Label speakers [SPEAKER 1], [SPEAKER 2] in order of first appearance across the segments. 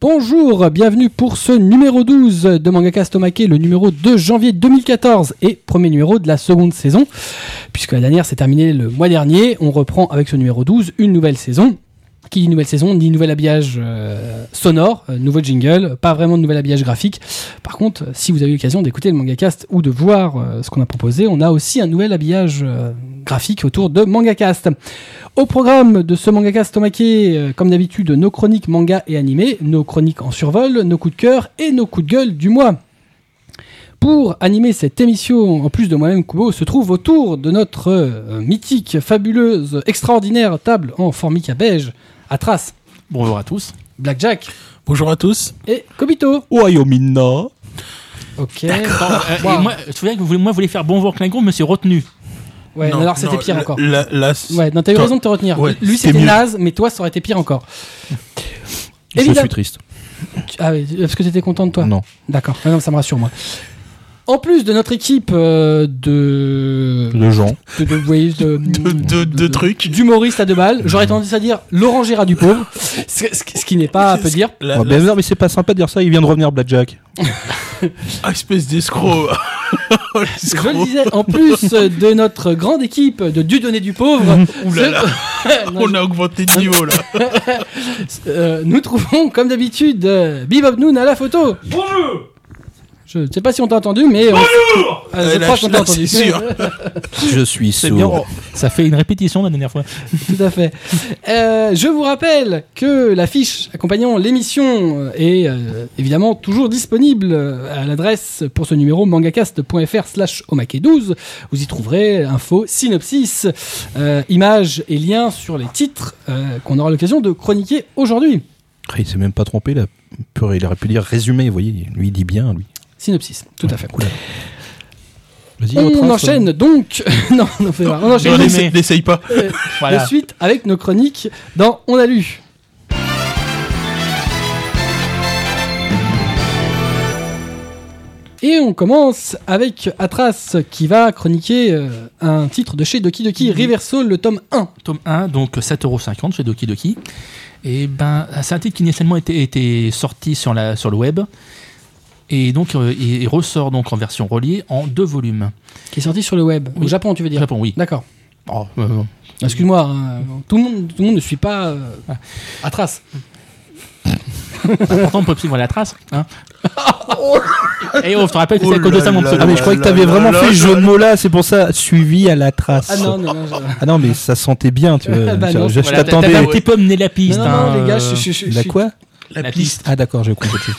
[SPEAKER 1] Bonjour, bienvenue pour ce numéro 12 de Mangaka Stomaqué, le numéro 2 janvier 2014 et premier numéro de la seconde saison. Puisque la dernière s'est terminée le mois dernier, on reprend avec ce numéro 12 une nouvelle saison. Qui dit nouvelle saison, dit nouvel habillage euh, sonore, euh, nouveau jingle, pas vraiment de nouvel habillage graphique. Par contre, euh, si vous avez eu l'occasion d'écouter le Mangacast ou de voir euh, ce qu'on a proposé, on a aussi un nouvel habillage euh, graphique autour de Mangacast. Au programme de ce Mangacast Tomaqué, euh, comme d'habitude, nos chroniques manga et animés, nos chroniques en survol, nos coups de cœur et nos coups de gueule du mois. Pour animer cette émission, en plus de moi-même, Kubo se trouve autour de notre euh, mythique, fabuleuse, extraordinaire table en formica beige, à trace,
[SPEAKER 2] Bonjour à tous.
[SPEAKER 1] Blackjack
[SPEAKER 2] Bonjour à tous.
[SPEAKER 1] et Kobito.
[SPEAKER 2] Oyomina.
[SPEAKER 1] Ok. euh,
[SPEAKER 3] Et moi, je voulais, que vous voulez- moi, je voulais faire bonjour Klingon, je me suis retenu.
[SPEAKER 1] Ouais,
[SPEAKER 2] Non,
[SPEAKER 1] alors c'était
[SPEAKER 2] non,
[SPEAKER 1] pire
[SPEAKER 2] la-
[SPEAKER 1] encore.
[SPEAKER 2] la- la-
[SPEAKER 1] Ouais, non, t'as eu
[SPEAKER 2] Toi-
[SPEAKER 1] raison de te retenir.
[SPEAKER 2] ouais,
[SPEAKER 1] Lui,
[SPEAKER 2] c'était
[SPEAKER 1] c'était
[SPEAKER 2] mieux.
[SPEAKER 1] naze, mais toi, ça aurait été pire encore.
[SPEAKER 4] Je
[SPEAKER 1] Évidemment.
[SPEAKER 4] suis triste.
[SPEAKER 1] Ah oui, parce que t'étais content de toi.
[SPEAKER 4] Non.
[SPEAKER 1] D'accord, Ah non, ça me rassure, moi. En plus de notre équipe euh, de.
[SPEAKER 4] Le Jean.
[SPEAKER 1] de, de, vous voyez, de-
[SPEAKER 2] De- de- de trucs.
[SPEAKER 1] D'humoristes à deux balles, j'aurais tendance à dire Laurent Gérard du pauvre, ce, ce- ce qui n'est pas à peu dire.
[SPEAKER 2] la-
[SPEAKER 4] Ouais,
[SPEAKER 2] la-
[SPEAKER 4] ben non, mais c'est pas sympa de dire ça, il vient de revenir Blackjack.
[SPEAKER 2] ah, espèce d'escroc. Oh,
[SPEAKER 1] Je le
[SPEAKER 2] l'escroc.
[SPEAKER 1] disais, en plus de notre grande équipe de Dieudonné du pauvre,
[SPEAKER 2] Ouh là là,
[SPEAKER 1] ce- Non,
[SPEAKER 2] on a augmenté de niveau là.
[SPEAKER 1] Euh, nous trouvons, comme d'habitude, euh, Bebop Noon à la photo. Bonjour Je ne sais pas si on t'a entendu, mais. Bonjour Je
[SPEAKER 2] Ouais, là,
[SPEAKER 1] crois qu'on t'a
[SPEAKER 2] là,
[SPEAKER 1] entendu.
[SPEAKER 2] c'est sûr.
[SPEAKER 4] Je suis
[SPEAKER 3] C'est bien. Ça fait une répétition de la dernière fois.
[SPEAKER 1] Tout à fait. Euh, je vous rappelle que la fiche accompagnant l'émission est euh, évidemment toujours disponible euh, à l'adresse pour ce numéro mangacast.fr slash omake12. Vous y trouverez info, synopsis, euh, images et liens sur les titres euh, qu'on aura l'occasion de chroniquer aujourd'hui.
[SPEAKER 4] Ah, Il s'est même pas trompé, là. Purée, il aurait pu dire résumé, vous voyez. Lui, il dit bien, lui.
[SPEAKER 1] Synopsis, tout à fait.
[SPEAKER 4] Oula. Vas-y,
[SPEAKER 1] On
[SPEAKER 4] retrace,
[SPEAKER 1] Mmh,
[SPEAKER 4] hein.
[SPEAKER 1] enchaîne donc. non, non, fais pas. on enchaîne
[SPEAKER 2] Non,
[SPEAKER 3] mais-
[SPEAKER 2] n'essaye- N'essaye pas.
[SPEAKER 1] euh,
[SPEAKER 3] Voilà.
[SPEAKER 1] de suite avec nos chroniques dans On a lu. Et on commence avec Atras qui va chroniquer euh, un titre de chez Doki Doki, Reversal, le tome 1.
[SPEAKER 3] Tome 1, donc 7,50€ chez Doki Doki. Et ben, c'est un titre qui initialement était, était sorti sur, la, sur le web. Et donc, euh, il, il ressort donc en version reliée en deux volumes.
[SPEAKER 1] Qui est sorti sur le web. Au
[SPEAKER 3] Oui.
[SPEAKER 1] Japon, tu veux dire
[SPEAKER 3] Japon, oui.
[SPEAKER 1] D'accord.
[SPEAKER 3] Oh, euh,
[SPEAKER 1] Excuse-moi, hein, tout, le monde, tout le monde ne suit pas euh, Atras.
[SPEAKER 3] Pourtant, Popsy voit la trace. Hein. Et on te rappelle que c'est à
[SPEAKER 2] Oh
[SPEAKER 3] cause de
[SPEAKER 2] là
[SPEAKER 3] ça mon
[SPEAKER 2] là
[SPEAKER 3] pseudo.
[SPEAKER 4] Ah, mais je croyais que t'avais
[SPEAKER 2] Là,
[SPEAKER 4] vraiment
[SPEAKER 2] là,
[SPEAKER 4] fait
[SPEAKER 2] là,
[SPEAKER 4] le jeu
[SPEAKER 2] là.
[SPEAKER 4] de mots là, c'est pour ça, suivi à la trace.
[SPEAKER 1] Ah non, non, non. je-
[SPEAKER 4] Ah non, mais ça sentait bien, tu vois.
[SPEAKER 1] Bah
[SPEAKER 4] Je-
[SPEAKER 1] non.
[SPEAKER 4] je je
[SPEAKER 3] Voilà, t'as-
[SPEAKER 4] t'attendais.
[SPEAKER 3] T'avais un petit peu mené la piste.
[SPEAKER 1] Non, non,
[SPEAKER 3] hein,
[SPEAKER 1] non, les gars,
[SPEAKER 3] euh,
[SPEAKER 1] je, je- je- je
[SPEAKER 4] La
[SPEAKER 1] suis-
[SPEAKER 4] quoi
[SPEAKER 3] la piste.
[SPEAKER 4] Ah d'accord, j'ai compris.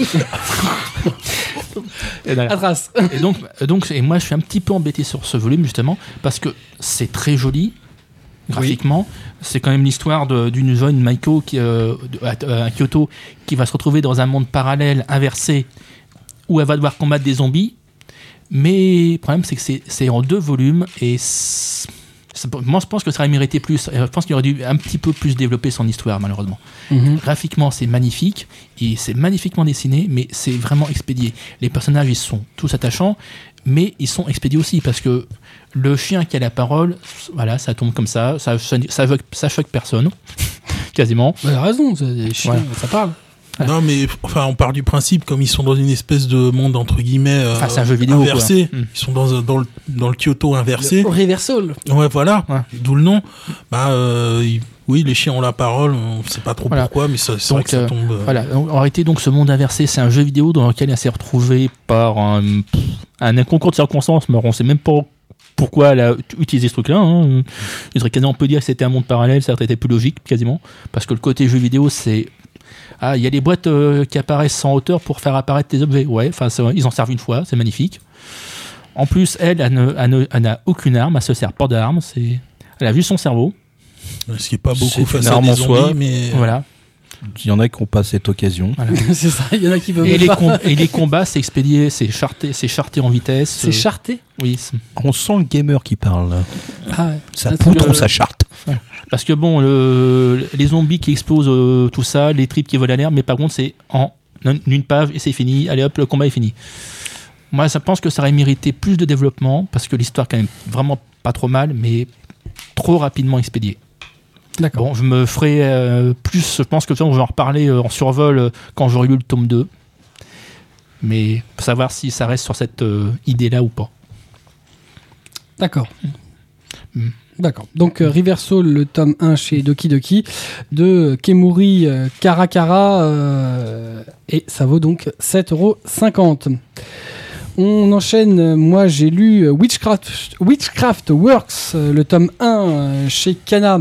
[SPEAKER 3] Et voilà.
[SPEAKER 1] Atras.
[SPEAKER 3] Et donc, euh, donc, et moi, je suis un petit peu embêté sur ce volume, justement, parce que c'est très joli, graphiquement. C'est quand même l'histoire de- d'une jeune Maiko qui, euh, de- à, euh, à Kyoto qui va se retrouver dans un monde parallèle, inversé, où elle va devoir combattre des zombies. Mais le problème, c'est que c'est- c'est en deux volumes, et c'est- c'est- moi, je pense que ça aurait mérité plus. Euh, Je pense qu'il aurait dû un petit peu plus développer son histoire, malheureusement Mhm. graphiquement c'est magnifique et c'est magnifiquement dessiné mais c'est vraiment expédié les personnages ils sont tous attachants mais ils sont expédiés aussi parce que le chien qui a la parole voilà ça tombe comme ça ça ça, ça, choque- ça choque personne quasiment
[SPEAKER 1] Bah, elle a raison, c'est- chiant,
[SPEAKER 3] Ouais.
[SPEAKER 1] ça parle.
[SPEAKER 2] Non, mais enfin, on part du principe, comme ils sont dans une espèce de monde entre guillemets euh,
[SPEAKER 3] Enfin, c'est un jeu vidéo, quoi.
[SPEAKER 2] inversé.
[SPEAKER 3] Mm.
[SPEAKER 2] Ils sont dans, un- dans, le, dans le Kyoto inversé.
[SPEAKER 1] Le Reversal.
[SPEAKER 2] Ouais, voilà.
[SPEAKER 3] Ouais.
[SPEAKER 2] D'où le nom. Bah, euh, il- oui, les chiens ont la parole. On sait pas trop
[SPEAKER 3] Voilà.
[SPEAKER 2] pourquoi, mais ça, c'est vrai
[SPEAKER 3] Donc,
[SPEAKER 2] que ça
[SPEAKER 3] euh,
[SPEAKER 2] tombe. euh,
[SPEAKER 3] voilà en en réalité donc ce monde inversé c'est un jeu vidéo dans lequel elle s'est retrouvée par un, pff, un concours de circonstances mais on sait même pas pourquoi elle a ut- utilisé ce truc là hein. Je dirais quasiment, on peut dire que c'était un monde parallèle ça aurait été plus logique quasiment parce que le côté jeu vidéo c'est ah il y a des boîtes euh, qui apparaissent en hauteur pour faire apparaître tes objets ouais enfin c'est vrai, ils en servent une fois c'est magnifique en plus elle elle ne- elle ne- elle n'a aucune arme elle se sert pas d'arme c'est elle a vu son cerveau
[SPEAKER 2] Ce qui est pas
[SPEAKER 4] C'est
[SPEAKER 2] beaucoup
[SPEAKER 4] une
[SPEAKER 2] face à
[SPEAKER 4] arme
[SPEAKER 2] des
[SPEAKER 4] en
[SPEAKER 2] zombies,
[SPEAKER 4] soi.
[SPEAKER 2] mais.
[SPEAKER 3] voilà
[SPEAKER 4] Il y en a qui ont pas cette occasion.
[SPEAKER 1] c'est ça, il y en a qui veulent
[SPEAKER 3] Et les,
[SPEAKER 1] pas.
[SPEAKER 3] com- et les combats, c'est expédié, c'est charté, c'est charté en vitesse.
[SPEAKER 1] C'est
[SPEAKER 3] euh,
[SPEAKER 1] charté.
[SPEAKER 3] Oui, c'est-
[SPEAKER 4] On sent le gamer qui parle.
[SPEAKER 1] Ah ouais.
[SPEAKER 4] Ça
[SPEAKER 1] Parce
[SPEAKER 4] poutre
[SPEAKER 1] que-
[SPEAKER 4] ou ça charte
[SPEAKER 3] parce que bon, le- les zombies qui explosent euh, tout ça, les tripes qui volent à l'air, mais par contre, c'est en en une page et c'est fini. Allez hop, le combat est fini. Moi, je pense que ça aurait mérité plus de développement parce que l'histoire, quand même, vraiment pas trop mal, mais trop rapidement expédiée.
[SPEAKER 1] D'accord.
[SPEAKER 3] Bon, je me ferai euh, plus, je pense que ça, on va en reparler euh, en survol euh, quand j'aurai lu le tome 2. Mais pour savoir si ça reste sur cette euh, idée-là ou pas.
[SPEAKER 1] D'accord.
[SPEAKER 3] Mm.
[SPEAKER 1] D'accord. Donc euh, River Soul, le tome 1 chez Doki Doki, de Kemuri euh, Karakara, euh, et ça vaut donc 7,50€. On enchaîne, euh, moi j'ai lu euh, Witchcraft, Witchcraft Works, euh, le tome 1 euh, chez Kana.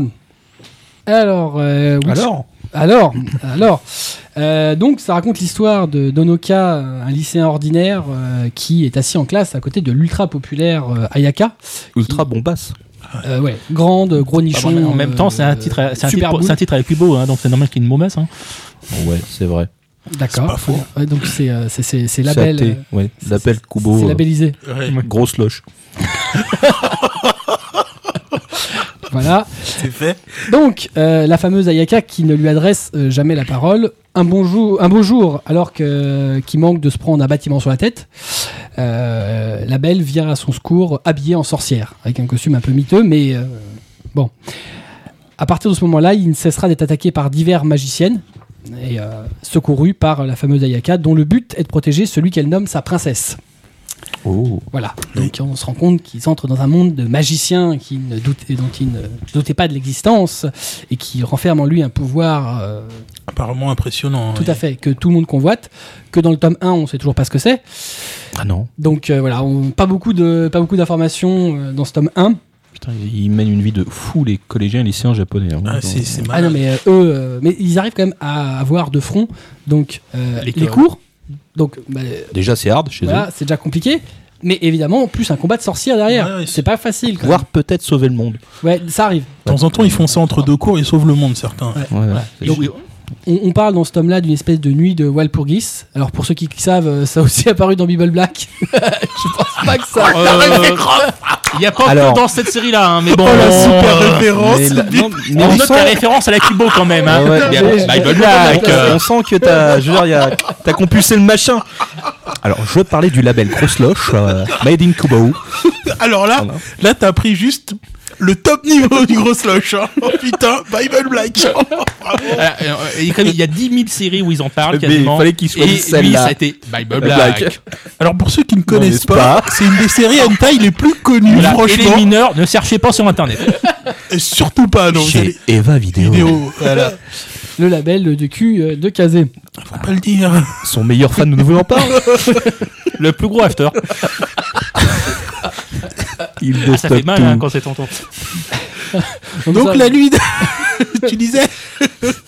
[SPEAKER 1] Alors, euh, Witch-
[SPEAKER 4] Alors
[SPEAKER 1] alors, alors. Euh, donc, ça raconte l'histoire de d'Onoka, euh, un lycéen ordinaire euh, qui est assis en classe à côté de l'ultra populaire euh, Ayaka.
[SPEAKER 4] Ultra bombasse.
[SPEAKER 1] Euh, ouais, grande, gros nichon.
[SPEAKER 3] en même
[SPEAKER 1] euh,
[SPEAKER 3] temps, c'est un titre, à- c'est un
[SPEAKER 1] super
[SPEAKER 3] titre,
[SPEAKER 1] boule.
[SPEAKER 3] c'est un titre avec Kubo, hein, donc c'est normal qu'il y ait une mauvaise. Hein.
[SPEAKER 4] Ouais, c'est vrai.
[SPEAKER 1] D'accord.
[SPEAKER 2] C'est pas faux.
[SPEAKER 1] Ouais, donc, c'est euh, c'est- c'est- c'est
[SPEAKER 4] C'est
[SPEAKER 1] label.
[SPEAKER 4] athée,
[SPEAKER 1] euh,
[SPEAKER 4] ouais.
[SPEAKER 1] c'est-
[SPEAKER 4] Label Kubo.
[SPEAKER 1] C'est
[SPEAKER 4] euh,
[SPEAKER 1] labellisé.
[SPEAKER 2] Ouais,
[SPEAKER 4] Grosse loche.
[SPEAKER 1] Voilà.
[SPEAKER 2] c'est fait.
[SPEAKER 1] Donc, euh, la fameuse Ayaka qui ne lui adresse euh, jamais la parole. Un, bon jour, un beau jour, alors que qui manque de se prendre un bâtiment sur la tête, euh, la belle vient à son secours habillée en sorcière, avec un costume un peu miteux, mais euh, bon. À partir de ce moment-là, il ne cessera d'être attaqué par divers magiciennes et euh, secouru par la fameuse Ayaka, dont le but est de protéger celui qu'elle nomme sa princesse.
[SPEAKER 4] Oh.
[SPEAKER 1] Voilà. Donc on se rend compte qu'ils entrent dans un monde de magiciens qui ne doutaient, dont ils ne doutaient pas de l'existence et qui renferme en lui un pouvoir euh,
[SPEAKER 2] Apparemment impressionnant. hein.
[SPEAKER 1] tout à fait que tout le monde convoite. Que dans le tome 1, on sait toujours pas ce que c'est.
[SPEAKER 4] Ah non.
[SPEAKER 1] Donc euh, voilà, on, pas beaucoup de pas beaucoup d'informations euh, dans ce tome 1.
[SPEAKER 4] Putain, ils mènent une vie de fou, les collégiens et lycéens japonais. hein.
[SPEAKER 2] Ah,
[SPEAKER 4] Donc,
[SPEAKER 2] c'est c'est
[SPEAKER 1] Ah
[SPEAKER 2] malade.
[SPEAKER 1] non mais euh, eux, euh, mais ils arrivent quand même à avoir de front donc euh,
[SPEAKER 3] Les
[SPEAKER 1] les,
[SPEAKER 3] cours.
[SPEAKER 1] cours. Donc bah,
[SPEAKER 4] Déjà, c'est hard chez
[SPEAKER 1] voilà, c'est déjà compliqué. Mais évidemment, en plus un combat de sorcières derrière,
[SPEAKER 2] Ouais, ouais,
[SPEAKER 1] c'est pas facile.
[SPEAKER 4] eux.
[SPEAKER 1] Quand
[SPEAKER 4] Voire peut-être sauver le monde.
[SPEAKER 1] même. Ouais, ça arrive.
[SPEAKER 2] De temps en temps, ils font ça entre deux cours et sauvent le monde, certains.
[SPEAKER 1] Ouais.
[SPEAKER 4] Ouais,
[SPEAKER 3] Voilà.
[SPEAKER 4] c'est-
[SPEAKER 3] Donc, oui,
[SPEAKER 1] On, on parle dans ce tome-là d'une espèce de nuit de Walpurgis. Alors pour ceux qui savent, euh, ça a aussi apparu dans Bible Black. Je pense pas que ça.
[SPEAKER 3] euh, Il n'y a pas
[SPEAKER 4] Alors.
[SPEAKER 3] que dans cette série-là, hein, mais bon.
[SPEAKER 2] Oh, la super
[SPEAKER 3] euh,
[SPEAKER 2] référence
[SPEAKER 4] Mais la- non, mais
[SPEAKER 5] Oh,
[SPEAKER 3] on
[SPEAKER 4] on
[SPEAKER 3] note
[SPEAKER 4] sent-
[SPEAKER 3] la référence à la Kubo quand même.
[SPEAKER 4] Ah
[SPEAKER 3] Hein.
[SPEAKER 4] ouais,
[SPEAKER 3] Mais
[SPEAKER 4] mais-
[SPEAKER 3] bon, bah, ils veulent pas, mec, euh,
[SPEAKER 4] on sent que t'as, je veux dire, y a- t'as compulsé le machin. Alors, je parlais du label Grosse Loche, euh, Made in Kubo.
[SPEAKER 2] Alors là,
[SPEAKER 4] Voilà.
[SPEAKER 2] là t'as pris juste le top niveau du gros slush. hein. Oh putain, Bible Black.
[SPEAKER 3] Voilà, euh, et comme il y a 10 000 séries où ils en parlent
[SPEAKER 4] Mais
[SPEAKER 3] quasiment.
[SPEAKER 4] il fallait qu'ils
[SPEAKER 3] Et lui,
[SPEAKER 4] choisissent celle-là.
[SPEAKER 3] ça a été Bible Black.
[SPEAKER 4] Black.
[SPEAKER 2] Alors pour ceux qui ne connaissent
[SPEAKER 4] n'est-ce pas
[SPEAKER 2] pas, c'est une des séries hentai les plus connues,
[SPEAKER 3] Voilà, Et les
[SPEAKER 2] franchement.
[SPEAKER 3] mineurs, ne cherchez pas sur internet.
[SPEAKER 2] Et surtout pas, non. Vous
[SPEAKER 4] Chez
[SPEAKER 2] allez...
[SPEAKER 4] Eva Vidéo.
[SPEAKER 2] Vidéo, voilà.
[SPEAKER 1] Le label de cul euh, de Kazé.
[SPEAKER 2] Faut pas le dire.
[SPEAKER 4] Son meilleur fan ne vous en parle.
[SPEAKER 3] Le plus gros after.
[SPEAKER 4] Il
[SPEAKER 3] Ah, ça fait
[SPEAKER 4] déstoppe
[SPEAKER 3] mal
[SPEAKER 4] tout.
[SPEAKER 3] hein, quand c'est tonton.
[SPEAKER 2] Donc
[SPEAKER 1] ça-
[SPEAKER 2] la nuit, de- tu disais.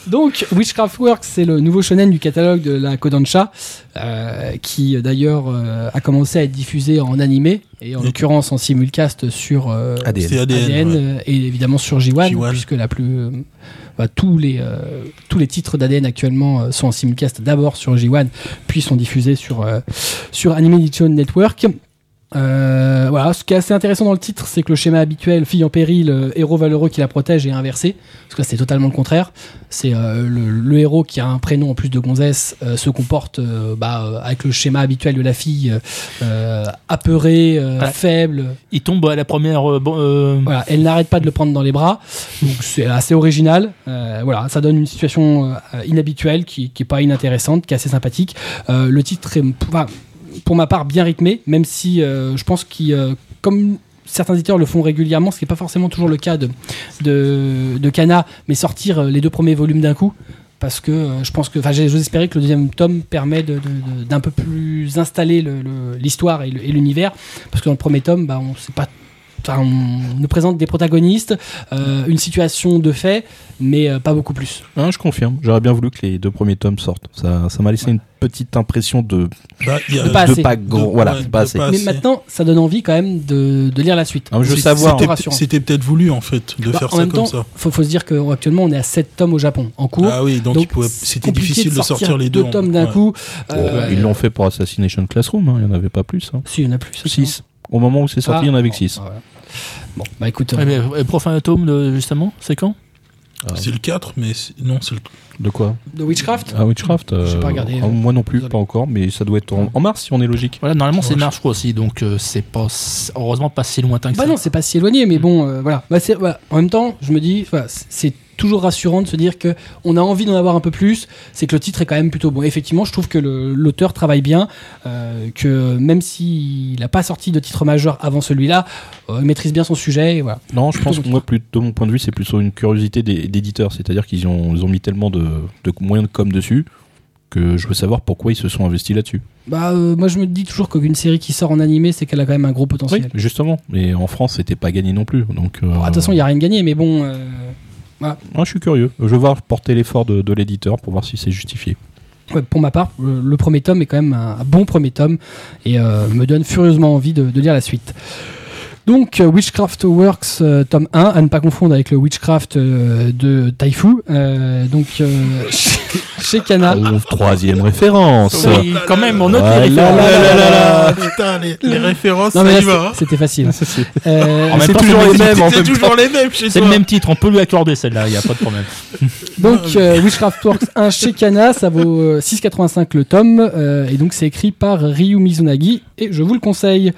[SPEAKER 1] donc, Witchcraft Works, c'est le nouveau shonen du catalogue de la Kodansha, euh, qui euh, d'ailleurs euh, a commencé à être diffusé en animé et en
[SPEAKER 2] Oui.
[SPEAKER 1] l'occurrence en simulcast sur euh,
[SPEAKER 5] Ah,
[SPEAKER 4] ADN.
[SPEAKER 2] C'est ADN.
[SPEAKER 1] ADN,
[SPEAKER 2] ouais.
[SPEAKER 1] euh, et évidemment sur J1,
[SPEAKER 2] J1.
[SPEAKER 1] puisque la plus, euh, bah, tous, les, euh, tous les titres d'ADN actuellement euh, sont en simulcast d'abord sur J1, puis sont diffusés sur, euh, sur Anime Edition Network. Euh, voilà, ce qui est assez intéressant dans le titre, c'est que le schéma habituel, fille en péril, euh, héros valeureux qui la protège est inversé. Parce que là, c'est totalement le contraire. C'est euh, le, le héros qui a un prénom en plus de gonzesse euh, se comporte euh, bah, euh, avec le schéma habituel de la fille, euh, apeurée, euh,
[SPEAKER 3] Ouais.
[SPEAKER 1] faible.
[SPEAKER 3] Il tombe à la première. euh, bon, euh,
[SPEAKER 1] Voilà, elle n'arrête pas de le prendre dans les bras, donc c'est assez original. Euh, voilà, ça donne une situation euh, inhabituelle qui, qui est pas inintéressante, qui est assez sympathique. Euh, le titre est, enfin, pour ma part, bien rythmé, même si euh, je pense qu'il, euh, comme certains éditeurs le font régulièrement, ce qui n'est pas forcément toujours le cas de de, de Cana, mais sortir euh, les deux premiers volumes d'un coup. Parce que euh, je pense que, enfin, j'ai- j'ose espérer que le deuxième tome permet de- de- de- d'un peu plus installer le- le- l'histoire et le- et l'univers. Parce que dans le premier tome, bah, on sait pas Enfin, on nous présente des protagonistes, euh, une situation de fait, mais euh, pas beaucoup plus.
[SPEAKER 4] Hein, je confirme. J'aurais bien voulu que les deux premiers tomes sortent. Ça, ça m'a laissé une petite impression de,
[SPEAKER 2] Bah, il y a-
[SPEAKER 1] De pas-
[SPEAKER 4] de
[SPEAKER 1] assez.
[SPEAKER 4] pas gros.
[SPEAKER 2] De-
[SPEAKER 4] voilà,
[SPEAKER 2] ouais,
[SPEAKER 4] pas
[SPEAKER 2] de
[SPEAKER 4] assez.
[SPEAKER 2] pas- Ah,
[SPEAKER 1] mais
[SPEAKER 2] c'est-
[SPEAKER 1] maintenant, ça donne envie quand même de, de lire la suite.
[SPEAKER 4] Non, mais je veux
[SPEAKER 2] c'est-
[SPEAKER 4] savoir.
[SPEAKER 2] c'était-
[SPEAKER 1] Rassurant.
[SPEAKER 2] C'était peut-être voulu en fait de
[SPEAKER 1] Bah,
[SPEAKER 2] faire
[SPEAKER 1] en
[SPEAKER 2] ça
[SPEAKER 1] même temps,
[SPEAKER 2] comme ça.
[SPEAKER 1] Faut, faut se dire qu'actuellement, on est à 7 tomes au Japon en cours.
[SPEAKER 2] Ah oui, donc,
[SPEAKER 1] Donc,
[SPEAKER 2] il pouvait-
[SPEAKER 1] c'est
[SPEAKER 2] c'était
[SPEAKER 1] compliqué
[SPEAKER 2] difficile de sortir les deux.
[SPEAKER 1] Deux
[SPEAKER 2] en-
[SPEAKER 1] tomes d'un
[SPEAKER 2] ouais.
[SPEAKER 1] coup.
[SPEAKER 4] Oh,
[SPEAKER 1] Euh,
[SPEAKER 4] Ils l'ont fait pour Assassination Classroom, hein, il n'y en avait pas plus. Hein.
[SPEAKER 1] Si, il y en a plus.
[SPEAKER 4] 6. Au moment où c'est sorti,
[SPEAKER 1] Ah,
[SPEAKER 4] il y en avait
[SPEAKER 1] bon,
[SPEAKER 4] 6.
[SPEAKER 1] bah, voilà. Bon, bah écoute,
[SPEAKER 3] ouais, mais, euh, Profane Atome, de- justement, c'est quand
[SPEAKER 2] C'est le 4, mais c'est- non, c'est le
[SPEAKER 4] De quoi
[SPEAKER 1] euh, de Witchcraft,
[SPEAKER 4] Ah, Witchcraft
[SPEAKER 1] J'ai
[SPEAKER 4] euh,
[SPEAKER 1] pas regardé.
[SPEAKER 4] ah, Moi non plus,
[SPEAKER 1] Désolé.
[SPEAKER 4] pas encore, mais ça doit être en, en mars si on est logique.
[SPEAKER 3] Voilà, normalement, c'est
[SPEAKER 2] Ouais, je-
[SPEAKER 3] Marche quoi aussi, donc euh, c'est pas heureusement pas si lointain que
[SPEAKER 1] Bah
[SPEAKER 3] ça.
[SPEAKER 1] non, c'est pas si éloigné, mais bon, euh, voilà. Bah, c'est- voilà. En même temps, je me dis, voilà, c'est toujours rassurant de se dire que on a envie d'en avoir un peu plus. C'est que le titre est quand même plutôt bon. Effectivement, je trouve que le- l'auteur travaille bien, euh, que même s'il n'a pas sorti de titre majeur avant celui-là, euh, il maîtrise bien son sujet. et voilà.
[SPEAKER 5] Non, je pense
[SPEAKER 1] Plutôt
[SPEAKER 5] que moi, plus, de mon point de vue, c'est plutôt une curiosité des- d'éditeurs. C'est-à-dire qu'ils ont, ils ont mis tellement de, de moyens de com dessus que je veux savoir pourquoi ils se sont investis là-dessus.
[SPEAKER 1] Bah, euh, moi, je me dis toujours qu'une série qui sort en animé, c'est qu'elle a quand même un gros potentiel.
[SPEAKER 5] Oui, justement. Et en France, c'était pas gagné non plus. Donc, euh,
[SPEAKER 1] Bon, attention, il n'y a rien de gagné, mais bon. euh,
[SPEAKER 5] moi, je suis curieux. Je vais voir porter l'effort de, de l'éditeur pour voir si c'est justifié.
[SPEAKER 1] Ouais, Euh, pour ma part, le, le premier tome est quand même un, un bon premier tome et euh, me donne furieusement envie de, de lire la suite. Donc, euh, Witchcraft Works, euh, tome 1, à ne pas confondre avec le Witchcraft euh, de Taifu. Euh, donc, euh, chez, chez Kana.
[SPEAKER 2] Ah,
[SPEAKER 5] Oh, troisième référence.
[SPEAKER 3] Oui, quand même, on note
[SPEAKER 5] Ah
[SPEAKER 3] les
[SPEAKER 5] là
[SPEAKER 3] références.
[SPEAKER 5] là.
[SPEAKER 2] Ah là là là, Putain, les, les références,
[SPEAKER 1] Non, mais
[SPEAKER 2] ça
[SPEAKER 1] là,
[SPEAKER 2] y va. hein.
[SPEAKER 1] c'est- c'était facile. Euh,
[SPEAKER 3] En même
[SPEAKER 4] C'est
[SPEAKER 3] temps,
[SPEAKER 4] toujours
[SPEAKER 3] c'est
[SPEAKER 4] les mêmes en
[SPEAKER 2] C'est
[SPEAKER 4] fait.
[SPEAKER 2] toujours les mêmes chez
[SPEAKER 3] C'est
[SPEAKER 2] toi.
[SPEAKER 3] le même titre, on peut lui accorder celle-là, il n'y a pas de problème.
[SPEAKER 2] Ah
[SPEAKER 1] Donc euh, Witchcraft Works 1 chez Kana, ça vaut euh, 6,85 le tome, euh, et donc c'est écrit par Ryu Mizunagi, et je vous le conseille.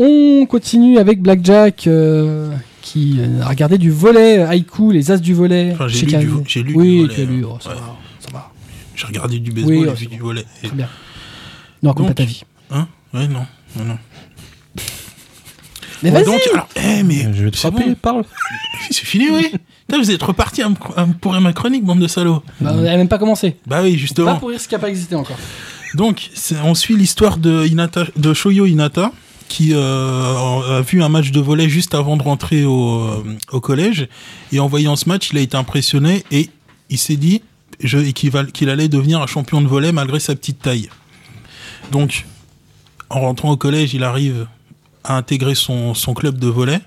[SPEAKER 1] On continue avec Blackjack, euh, qui euh, a regardé du volet, euh, Haïku, les As du volet.
[SPEAKER 2] Enfin, j'ai
[SPEAKER 1] chez
[SPEAKER 2] lu
[SPEAKER 1] Kana.
[SPEAKER 2] du vo- j'ai lu du
[SPEAKER 1] oui,
[SPEAKER 2] volet,
[SPEAKER 1] tu as lu,
[SPEAKER 2] hein.
[SPEAKER 1] oh, ça
[SPEAKER 2] Ouais.
[SPEAKER 1] va, ça va,
[SPEAKER 2] J'ai regardé du baseball,
[SPEAKER 1] Oui,
[SPEAKER 2] j'ai
[SPEAKER 1] ah,
[SPEAKER 2] vu
[SPEAKER 1] c'est
[SPEAKER 2] du volet. Et-
[SPEAKER 1] très bien. Non, raconte
[SPEAKER 2] Donc,
[SPEAKER 1] pas ta vie.
[SPEAKER 2] Hein Ouais, non. Non, non.
[SPEAKER 1] Mais
[SPEAKER 2] Ouais,
[SPEAKER 1] vas-y
[SPEAKER 2] donc, alors, eh, mais.
[SPEAKER 5] Je vais te
[SPEAKER 2] c'est
[SPEAKER 5] frapper,
[SPEAKER 2] bon.
[SPEAKER 5] parle.
[SPEAKER 2] C'est fini, oui. Putain, vous êtes reparti à me, à me pourrir ma chronique, bande de salauds.
[SPEAKER 1] Bah, On n'a même pas commencé.
[SPEAKER 2] Bah oui,
[SPEAKER 1] Pas
[SPEAKER 2] justement.
[SPEAKER 1] pour rire ce qui n'a pas existé encore.
[SPEAKER 2] Donc, c'est- on suit l'histoire de, Hinata- de Shoyo Hinata, qui euh, a vu un match de volet juste avant de rentrer au, euh, au collège. Et en voyant ce match, il a été impressionné et il s'est dit je- et qu'il va- qu'il allait devenir un champion de volet malgré sa petite taille. Donc, en rentrant au collège, il arrive à intégrer son, son club de volet.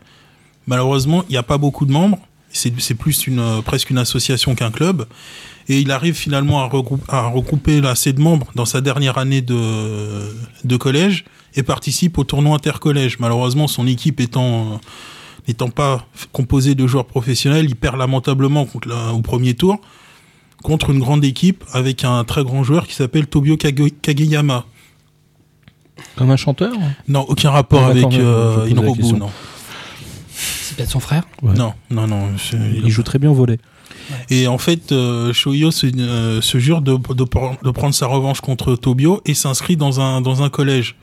[SPEAKER 2] Malheureusement, il n'y a pas beaucoup de membres. C'est c'est plus une, euh, presque une association qu'un club. Et il arrive finalement à, regrou- à regrouper assez de membres dans sa dernière année de, de collège et participe au tournoi intercollège. Malheureusement, son équipe étant euh, n'étant pas f- composée de joueurs professionnels, il perd lamentablement contre la- au premier tour contre une grande équipe avec un très grand joueur qui s'appelle Tobio Kage- Kageyama.
[SPEAKER 5] Comme un chanteur
[SPEAKER 2] Non, aucun rapport
[SPEAKER 5] Ah,
[SPEAKER 2] avec
[SPEAKER 5] d'accord, je- je
[SPEAKER 2] euh,
[SPEAKER 5] posais la
[SPEAKER 2] Inrobu,
[SPEAKER 5] question.
[SPEAKER 2] non.
[SPEAKER 1] C'est peut-être son frère.
[SPEAKER 5] Ouais.
[SPEAKER 2] Non, non, non. c'est-
[SPEAKER 5] Il joue très bien au volet.
[SPEAKER 2] Et en fait, euh, Shoyo se, euh, se jure de, de, pr- de prendre sa revanche contre Tobio et s'inscrit dans un, dans un collège.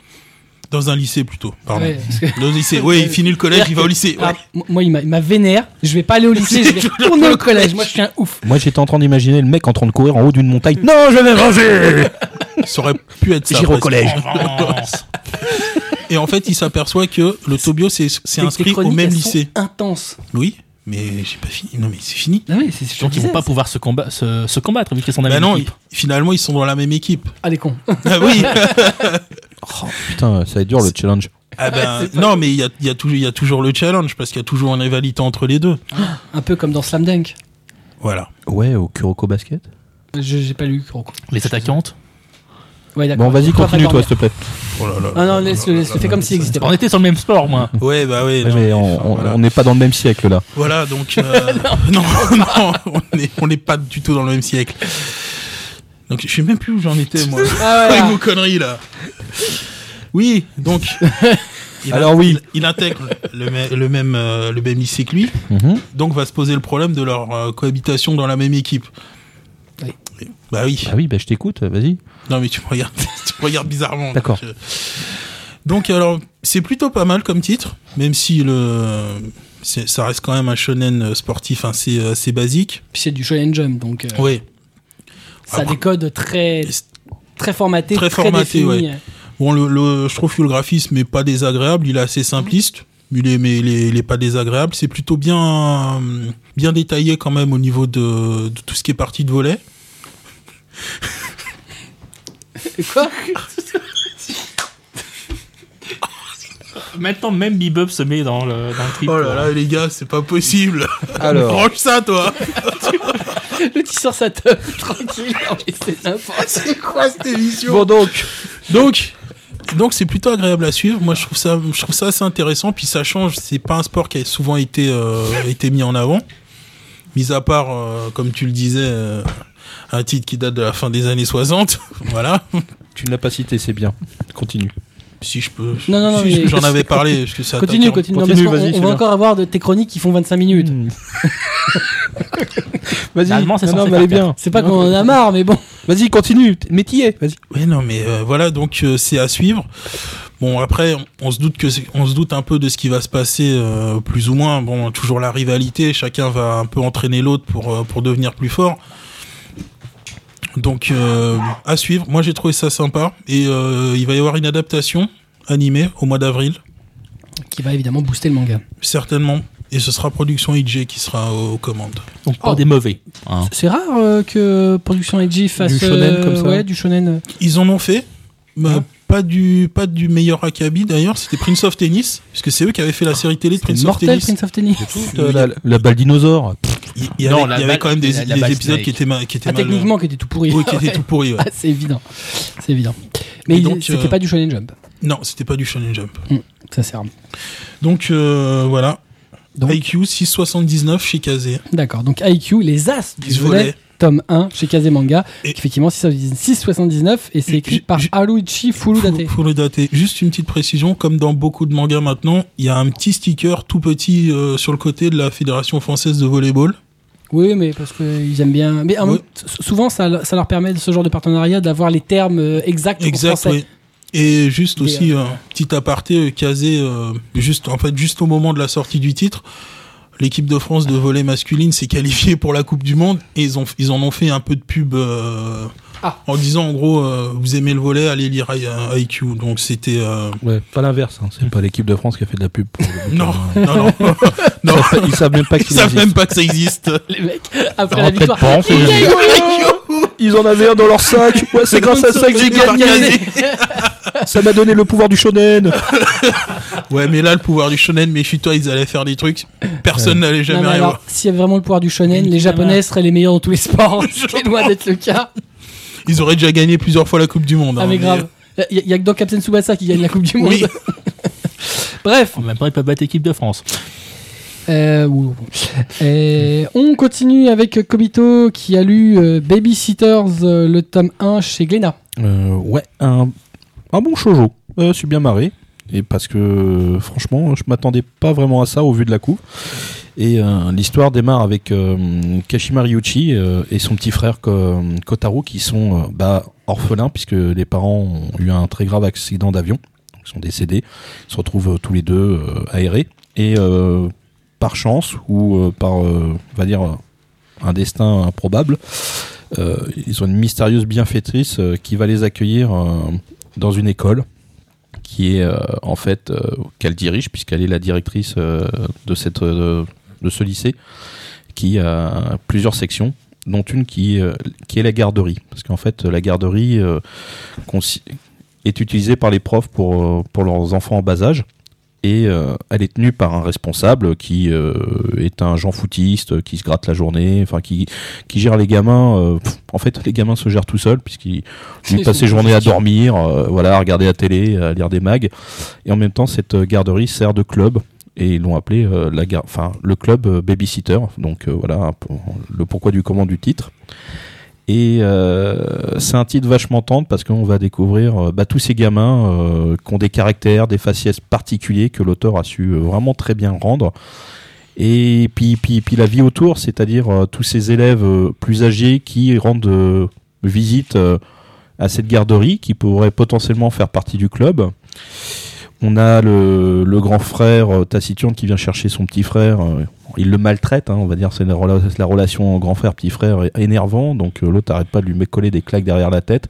[SPEAKER 2] Dans un lycée plutôt, pardon.
[SPEAKER 1] Ouais, parce que-
[SPEAKER 2] Dans un lycée, oui, il finit le collège, il va au lycée. ouais.
[SPEAKER 1] Ah, m- moi, il m'a- il m'a vénère. Je vais pas aller au lycée, je vais retourner au collège. Moi, je suis un ouf.
[SPEAKER 5] Moi, j'étais en train d'imaginer le mec en train de courir en haut d'une montagne. Non, je vais manger
[SPEAKER 1] Ah.
[SPEAKER 2] Ça aurait pu être ça.
[SPEAKER 5] J'irai au
[SPEAKER 2] presque.
[SPEAKER 5] collège.
[SPEAKER 2] Et en fait, il s'aperçoit que le Tobio s'est s'est
[SPEAKER 1] Tes- tes
[SPEAKER 2] inscrit au
[SPEAKER 1] chroniques,
[SPEAKER 2] même
[SPEAKER 1] elles
[SPEAKER 2] lycée.
[SPEAKER 1] Sont intenses.
[SPEAKER 2] Oui, mais j'ai pas fini. Non, mais c'est fini.
[SPEAKER 1] Ah oui, c'est ce que
[SPEAKER 3] Donc
[SPEAKER 1] je
[SPEAKER 3] ils vont
[SPEAKER 1] disais.
[SPEAKER 3] pas pouvoir se, comba- se, se combattre vu qu'ils sont dans
[SPEAKER 2] Bah
[SPEAKER 3] la
[SPEAKER 2] non,
[SPEAKER 3] même équipe.
[SPEAKER 2] ils- finalement, ils sont dans la même équipe.
[SPEAKER 1] Ah, les cons.
[SPEAKER 2] Ah oui.
[SPEAKER 5] Putain, ça va être dur le challenge.
[SPEAKER 2] Ah ben, non, mais il y a, il y, a toujours- il y a toujours le challenge parce qu'il y a toujours une rivalité entre les deux.
[SPEAKER 1] Un peu comme dans Slam Dunk.
[SPEAKER 2] Voilà.
[SPEAKER 5] Ouais, au Kuroko Basket.
[SPEAKER 1] Je- J'ai pas lu Kuroko.
[SPEAKER 3] Les attaquantes.
[SPEAKER 1] Ouais, d'accord.
[SPEAKER 5] Bon, vas-y,
[SPEAKER 1] On va
[SPEAKER 5] continue,
[SPEAKER 1] pas
[SPEAKER 5] toi,
[SPEAKER 1] dormir.
[SPEAKER 5] s'il te plaît.
[SPEAKER 2] Oh là là.
[SPEAKER 1] Ah non, laisse-le, laisse-le. Fais comme s'il existait
[SPEAKER 3] On
[SPEAKER 1] pas.
[SPEAKER 3] était sur le même sport, moi.
[SPEAKER 2] Ouais, bah ouais.
[SPEAKER 5] Ouais,
[SPEAKER 2] non,
[SPEAKER 5] mais on-
[SPEAKER 2] enfin,
[SPEAKER 5] on
[SPEAKER 2] voilà.
[SPEAKER 5] on n'est pas dans le même siècle là.
[SPEAKER 2] Voilà, donc euh, non, non, on n'est on n'est pas du tout dans le même siècle. Donc je sais même plus où j'en étais moi.
[SPEAKER 1] Ah ouais,
[SPEAKER 2] Avec
[SPEAKER 1] là.
[SPEAKER 2] vos conneries là. Oui, donc. il
[SPEAKER 5] Alors oui.
[SPEAKER 2] il, il intègre le, mê- le même euh, le même lycée que lui, donc va se poser le problème de leur euh, cohabitation dans la même équipe.
[SPEAKER 1] Oui.
[SPEAKER 2] Bah oui.
[SPEAKER 5] Ah oui, bah je t'écoute, vas-y.
[SPEAKER 2] Non mais tu me regardes, tu me regardes bizarrement.
[SPEAKER 5] D'accord.
[SPEAKER 2] Donc, euh, donc, alors c'est plutôt pas mal comme titre, même si le c'est- ça reste quand même un shonen euh, sportif assez assez basique.
[SPEAKER 1] Puis c'est du Shonen Jump, donc euh,
[SPEAKER 2] Oui.
[SPEAKER 1] ça a
[SPEAKER 2] Après-
[SPEAKER 1] des codes très, très formatés,
[SPEAKER 2] Très
[SPEAKER 1] très,
[SPEAKER 2] formaté,
[SPEAKER 1] définis.
[SPEAKER 2] Bon le, le- je trouve que le graphisme est pas désagréable, il est assez simpliste. Il est, mais il est, il est pas désagréable. C'est plutôt bien, euh, bien détaillé quand même au niveau de, de tout ce qui est partie de volet.
[SPEAKER 1] Quoi
[SPEAKER 3] Maintenant, même Bebop se met dans le, dans le trip.
[SPEAKER 2] Oh là là, les gars, c'est pas possible.
[SPEAKER 4] Alors,
[SPEAKER 2] Range ça, toi.
[SPEAKER 1] Le petit sort sa teuf, tranquille. Non, mais c'est n'importe
[SPEAKER 2] Quoi, cette émission
[SPEAKER 4] bon donc,
[SPEAKER 2] Donc, donc c'est plutôt agréable à suivre. Moi, je trouve ça, je trouve ça assez intéressant. Puis ça change. C'est pas un sport qui a souvent été euh, été mis en avant. Mis à part, euh, comme tu le disais, euh, un titre qui date de la fin des années 60. voilà.
[SPEAKER 5] Tu ne l'as pas cité, c'est bien. Continue.
[SPEAKER 2] Si je peux.
[SPEAKER 1] Non, non, non,
[SPEAKER 2] si,
[SPEAKER 1] mais-
[SPEAKER 2] J'en avais parlé. Parce que ça
[SPEAKER 1] Continue,
[SPEAKER 2] attaque-
[SPEAKER 1] continue. Non,
[SPEAKER 5] Continue,
[SPEAKER 1] parce qu'on-
[SPEAKER 5] vas-y,
[SPEAKER 1] on,
[SPEAKER 5] c'est
[SPEAKER 1] va
[SPEAKER 5] bien.
[SPEAKER 1] encore avoir de, tes chroniques qui font 25 minutes.
[SPEAKER 5] Vas-y.
[SPEAKER 3] Normalement, c'est
[SPEAKER 5] non, non,
[SPEAKER 3] censé
[SPEAKER 5] mais allez
[SPEAKER 3] faire
[SPEAKER 5] bien.
[SPEAKER 1] C'est pas
[SPEAKER 5] Non,
[SPEAKER 1] qu'on en a marre, mais bon.
[SPEAKER 5] Vas-y, continue. t- Mais t'y es. Vas-y.
[SPEAKER 2] Oui, non, mais euh, voilà, donc euh, c'est à suivre. Bon, après, on- on se doute que c'est- on se doute un peu de ce qui va se passer, euh, plus ou moins. Bon, toujours la rivalité. Chacun va un peu entraîner l'autre pour euh, pour devenir plus fort. Donc euh, à suivre. Moi, j'ai trouvé ça sympa et euh, il va y avoir une adaptation animée au mois d'avril,
[SPEAKER 1] Qui va évidemment booster le manga.
[SPEAKER 2] certainement. Et ce sera Production IG qui sera aux commandes.
[SPEAKER 3] Donc pas
[SPEAKER 1] Oh.
[SPEAKER 3] des mauvais. hein.
[SPEAKER 1] C'est rare euh, que Production IG fasse.
[SPEAKER 5] shonen
[SPEAKER 1] euh,
[SPEAKER 5] comme ça.
[SPEAKER 1] Ouais, du shonen.
[SPEAKER 2] Ils en ont fait, mais
[SPEAKER 1] Ah.
[SPEAKER 2] pas du pas du meilleur Akabi d'ailleurs. C'était Prince of Tennis, puisque c'est eux qui avaient fait la série télé de Prince of
[SPEAKER 1] Mortel
[SPEAKER 2] Tennis.
[SPEAKER 1] Prince of Tennis. Ah,
[SPEAKER 2] Euh,
[SPEAKER 5] la, la balle dinosaure.
[SPEAKER 2] Il il y, avait,
[SPEAKER 3] Non, la
[SPEAKER 2] il y avait
[SPEAKER 3] balle-
[SPEAKER 2] quand même des,
[SPEAKER 3] la- la
[SPEAKER 2] des
[SPEAKER 3] balle
[SPEAKER 2] épisodes
[SPEAKER 3] Snake.
[SPEAKER 2] qui étaient, ma- qui étaient
[SPEAKER 1] Ah,
[SPEAKER 2] mal- euh,
[SPEAKER 1] techniquement, qui était tout pourri.
[SPEAKER 2] oui, qui étaient tout pourris. ouais.
[SPEAKER 1] Ah, c'est évident. C'est évident. Mais
[SPEAKER 2] Et
[SPEAKER 1] il-
[SPEAKER 2] donc,
[SPEAKER 1] c'était
[SPEAKER 2] euh,
[SPEAKER 1] pas du shonen jump.
[SPEAKER 2] Non, c'était pas du Shonen Jump.
[SPEAKER 1] Ça sert.
[SPEAKER 2] Donc euh, voilà.
[SPEAKER 1] Donc.
[SPEAKER 2] IQ 679 chez Kazé.
[SPEAKER 1] D'accord. Donc IQ, les As du
[SPEAKER 2] Du
[SPEAKER 1] volet,
[SPEAKER 2] volet.
[SPEAKER 1] tome 1 chez Kazemanga.
[SPEAKER 2] Et-
[SPEAKER 1] Effectivement, 679 et c'est écrit
[SPEAKER 2] J-
[SPEAKER 1] par
[SPEAKER 2] j-
[SPEAKER 1] Haruichi Furudate.
[SPEAKER 2] Faut, faut le dater. Juste une petite précision, comme dans beaucoup de mangas maintenant, il y a un petit sticker tout petit euh, sur le côté de la Fédération française de volleyball.
[SPEAKER 1] Oui, mais parce qu'ils aiment bien. Mais en
[SPEAKER 2] Oui.
[SPEAKER 1] même- s- souvent, ça, le- ça leur permet de ce genre de partenariat d'avoir les termes euh, exacts en
[SPEAKER 2] Exact,
[SPEAKER 1] français.
[SPEAKER 2] oui. Et juste
[SPEAKER 1] Des,
[SPEAKER 2] aussi, euh, petit aparté, euh, Kazé, euh, juste, en fait, juste au moment de la sortie du titre, l'équipe de France de volley masculine s'est qualifiée pour la Coupe du Monde et ils, ont, ils en ont fait un peu de pub euh,
[SPEAKER 1] Ah.
[SPEAKER 2] en disant, en gros, euh, vous aimez le volley, allez lire I- euh, IQ. Donc c'était... euh,
[SPEAKER 5] Ouais, pas l'inverse. hein. C'est pas l'équipe de France qui a fait de la pub. Pour le bouquin,
[SPEAKER 2] Non,
[SPEAKER 5] hein.
[SPEAKER 2] non, non, non.
[SPEAKER 5] Ils savent- Ils savent même pas
[SPEAKER 2] Ils
[SPEAKER 5] qu'il
[SPEAKER 2] savent
[SPEAKER 5] existe.
[SPEAKER 2] même pas que ça existe.
[SPEAKER 1] Les mecs, après la
[SPEAKER 5] Après,
[SPEAKER 1] victoire.
[SPEAKER 5] pas, c'est
[SPEAKER 1] Ils
[SPEAKER 5] génial.
[SPEAKER 1] gagnent
[SPEAKER 5] Ils en avaient un dans leur sac. Ouais, c'est grâce à ça que j'ai
[SPEAKER 2] Par Kazé.
[SPEAKER 5] gagné. Ça m'a donné le pouvoir du shonen.
[SPEAKER 2] Ouais, mais là, le pouvoir du shonen, méfie-toi, ils allaient faire des trucs. Personne n'allait
[SPEAKER 1] Non,
[SPEAKER 2] jamais
[SPEAKER 1] mais
[SPEAKER 2] rien
[SPEAKER 1] alors,
[SPEAKER 2] voir.
[SPEAKER 1] s'il y avait vraiment le pouvoir du shonen,
[SPEAKER 3] Une
[SPEAKER 1] les Japonais
[SPEAKER 3] camarade.
[SPEAKER 1] seraient les meilleurs dans tous les sports. Ce qui est loin d'être le cas.
[SPEAKER 2] Ils auraient déjà gagné plusieurs fois la Coupe du Monde.
[SPEAKER 1] Ah,
[SPEAKER 2] hein,
[SPEAKER 1] mais grave. Il y, a que dans Captain Tsubasa qui gagne la Coupe du Monde.
[SPEAKER 2] Oui.
[SPEAKER 1] Bref.
[SPEAKER 3] En même temps, ils peuvent battre l'équipe de France.
[SPEAKER 1] Euh, oui, oui. Euh, on continue avec Kobito qui a lu euh, Babysitters, euh, le tome 1 chez Glénat.
[SPEAKER 5] Euh, ouais, un, un bon shoujo. Euh, je suis bien marré. Et parce que euh, franchement, je m'attendais pas vraiment à ça au vu de la coupe. Et euh, l'histoire démarre avec euh, Kashima Ryuchi euh, et son petit frère Ko- Kotaro qui sont euh, bah, orphelins puisque les parents ont eu un très grave accident d'avion. Donc, Ils sont décédés. Ils se retrouvent euh, tous les deux euh, aérés. Et euh, par chance ou euh, par, euh, on va dire, euh, un destin improbable, euh, ils ont une mystérieuse bienfaitrice euh, qui va les accueillir euh, dans une école qui est euh, en fait euh, qu'elle dirige puisqu'elle est la directrice euh, de cette euh, de ce lycée qui a plusieurs sections dont une qui euh, qui est la garderie parce qu'en fait la garderie euh, consi- est utilisée par les profs pour euh, pour leurs enfants en bas âge et euh, elle est tenue par un responsable qui euh, est un Jean foutiste qui se gratte la journée enfin qui qui gère les gamins. euh, pff, en fait, les gamins se gèrent tout seuls, puisqu'ils
[SPEAKER 1] Ils
[SPEAKER 5] ils passent
[SPEAKER 1] sont
[SPEAKER 5] ses journées à
[SPEAKER 1] magnifiques.
[SPEAKER 5] dormir, euh, voilà, à regarder la télé, à lire des mags. Et en même temps, cette euh, garderie sert de club. Et ils l'ont appelé euh, la gar- enfin, le club euh, babysitter. Donc euh, voilà un peu le pourquoi du comment du titre. Et euh, c'est un titre vachement tendre parce qu'on va découvrir euh, bah, tous ces gamins euh, qui ont des caractères, des faciès particuliers que l'auteur a su euh, vraiment très bien rendre. Et puis, puis, puis la vie autour, c'est-à-dire euh, tous ces élèves euh, plus âgés qui rendent euh, visite euh, à cette garderie qui pourrait potentiellement faire partie du club. On a le, le grand frère euh, taciturne qui vient chercher son petit frère. euh, Il le maltraite, hein, on va dire. C'est la, rela- la relation grand frère-petit frère est énervant. Donc euh, l'autre arrête pas de lui coller des claques derrière la tête.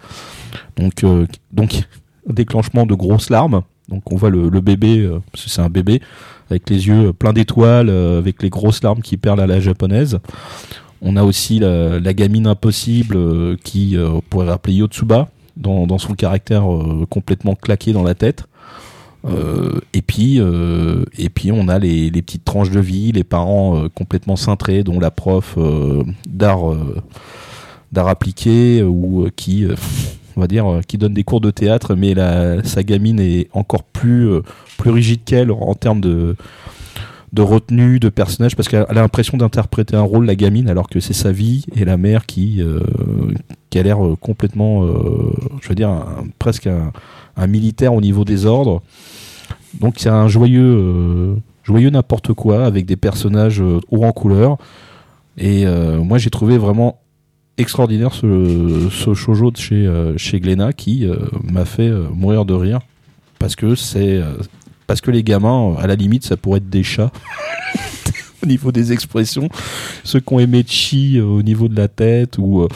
[SPEAKER 5] Donc, euh, donc déclenchement de grosses larmes. Donc on voit le, le bébé, euh, parce que c'est un bébé, avec les yeux euh, pleins d'étoiles, euh, avec les grosses larmes qui perlent à la japonaise. On a aussi la, la gamine impossible euh, qui euh, on pourrait rappeler Yotsuba dans, dans son caractère euh, complètement claqué dans la tête. Euh, et puis, euh, et puis on a les, les petites tranches de vie, les parents euh, complètement cintrés, dont la prof euh, d'art euh, d'art appliqué euh, ou euh, qui, euh, on va dire, euh, qui donne des cours de théâtre, mais la, sa gamine est encore plus euh, plus rigide qu'elle en termes de de retenue, de personnage, parce qu'elle a l'impression d'interpréter un rôle, la gamine, alors que c'est sa vie et la mère qui, euh, qui a l'air euh, complètement, euh, je veux dire, un- presque un, un militaire au niveau des ordres. Donc c'est un joyeux, euh, joyeux n'importe quoi, avec des personnages euh, hauts en couleur. Et euh, moi, j'ai trouvé vraiment extraordinaire ce, ce shoujo de chez, euh, chez Glénat qui euh, m'a fait euh, mourir de rire parce que c'est euh, parce que les gamins, euh, à la limite, ça pourrait être des chats. au niveau des expressions, ceux qui ont aimé Chi euh, au niveau de la tête ou euh,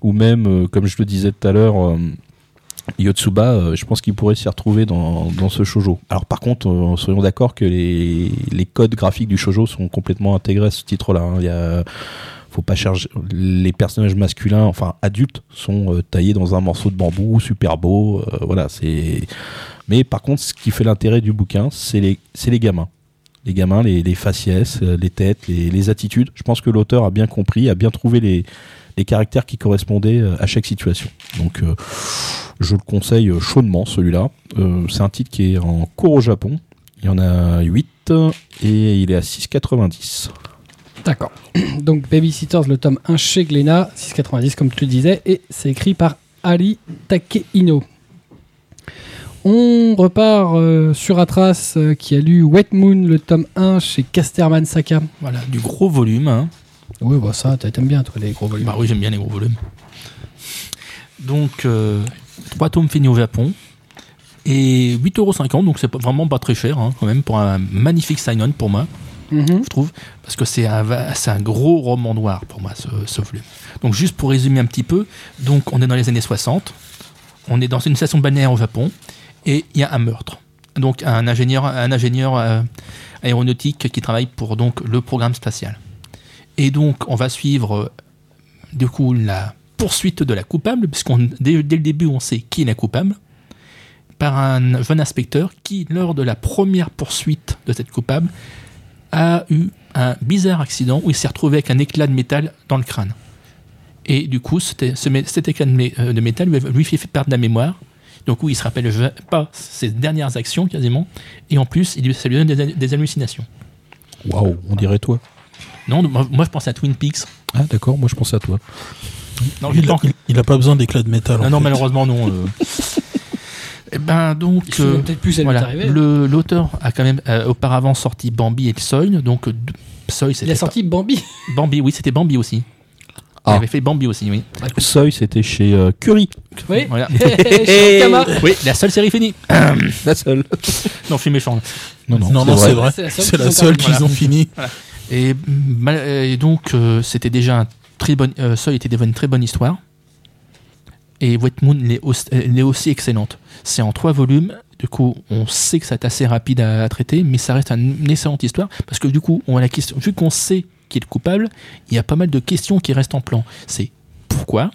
[SPEAKER 5] ou même euh, comme je le disais tout à l'heure. euh, Yotsuba, euh, je pense qu'il pourrait s'y retrouver dans, dans ce shoujo. Alors par contre, euh, soyons d'accord que les, les codes graphiques du shoujo sont complètement intégrés à ce titre-là. hein. Il y a, faut pas charger les personnages masculins, enfin adultes, sont euh, taillés dans un morceau de bambou, super beau. euh, voilà, c'est. Mais par contre, ce qui fait l'intérêt du bouquin, c'est les, c'est les gamins. Les gamins, les, les faciès, euh, les têtes, les, les attitudes. Je pense que l'auteur a bien compris, a bien trouvé les, les caractères qui correspondaient euh, à chaque situation. Donc, euh, je le conseille chaudement, celui-là. Euh, c'est un titre qui est en cours au Japon. Il y en a 8 et il est à 6,90.
[SPEAKER 1] D'accord. Donc Babysitters, le tome 1 chez Glénat, 6,90 comme tu le disais, et c'est écrit par Ali Takehino. On repart euh, sur Atras euh, qui a lu Wet Moon, le tome 1 chez Casterman Saka.
[SPEAKER 3] Voilà, du gros volume. hein.
[SPEAKER 1] Oui, bah ça, t'a- t'aimes bien, toi, les gros volumes.
[SPEAKER 3] Bah oui, j'aime bien les gros volumes. Donc, euh, trois tomes finis au Japon. Et 8,50€, donc c'est pas- vraiment pas très cher hein, quand même pour un magnifique sign-on pour moi,
[SPEAKER 1] Mhm.
[SPEAKER 3] je trouve, parce que c'est un, va- c'est un gros roman noir pour moi, ce, ce volume. Donc juste pour résumer un petit peu, donc on est dans les années 60, on est dans une station balnéaire au Japon, et il y a un meurtre. Donc un ingénieur, un ingénieur euh, aéronautique qui travaille pour donc le programme spatial. Et donc on va suivre euh, du coup la poursuite de la coupable, puisqu'on dès, dès le début on sait qui est la coupable, par un jeune inspecteur qui, lors de la première poursuite de cette coupable, a eu un bizarre accident où il s'est retrouvé avec un éclat de métal dans le crâne. Et du coup, c'était- ce mé- cet éclat de, mé- euh, de métal lui, a- lui fait perdre la mémoire. Donc, où il se rappelle ja- pas ses dernières actions quasiment. Et en plus, il, lui- ça lui donne des, des hallucinations.
[SPEAKER 5] Waouh, on dirait toi.
[SPEAKER 3] Non, moi, moi, je pense à Twin Peaks.
[SPEAKER 5] Ah d'accord, moi je pensais à toi.
[SPEAKER 3] Non, j'ai
[SPEAKER 2] Il
[SPEAKER 3] pas
[SPEAKER 2] a,
[SPEAKER 3] encore-
[SPEAKER 2] il a pas besoin d'éclat de métal.
[SPEAKER 3] Non,
[SPEAKER 2] en
[SPEAKER 3] non,
[SPEAKER 2] fait.
[SPEAKER 3] malheureusement, non. euh. Eh ben,
[SPEAKER 1] Il
[SPEAKER 3] donc.
[SPEAKER 1] se souvient
[SPEAKER 3] euh,
[SPEAKER 1] peut-être plus, ça lui est
[SPEAKER 3] Voilà.
[SPEAKER 1] arrivé.
[SPEAKER 3] Le- L'auteur a quand même euh, auparavant sorti Bambi et Soil. Donc, euh, d- Soil,
[SPEAKER 1] Il
[SPEAKER 3] c'était.
[SPEAKER 1] a sorti Bambi.
[SPEAKER 3] pas- Bambi, oui, c'était Bambi aussi.
[SPEAKER 5] Ah.
[SPEAKER 3] Il avait fait Bambi aussi, oui.
[SPEAKER 5] Seuil, c'était chez euh, Curie.
[SPEAKER 1] Oui.
[SPEAKER 3] Voilà.
[SPEAKER 1] Chez Ankama.
[SPEAKER 3] oui, la seule série finie.
[SPEAKER 5] La seule.
[SPEAKER 3] Non, je suis méchant.
[SPEAKER 5] Non, non,
[SPEAKER 2] Non, non,
[SPEAKER 5] vrai.
[SPEAKER 2] c'est vrai.
[SPEAKER 1] C'est la seule
[SPEAKER 2] C'est
[SPEAKER 1] qu'ils ont terminée.
[SPEAKER 2] la seule qu'ils ont fini.
[SPEAKER 3] Et, mal- et donc, euh, c'était déjà un très bon. euh, Soil était déjà une très bonne histoire. Et Wet Moon l'est aussi, elle est aussi excellente. C'est en trois volumes. Du coup, on sait que c'est assez rapide à, à traiter, mais ça reste un- une excellente histoire. Parce que du coup, on a la question, vu qu'on sait qui est le coupable, il y a pas mal de questions qui restent en plan. C'est pourquoi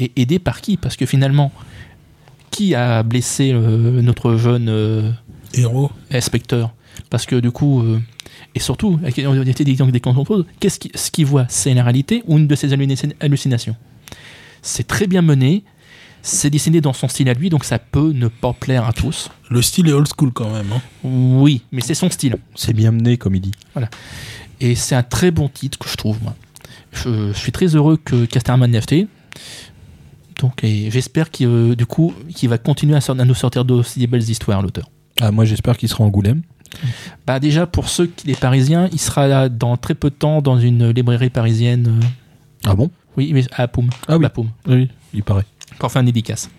[SPEAKER 3] et aidé par qui Parce que finalement, qui a blessé euh, notre jeune. euh,
[SPEAKER 2] Héros.
[SPEAKER 3] inspecteur. Parce que du coup, euh, et surtout, la question- il y a des questions qu'on se pose, qu'est-ce qui- ce qu'il voit, c'est la réalité ou une de ses hallucina- hallucinations C'est très bien mené, c'est dessiné dans son style à lui, donc ça peut ne pas plaire à tous.
[SPEAKER 2] Le style est old school quand même. hein.
[SPEAKER 3] Oui, mais c'est son style.
[SPEAKER 5] C'est bien mené comme il dit.
[SPEAKER 3] Et c'est un très bon titre que je trouve, moi. Je, je suis très heureux que Casterman l'ait fait. Donc, et j'espère qu'il euh, du coup, qu'il va continuer à, sor- à nous sortir d'aussi belles histoires, l'auteur.
[SPEAKER 5] Ah moi j'espère qu'il sera en Goulême.
[SPEAKER 3] Bah déjà pour ceux qui les Parisiens, il sera là dans très peu de temps dans une librairie parisienne. euh,
[SPEAKER 5] Ah bon
[SPEAKER 3] oui, mais à Poum.
[SPEAKER 5] Ah oui.
[SPEAKER 3] La Poum.
[SPEAKER 5] Oui, il paraît.
[SPEAKER 3] Pour faire une dédicace.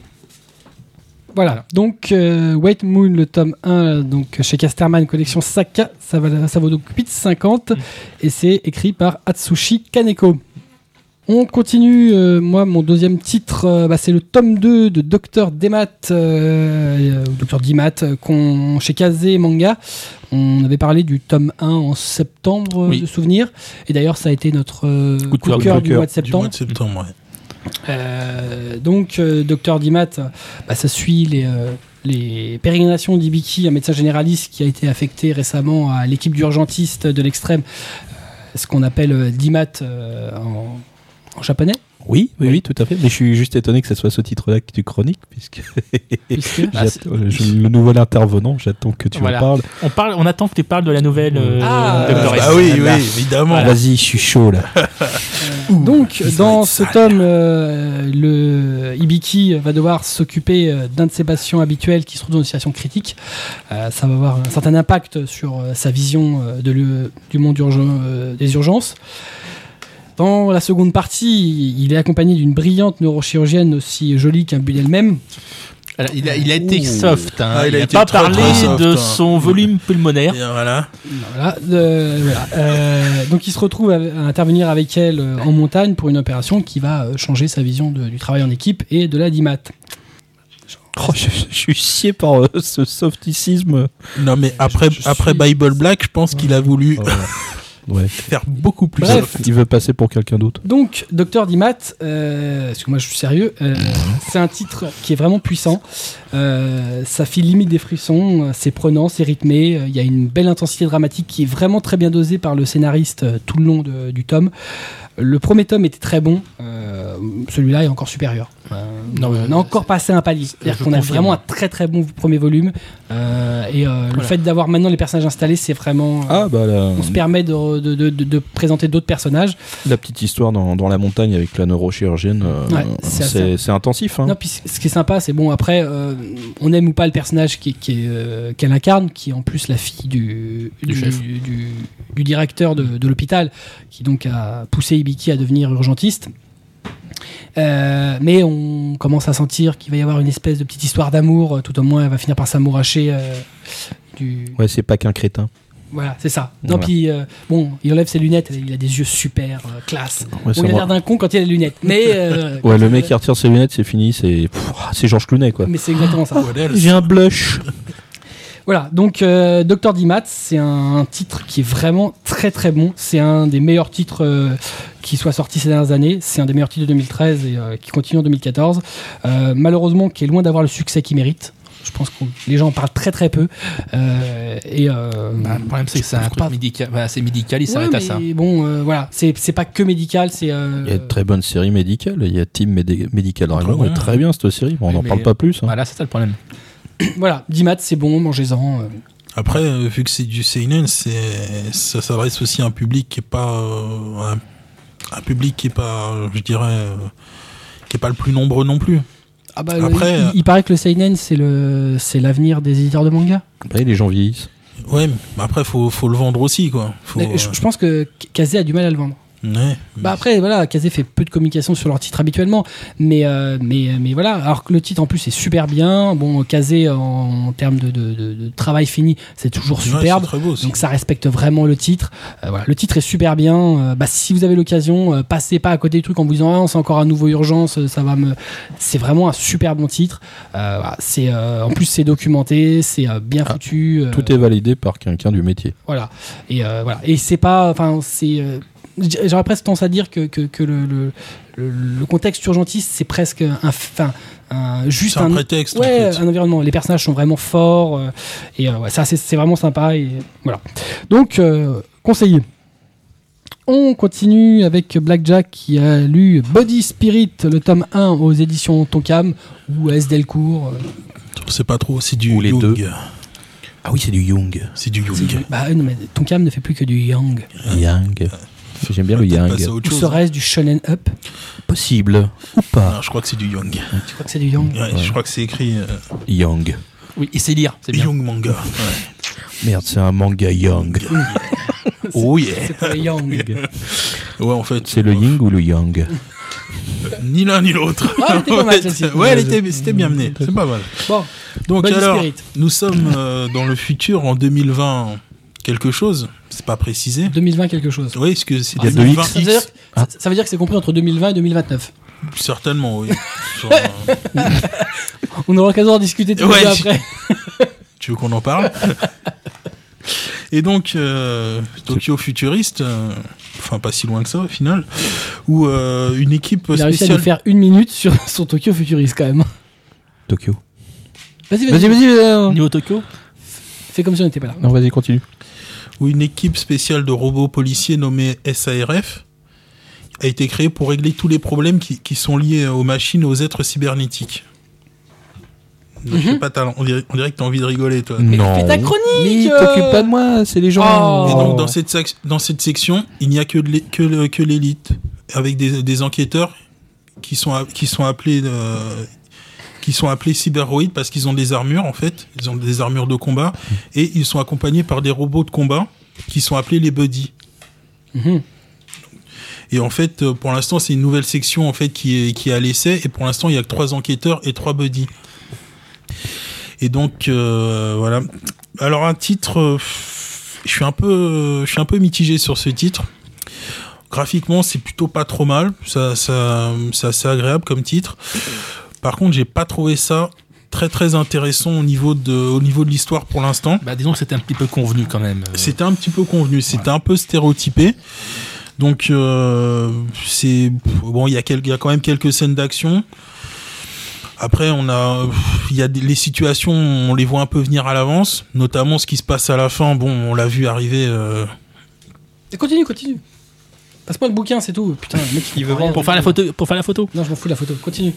[SPEAKER 1] Voilà, donc euh, White Moon, le tome 1, donc, chez Casterman, collection Saka, ça, va- ça vaut donc 8,50 et c'est écrit par Atsushi Kaneko. On continue, euh, moi mon deuxième titre, euh, bah, c'est le tome 2 de Docteur Demat, euh, euh, Docteur Dimat, euh, qu'on- chez Kaze Manga. On avait parlé du tome 1 en septembre, euh,
[SPEAKER 3] Oui.
[SPEAKER 1] de souvenir, et d'ailleurs ça a été notre euh, coup,
[SPEAKER 3] de cœur,
[SPEAKER 1] de cœur
[SPEAKER 5] coup de
[SPEAKER 1] du
[SPEAKER 5] cœur
[SPEAKER 1] mois de
[SPEAKER 2] Du
[SPEAKER 1] septembre.
[SPEAKER 2] mois de septembre, ouais.
[SPEAKER 1] Euh, donc, docteur Dimat, bah, ça suit les, euh, les pérégrinations d'Ibiki, un médecin généraliste qui a été affecté récemment à l'équipe d'urgentistes de l'extrême, euh, ce qu'on appelle euh, Dimat euh, en, en japonais.
[SPEAKER 5] Oui, oui, oui, tout à fait. Mais je suis juste étonné que ce soit ce titre-là que tu chroniques, puisque
[SPEAKER 1] puisque-
[SPEAKER 3] Ah,
[SPEAKER 5] j'attends- je- le nouvel intervenant, j'attends que tu
[SPEAKER 3] Voilà.
[SPEAKER 5] en parles.
[SPEAKER 3] On, parle, on attend que tu parles de la nouvelle euh,
[SPEAKER 1] Ah,
[SPEAKER 2] Ah,
[SPEAKER 3] Doctor
[SPEAKER 2] bah
[SPEAKER 3] S.
[SPEAKER 2] oui, oui, évidemment.
[SPEAKER 5] Vas-y, je suis chaud là.
[SPEAKER 1] Donc,
[SPEAKER 2] ça va
[SPEAKER 1] dans
[SPEAKER 2] être
[SPEAKER 1] ce
[SPEAKER 2] sale.
[SPEAKER 1] tome, euh, le Ibiki va devoir s'occuper euh, d'un de ses patients habituels qui se trouve dans une situation critique. Euh, ça va avoir un certain impact sur euh, sa vision euh, de le- du monde urgent, euh, des urgences. Dans la seconde partie, il est accompagné d'une brillante neurochirurgienne aussi jolie qu'un but d'elle-même.
[SPEAKER 3] Alors, il, a, il a été soft. hein.
[SPEAKER 2] Ah, il
[SPEAKER 3] il
[SPEAKER 2] a
[SPEAKER 3] n'a
[SPEAKER 2] été
[SPEAKER 3] pas
[SPEAKER 2] très,
[SPEAKER 3] parlé
[SPEAKER 2] très soft,
[SPEAKER 3] de
[SPEAKER 2] hein.
[SPEAKER 3] son volume pulmonaire.
[SPEAKER 2] Et voilà.
[SPEAKER 1] Voilà, euh, voilà. Euh, donc il se retrouve à, à intervenir avec elle euh, en montagne pour une opération qui va euh, changer sa vision de- du travail en équipe et de la dimat.
[SPEAKER 5] Oh, je, je suis scié par euh, ce softicisme.
[SPEAKER 2] Non, mais après,
[SPEAKER 1] je
[SPEAKER 2] après
[SPEAKER 1] suis-
[SPEAKER 2] Bible Black, je pense qu'il a voulu
[SPEAKER 5] Oh, Ouais.
[SPEAKER 2] faire beaucoup plus.
[SPEAKER 1] Bref.
[SPEAKER 5] Il veut passer pour quelqu'un d'autre.
[SPEAKER 1] Donc, Docteur Dimat, euh, parce que moi je suis sérieux, euh, c'est un titre qui est vraiment puissant. Euh, ça fait limite des frissons, euh, c'est prenant, c'est rythmé, euh, il y a une belle intensité dramatique qui est vraiment très bien dosée par le scénariste euh, tout le long de- du tome. Le premier tome était très bon, euh, celui-là est encore supérieur. Euh,
[SPEAKER 3] non,
[SPEAKER 1] on a encore passé un palier. C'est-à-dire
[SPEAKER 3] je
[SPEAKER 1] qu'on a
[SPEAKER 3] confirme.
[SPEAKER 1] vraiment un très très bon premier volume. Euh, et euh, le
[SPEAKER 3] Voilà.
[SPEAKER 1] fait d'avoir maintenant les personnages installés, c'est vraiment. euh,
[SPEAKER 5] Ah, bah la,
[SPEAKER 1] on se permet de, re- de- de- de- de présenter d'autres personnages.
[SPEAKER 5] la petite histoire dans, dans la montagne avec la neurochirurgienne, euh,
[SPEAKER 1] Ouais, c'est assez-
[SPEAKER 5] c'est c'est intensif. Hein.
[SPEAKER 1] Non, puis c- ce qui est sympa, c'est bon, après, euh, on aime ou pas le personnage qui, qui est, euh, qu'elle incarne, qui est en plus la fille du,
[SPEAKER 3] Du chef.
[SPEAKER 1] du- du directeur de, de l'hôpital, qui donc a poussé Ibiki à devenir urgentiste. Euh, mais on commence à sentir qu'il va y avoir une espèce de petite histoire d'amour, euh, tout au moins elle va finir par s'amouracher euh, du.
[SPEAKER 5] Ouais, c'est pas qu'un crétin.
[SPEAKER 1] Voilà, c'est ça. Non,
[SPEAKER 5] Voilà.
[SPEAKER 1] puis euh, bon, il enlève ses lunettes, il a des yeux super euh, classe.
[SPEAKER 5] Ouais,
[SPEAKER 1] Bon,
[SPEAKER 5] ça
[SPEAKER 1] il a
[SPEAKER 5] me-
[SPEAKER 1] l'air d'un con quand il a les lunettes, mais. euh,
[SPEAKER 5] Ouais,
[SPEAKER 1] quand
[SPEAKER 5] le
[SPEAKER 1] il-
[SPEAKER 5] mec qui retire ses lunettes, c'est fini, c'est pff, ah, c'est Georges Clooney quoi.
[SPEAKER 1] Mais c'est exactement ça.
[SPEAKER 2] What else
[SPEAKER 5] J'ai un blush.
[SPEAKER 1] Voilà, donc euh, Docteur Dimat, c'est un titre qui est vraiment très très bon. C'est un des meilleurs titres euh, qui soit sorti ces dernières années. C'est un des meilleurs titres de 2013 et euh, qui continue en 2014. Euh, malheureusement, qui est loin d'avoir le succès qu'il mérite. Je pense que les gens en parlent très très peu. Euh, et euh,
[SPEAKER 3] Bah, le problème, c'est que c'est un
[SPEAKER 1] trouve
[SPEAKER 3] truc
[SPEAKER 1] pas-
[SPEAKER 3] médical. Voilà, c'est médical, il
[SPEAKER 1] ouais,
[SPEAKER 3] s'arrête à ça.
[SPEAKER 1] mais Bon, euh, voilà, c'est c'est pas que médical, c'est. euh,
[SPEAKER 5] Il y a de très bonnes séries médicales. Il y a Team Médi- Medical Dragon.
[SPEAKER 2] Ouais.
[SPEAKER 5] est très bien cette série. Bon, on
[SPEAKER 3] Oui,
[SPEAKER 5] n'en
[SPEAKER 3] mais-
[SPEAKER 5] parle pas plus. hein.
[SPEAKER 3] Voilà, c'est ça le problème.
[SPEAKER 1] Voilà, Dimat, c'est bon, mangez-en. euh.
[SPEAKER 2] Après, euh, vu que c'est du seinen, c'est ça s'adresse aussi à un public qui est pas euh, un, un public qui est pas, euh, je dirais, euh, qui est pas le plus nombreux non plus.
[SPEAKER 1] Ah bah,
[SPEAKER 2] Après,
[SPEAKER 1] il,
[SPEAKER 2] euh,
[SPEAKER 1] il paraît que le seinen, c'est le c'est l'avenir des éditeurs de manga.
[SPEAKER 5] Après, les gens vieillissent.
[SPEAKER 2] Ouais, mais après faut faut le vendre aussi quoi. Faut,
[SPEAKER 1] Mais je, je pense que Kazé a du mal à le vendre.
[SPEAKER 2] euh, ouais.
[SPEAKER 1] Bah après, voilà, Kazé fait peu de communication sur leur titre habituellement, mais, euh, mais, mais voilà, alors que le titre en plus est super bien, bon, Kazé en, en termes de, de- de- de travail fini, c'est toujours
[SPEAKER 2] Ouais,
[SPEAKER 1] superbe.
[SPEAKER 2] c'est très beau. aussi.
[SPEAKER 1] donc ça respecte vraiment le titre. Euh, voilà, le titre est super bien. Euh, bah, si vous avez l'occasion, euh, passez pas à côté du truc en vous disant ah, c'est encore un nouveau urgence, euh, ça va me. C'est vraiment un super bon titre. Euh, voilà, c'est euh, en plus c'est documenté, c'est euh, bien
[SPEAKER 5] Ah,
[SPEAKER 1] foutu. euh,
[SPEAKER 5] Tout est validé par quelqu'un du métier.
[SPEAKER 1] voilà. Et euh, voilà. Et c'est pas. Enfin, c'est. euh, j- J'aurais presque tendance à dire que, que, que le, le, le- le contexte urgentiste, c'est presque un, enfin, un- juste
[SPEAKER 2] c'est un, prétexte.
[SPEAKER 1] ouais,
[SPEAKER 2] en fait.
[SPEAKER 1] un environnement. Les personnages sont vraiment forts. euh, et euh, ouais, ça, c'est- c'est vraiment sympa. Et voilà. Donc, euh, conseillé. On continue avec Blackjack qui a lu Body Spirit, le tome 1 aux éditions Tonkam ou S. Delcourt. euh,
[SPEAKER 2] C'est pas trop, c'est du
[SPEAKER 5] Ou les
[SPEAKER 2] Jung.
[SPEAKER 5] deux. Ah oui, c'est du Jung.
[SPEAKER 2] C'est du
[SPEAKER 1] c'est
[SPEAKER 2] Jung.
[SPEAKER 1] du- bah, non, mais Tonkam ne fait plus que du Yang.
[SPEAKER 5] Yang. J'aime bien le
[SPEAKER 2] Peut-être
[SPEAKER 5] Yang.
[SPEAKER 2] passer à autre
[SPEAKER 1] Ou
[SPEAKER 2] chose. hein.
[SPEAKER 1] serait-ce du Shonen Up
[SPEAKER 5] Possible ou pas
[SPEAKER 2] Non, je crois que c'est du Young.
[SPEAKER 1] Je crois que c'est du Yang.
[SPEAKER 2] Je crois que c'est écrit euh,
[SPEAKER 5] Yang.
[SPEAKER 3] Oui, il sait lire, c'est bien.
[SPEAKER 2] Young manga.
[SPEAKER 5] Merde, c'est un manga Yang.
[SPEAKER 2] Ouais. oh yeah.
[SPEAKER 1] C'est pour les Yang.
[SPEAKER 2] Ouais, en fait.
[SPEAKER 5] C'est le
[SPEAKER 2] euh,
[SPEAKER 5] Ying ou le Yang
[SPEAKER 2] Ni l'un ni l'autre.
[SPEAKER 1] Ah, elle était pas mal, celle-ci.
[SPEAKER 2] ouais, ouais, elle était, c'était bien mené. C'est pas mal.
[SPEAKER 1] Bon,
[SPEAKER 2] Donc
[SPEAKER 1] Body
[SPEAKER 2] alors,
[SPEAKER 1] Spirit.
[SPEAKER 2] nous sommes euh, dans le futur en 2020 quelque chose. C'est pas précisé.
[SPEAKER 1] 2020 quelque chose.
[SPEAKER 2] Oui, est-ce que Ah, c'est
[SPEAKER 5] Il y a deux
[SPEAKER 2] 2020
[SPEAKER 5] X.
[SPEAKER 1] Ça veut, dire, ça- ça veut dire que c'est compris entre 2020 et 2029.
[SPEAKER 2] Certainement, oui. Genre, euh,
[SPEAKER 1] On aura l'occasion d'en discuter tous les
[SPEAKER 2] Ouais.
[SPEAKER 1] deux après.
[SPEAKER 2] tu veux qu'on en parle Et donc, euh, Tokyo futuriste, euh, enfin pas si loin que ça au final, où euh, une équipe
[SPEAKER 1] Il a réussi à nous
[SPEAKER 2] spéciale
[SPEAKER 1] faire une minute sur son Tokyo futuriste quand même.
[SPEAKER 5] Tokyo.
[SPEAKER 1] Vas-y, vas-y,
[SPEAKER 5] Vas-y, vas-y.
[SPEAKER 1] hein
[SPEAKER 5] euh,
[SPEAKER 3] Niveau Tokyo
[SPEAKER 1] Fais comme si on n'était pas là.
[SPEAKER 5] Non, vas-y, continue.
[SPEAKER 2] où une équipe spéciale de robots policiers nommée SARF a été créée pour régler tous les problèmes qui, qui sont liés aux machines et aux êtres cybernétiques. Je
[SPEAKER 1] Mhm.
[SPEAKER 2] sais pas, t'as- on dirait, on dirait que t'as envie de rigoler, toi.
[SPEAKER 5] Non.
[SPEAKER 1] Fais ta chronique
[SPEAKER 5] Mais
[SPEAKER 1] euh.
[SPEAKER 5] t'occupes pas de moi, c'est les gens.
[SPEAKER 1] Oh.
[SPEAKER 2] Et donc, dans cette, sac- dans cette section, il n'y a que, de l'é- que, le- que l'élite, avec des, des enquêteurs qui sont, a- qui sont appelés. euh, qui sont appelés cyberoïdes parce qu'ils ont des armures en fait, ils ont des armures de combat et ils sont accompagnés par des robots de combat qui sont appelés les buddies.
[SPEAKER 1] Mhm.
[SPEAKER 2] Et en fait, euh, pour l'instant, c'est une nouvelle section en fait qui est qui est à l'essai. Et pour l'instant, il y a que trois enquêteurs et trois buddies. Et donc euh, voilà. Alors un titre, euh, je suis un peu, euh, je suis un peu mitigé sur ce titre. Graphiquement, c'est plutôt pas trop mal. Ça, ça, ça c'est agréable comme titre. Par contre, j'ai pas trouvé ça très très intéressant au niveau de, au niveau de l'histoire pour l'instant.
[SPEAKER 3] Bah, disons que c'était un petit peu convenu quand même. Euh,
[SPEAKER 2] C'était un petit peu convenu, c'était un peu stéréotypé. Donc euh, c'est bon, il y a quel- il y a quand même quelques scènes d'action. Après, on a, pff, il y a des- les situations, on les voit un peu venir à l'avance, notamment ce qui se passe à la fin. Bon, on l'a vu arriver. euh,
[SPEAKER 1] Et Continue, continue. Passe-moi le bouquin, c'est tout. Putain, le mec, il veut
[SPEAKER 3] pour faire la photo, pour faire la photo.
[SPEAKER 1] Non, je m'en fous de la photo. Continue.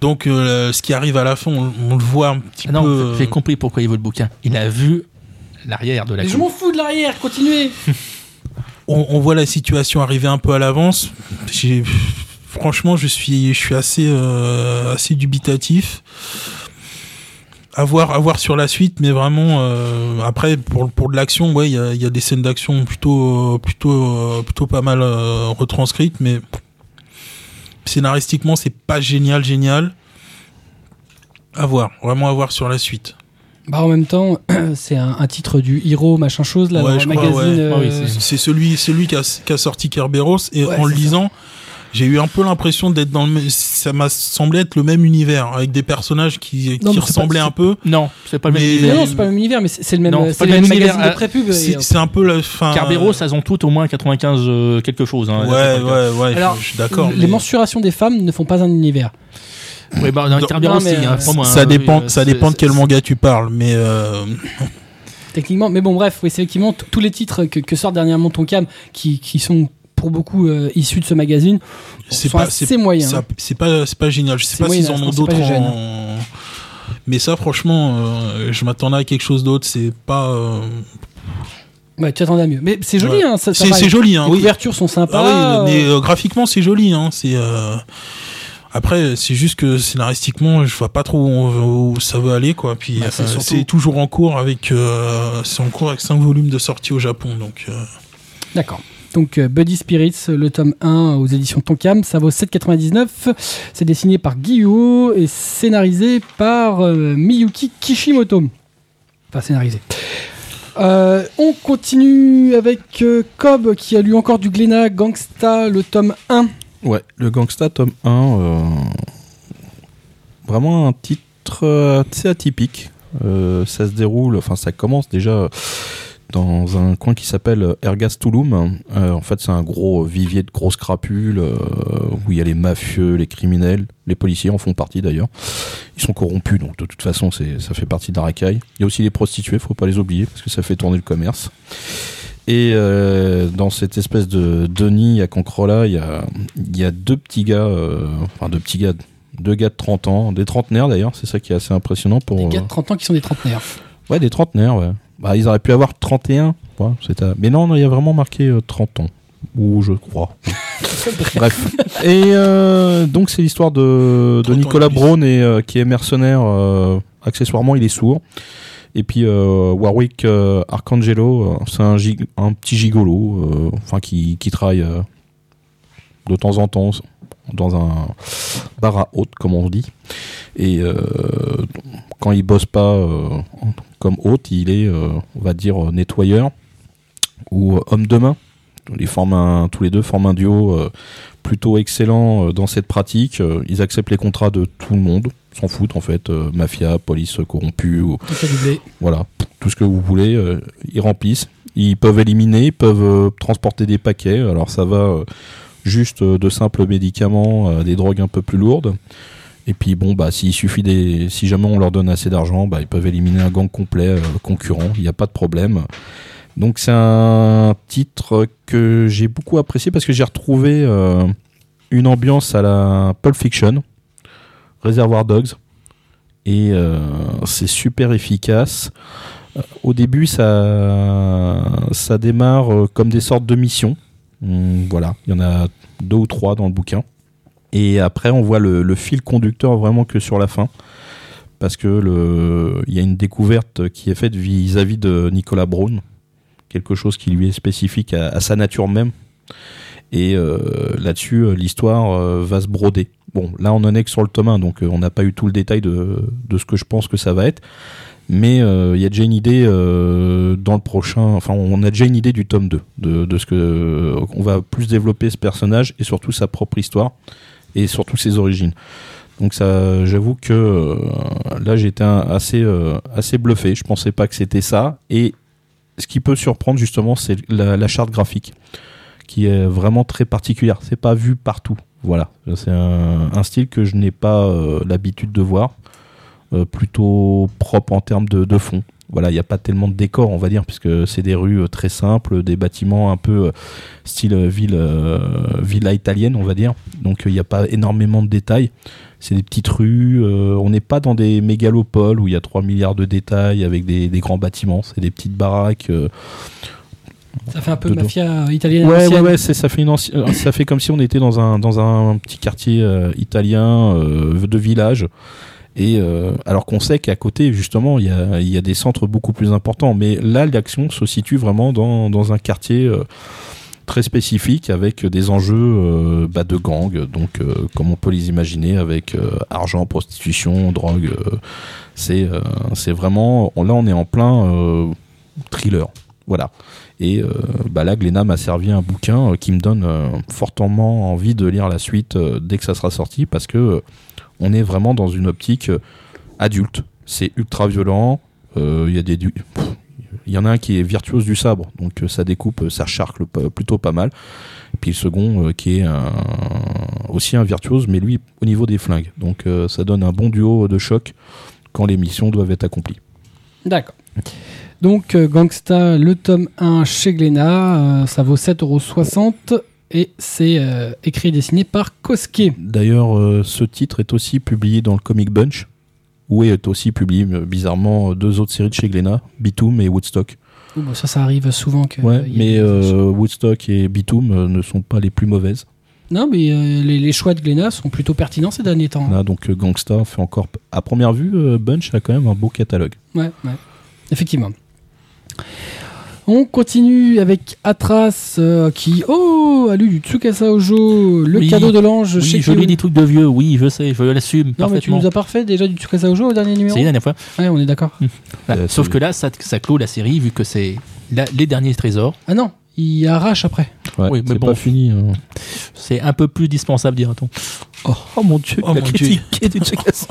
[SPEAKER 2] donc, euh, ce qui arrive à la fin, on, on le voit un petit
[SPEAKER 3] Ah non,
[SPEAKER 2] peu. euh,
[SPEAKER 3] j'ai compris pourquoi il veut le bouquin. Il a vu l'arrière de la.
[SPEAKER 1] Mais je
[SPEAKER 3] coupe.
[SPEAKER 1] m'en fous de l'arrière, continuez.
[SPEAKER 2] on, on voit la situation arriver un peu à l'avance. J'ai- Franchement, je suis, je suis assez, euh, assez dubitatif. À voir, à voir sur la suite, mais vraiment euh, après pour pour de l'action, ouais, il y a, il y a des scènes d'action plutôt euh, plutôt euh, plutôt pas mal euh, retranscrites, mais scénaristiquement c'est pas génial génial. À voir, vraiment à voir sur la suite.
[SPEAKER 1] Bah en même temps, c'est un, un titre du Hero machin chose là,
[SPEAKER 2] Ouais,
[SPEAKER 1] dans le
[SPEAKER 2] je crois,
[SPEAKER 1] magazine.
[SPEAKER 2] ouais.
[SPEAKER 1] euh,
[SPEAKER 3] Ah oui, c'est-
[SPEAKER 2] C'est celui, celui qui a, qui a sorti Kerberos et
[SPEAKER 1] Ouais,
[SPEAKER 2] en le
[SPEAKER 1] c'est ça.
[SPEAKER 2] lisant, j'ai eu un peu l'impression d'être dans le, mê- ça m'a semblé être le même univers avec des personnages qui,
[SPEAKER 1] Non, mais c'est
[SPEAKER 2] qui
[SPEAKER 1] pas-
[SPEAKER 2] ressemblaient un peu.
[SPEAKER 3] Non, c'est pas le même
[SPEAKER 2] Mais-
[SPEAKER 1] Non,
[SPEAKER 3] univers.
[SPEAKER 1] non, c'est pas le même univers, mais c'est c'est le même,
[SPEAKER 3] Non,
[SPEAKER 1] euh,
[SPEAKER 3] c'est
[SPEAKER 1] c'est
[SPEAKER 3] pas
[SPEAKER 1] le
[SPEAKER 3] le
[SPEAKER 1] même
[SPEAKER 3] même
[SPEAKER 1] magazine
[SPEAKER 3] univers,
[SPEAKER 1] de pré-pub. et,
[SPEAKER 2] C'est
[SPEAKER 1] euh,
[SPEAKER 2] c'est un peu la fin.
[SPEAKER 3] Carbero, ça ont toutes au moins 95 euh, quelque chose. hein.
[SPEAKER 2] Ouais, ouais, ouais, je-
[SPEAKER 1] Alors,
[SPEAKER 2] je, suis d'accord.
[SPEAKER 1] Les
[SPEAKER 2] mais
[SPEAKER 1] mensurations des femmes ne font pas un univers.
[SPEAKER 3] Ouais, bah, dans
[SPEAKER 2] Non,
[SPEAKER 3] Carbero,
[SPEAKER 1] non,
[SPEAKER 3] c'est-
[SPEAKER 1] mais,
[SPEAKER 3] il y a un
[SPEAKER 1] euh,
[SPEAKER 3] promo, hein,
[SPEAKER 2] ça dépend,
[SPEAKER 3] oui,
[SPEAKER 2] ça
[SPEAKER 3] c'est-
[SPEAKER 2] dépend de
[SPEAKER 3] c'est-
[SPEAKER 2] quel manga tu parles, mais euh,
[SPEAKER 1] Techniquement, mais bon, bref, oui, c'est effectivement t- tous les titres que, que sort dernièrement Tonkam, qui, qui sont pour beaucoup euh, issus de ce magazine,
[SPEAKER 2] c'est
[SPEAKER 1] sont
[SPEAKER 2] pas, c'est
[SPEAKER 1] assez moyens.
[SPEAKER 2] ça-
[SPEAKER 1] hein.
[SPEAKER 2] c'est pas, c'est pas génial. Je sais
[SPEAKER 1] C'est
[SPEAKER 2] pas s'ils
[SPEAKER 1] moyen,
[SPEAKER 2] en
[SPEAKER 1] je
[SPEAKER 2] ont
[SPEAKER 1] pense que
[SPEAKER 2] d'autres
[SPEAKER 1] c'est pas
[SPEAKER 2] en. Mais ça, franchement, euh, je m'attendais à quelque chose d'autre. C'est pas. euh,
[SPEAKER 1] Ouais, tu attendais à mieux. Mais c'est joli,
[SPEAKER 2] Ouais.
[SPEAKER 1] hein, ça, ça
[SPEAKER 2] C'est
[SPEAKER 1] va,
[SPEAKER 2] c'est
[SPEAKER 1] les-
[SPEAKER 2] joli, hein.
[SPEAKER 1] Les
[SPEAKER 2] oui.
[SPEAKER 1] couvertures sont sympas.
[SPEAKER 2] Ah oui, mais
[SPEAKER 1] euh,
[SPEAKER 2] euh, graphiquement c'est joli. Hein, c'est euh, après c'est juste que scénaristiquement je vois pas trop où, on- où ça veut aller quoi. Puis
[SPEAKER 1] Bah, c'est
[SPEAKER 2] euh,
[SPEAKER 1] surtout-
[SPEAKER 2] c'est toujours en cours avec euh, c'est en cours avec cinq volumes de sortie au Japon donc. euh,
[SPEAKER 1] D'accord. Donc euh, Buddy Spirits, le tome 1 aux éditions Tonkam, ça vaut 7,99. C'est dessiné par Guillaume et scénarisé par euh, Miyuki Kishimoto. Enfin scénarisé. Euh, on continue avec euh, Cobb qui a lu encore du Glénat Gangsta, le tome 1.
[SPEAKER 5] Ouais, le Gangsta tome 1, euh, vraiment un titre euh, assez atypique. Euh, ça se déroule, enfin ça commence déjà dans un coin qui s'appelle euh, Ergas Tulum. Euh, en fait, c'est un gros vivier de grosses crapules euh, où il y a les mafieux, les criminels, les policiers en font partie d'ailleurs. Ils sont corrompus, donc de toute façon, c'est, ça fait partie de la racaille. Il y a aussi les prostituées, faut pas les oublier parce que ça fait tourner le commerce. Et euh, dans cette espèce de, de nid à Cancrola, il y a, il y a deux petits gars, euh, enfin deux petits gars, deux gars de 30 ans, des trentenaires d'ailleurs, c'est ça qui est assez impressionnant pour.
[SPEAKER 1] Des
[SPEAKER 5] euh,
[SPEAKER 1] gars de 30 ans qui sont des trentenaires.
[SPEAKER 5] Ouais, des trentenaires, ouais. Bah, ils auraient pu avoir 31. Ouais, c'est à- Mais non, non, il y a vraiment marqué euh, 30 ans. Ou je crois. Bref. Et euh, donc, c'est l'histoire de, de
[SPEAKER 2] 30 ans
[SPEAKER 5] Nicolas
[SPEAKER 2] et plus.
[SPEAKER 5] Braun, et, euh, qui est mercenaire. euh, accessoirement, il est sourd. Et puis euh, Warwick euh, Arcangelo, euh, c'est un, gig- un petit gigolo, euh, enfin qui, qui travaille euh, de temps en temps dans un bar à hôte, comme on dit. Et euh, quand il bosse pas euh, en- comme hôte, il est, euh, on va dire, euh, nettoyeur ou euh, homme de main. Ils forment un- tous les deux forment un duo euh, plutôt excellent euh, dans cette pratique. Euh, Ils acceptent les contrats de tout le monde, s'en foutent en fait, euh, mafia, police corrompue, ou-
[SPEAKER 1] Tout ça doublé.
[SPEAKER 5] voilà, tout ce que vous voulez, euh, ils remplissent. Ils peuvent éliminer, ils peuvent euh, transporter des paquets. Alors ça va euh, juste euh, de simples médicaments, à des drogues un peu plus lourdes. Et puis bon, bah s'il suffit des, si jamais on leur donne assez d'argent, bah ils peuvent éliminer un gang complet euh, concurrent. Il n'y a pas de problème. Donc c'est un titre que j'ai beaucoup apprécié parce que j'ai retrouvé euh, une ambiance à la Pulp Fiction, Reservoir Dogs, et euh, c'est super efficace. Euh, Au début, ça, ça démarre euh, comme des sortes de missions. Hum, voilà, il y en a deux ou trois dans le bouquin. Et après, on voit le, le fil conducteur vraiment que sur la fin. Parce que le- il y a une découverte qui est faite vis-à-vis de Nicolas Braun. Quelque chose qui lui est spécifique à, à sa nature même. Et euh, là-dessus, euh, l'histoire euh, va se broder. Bon, là, on en est que sur le tome 1, donc euh, on n'a pas eu tout le détail de, de ce que je pense que ça va être. Mais euh, il y a déjà une idée euh, dans le prochain. Enfin, on a déjà une idée du tome 2, de, de ce que. euh, on va plus développer ce personnage et surtout sa propre histoire et surtout ses origines. Donc, ça, j'avoue que euh, là, j'étais un- assez, euh, assez bluffé. Je pensais pas que c'était ça. Et ce qui peut surprendre, justement, c'est la- la charte graphique qui est vraiment très particulière. C'est pas vu partout. Voilà, c'est un, un style que je n'ai pas euh, l'habitude de voir, Euh, plutôt propre en termes de, de fond. Voilà, il n'y a pas tellement de décors, on va dire, puisque c'est des rues euh, très simples, des bâtiments un peu euh, style euh, ville, euh, villa italienne, on va dire. Donc euh, il n'y a pas énormément de détails. C'est des petites rues. euh, on n'est pas dans des mégalopoles où il y a 3 milliards de détails avec des, des grands bâtiments. C'est des petites baraques. euh,
[SPEAKER 1] Ça fait un peu
[SPEAKER 5] Dedans.
[SPEAKER 1] mafia euh, italienne.
[SPEAKER 5] Ouais, ouais,
[SPEAKER 1] ancienne.
[SPEAKER 5] ouais, c'est- ça fait, une anci- euh, ça fait comme si on était dans un, dans un petit quartier euh, italien euh, de village. Et euh, alors qu'on sait qu'à côté, justement, il y a, il y a des centres beaucoup plus importants. Mais là, l'action se situe vraiment dans, dans un quartier euh, très spécifique avec des enjeux euh, bah, de gang. Donc, euh, comme on peut les imaginer, avec euh, argent, prostitution, drogue. euh, c'est euh, c'est vraiment. on- Là, on est en plein euh, thriller. Voilà. Et euh, bah là, Glénat m'a servi un bouquin euh, qui me donne euh, fortement envie de lire la suite euh, dès que ça sera sorti parce que euh, on est vraiment dans une optique euh, adulte. C'est ultra violent. euh, Il y a des du- pff, il y en a un qui est virtuose du sabre, donc euh, ça découpe, euh, ça charcle p- plutôt pas mal. Et puis le second euh, qui est un- aussi un virtuose, mais lui au niveau des flingues. Donc euh, ça donne un bon duo de choc quand les missions doivent être accomplies.
[SPEAKER 1] D'accord. Donc, euh, Gangsta, le tome 1 chez Glénat, euh, ça vaut 7,60€ et c'est euh, écrit et dessiné par Koske.
[SPEAKER 5] D'ailleurs, euh, ce titre est aussi publié dans le Comic Bunch, où est aussi publié euh, bizarrement euh, deux autres séries de chez Glénat, Bitum et Woodstock.
[SPEAKER 3] Euh,
[SPEAKER 1] Oh, bah, ça, ça arrive souvent que.
[SPEAKER 5] Ouais,
[SPEAKER 1] euh, y ait
[SPEAKER 5] mais
[SPEAKER 1] des-
[SPEAKER 5] euh, Woodstock et Bitum euh, ne sont pas les plus mauvaises.
[SPEAKER 1] Non, mais euh, les, les choix de Glénat sont plutôt pertinents ces derniers temps. hein.
[SPEAKER 5] Là, donc euh, Gangsta fait encore, p- à première vue, euh, Bunch a quand même un beau catalogue.
[SPEAKER 1] Ouais, ouais. Effectivement. On continue avec Atras euh, qui, oh, a lu du Tsukasa Ojo, le
[SPEAKER 3] Oui.
[SPEAKER 1] cadeau de l'ange chez
[SPEAKER 3] Oui, je
[SPEAKER 1] Kyo.
[SPEAKER 3] lis des trucs de vieux, oui, je sais, je l'assume
[SPEAKER 1] Non, mais tu
[SPEAKER 3] parfaitement.
[SPEAKER 1] nous as parfait déjà du Tsukasa Ojo au dernier numéro
[SPEAKER 3] C'est la dernière fois.
[SPEAKER 1] Ouais, on est d'accord.
[SPEAKER 2] Bah,
[SPEAKER 3] Voilà.
[SPEAKER 5] Euh,
[SPEAKER 3] Sauf
[SPEAKER 5] c'est-
[SPEAKER 3] que là, ça, ça clôt la série vu que c'est la- les derniers trésors.
[SPEAKER 1] Ah non, il arrache après.
[SPEAKER 5] Ouais,
[SPEAKER 3] Oui, mais
[SPEAKER 5] c'est
[SPEAKER 3] bon.
[SPEAKER 5] pas fini. hein.
[SPEAKER 3] C'est un peu plus dispensable, dira-t-on.
[SPEAKER 5] Oh, oh mon dieu,
[SPEAKER 2] Oh
[SPEAKER 5] il
[SPEAKER 2] mon
[SPEAKER 5] a
[SPEAKER 2] Dieu.
[SPEAKER 5] critiqué du Tsukasa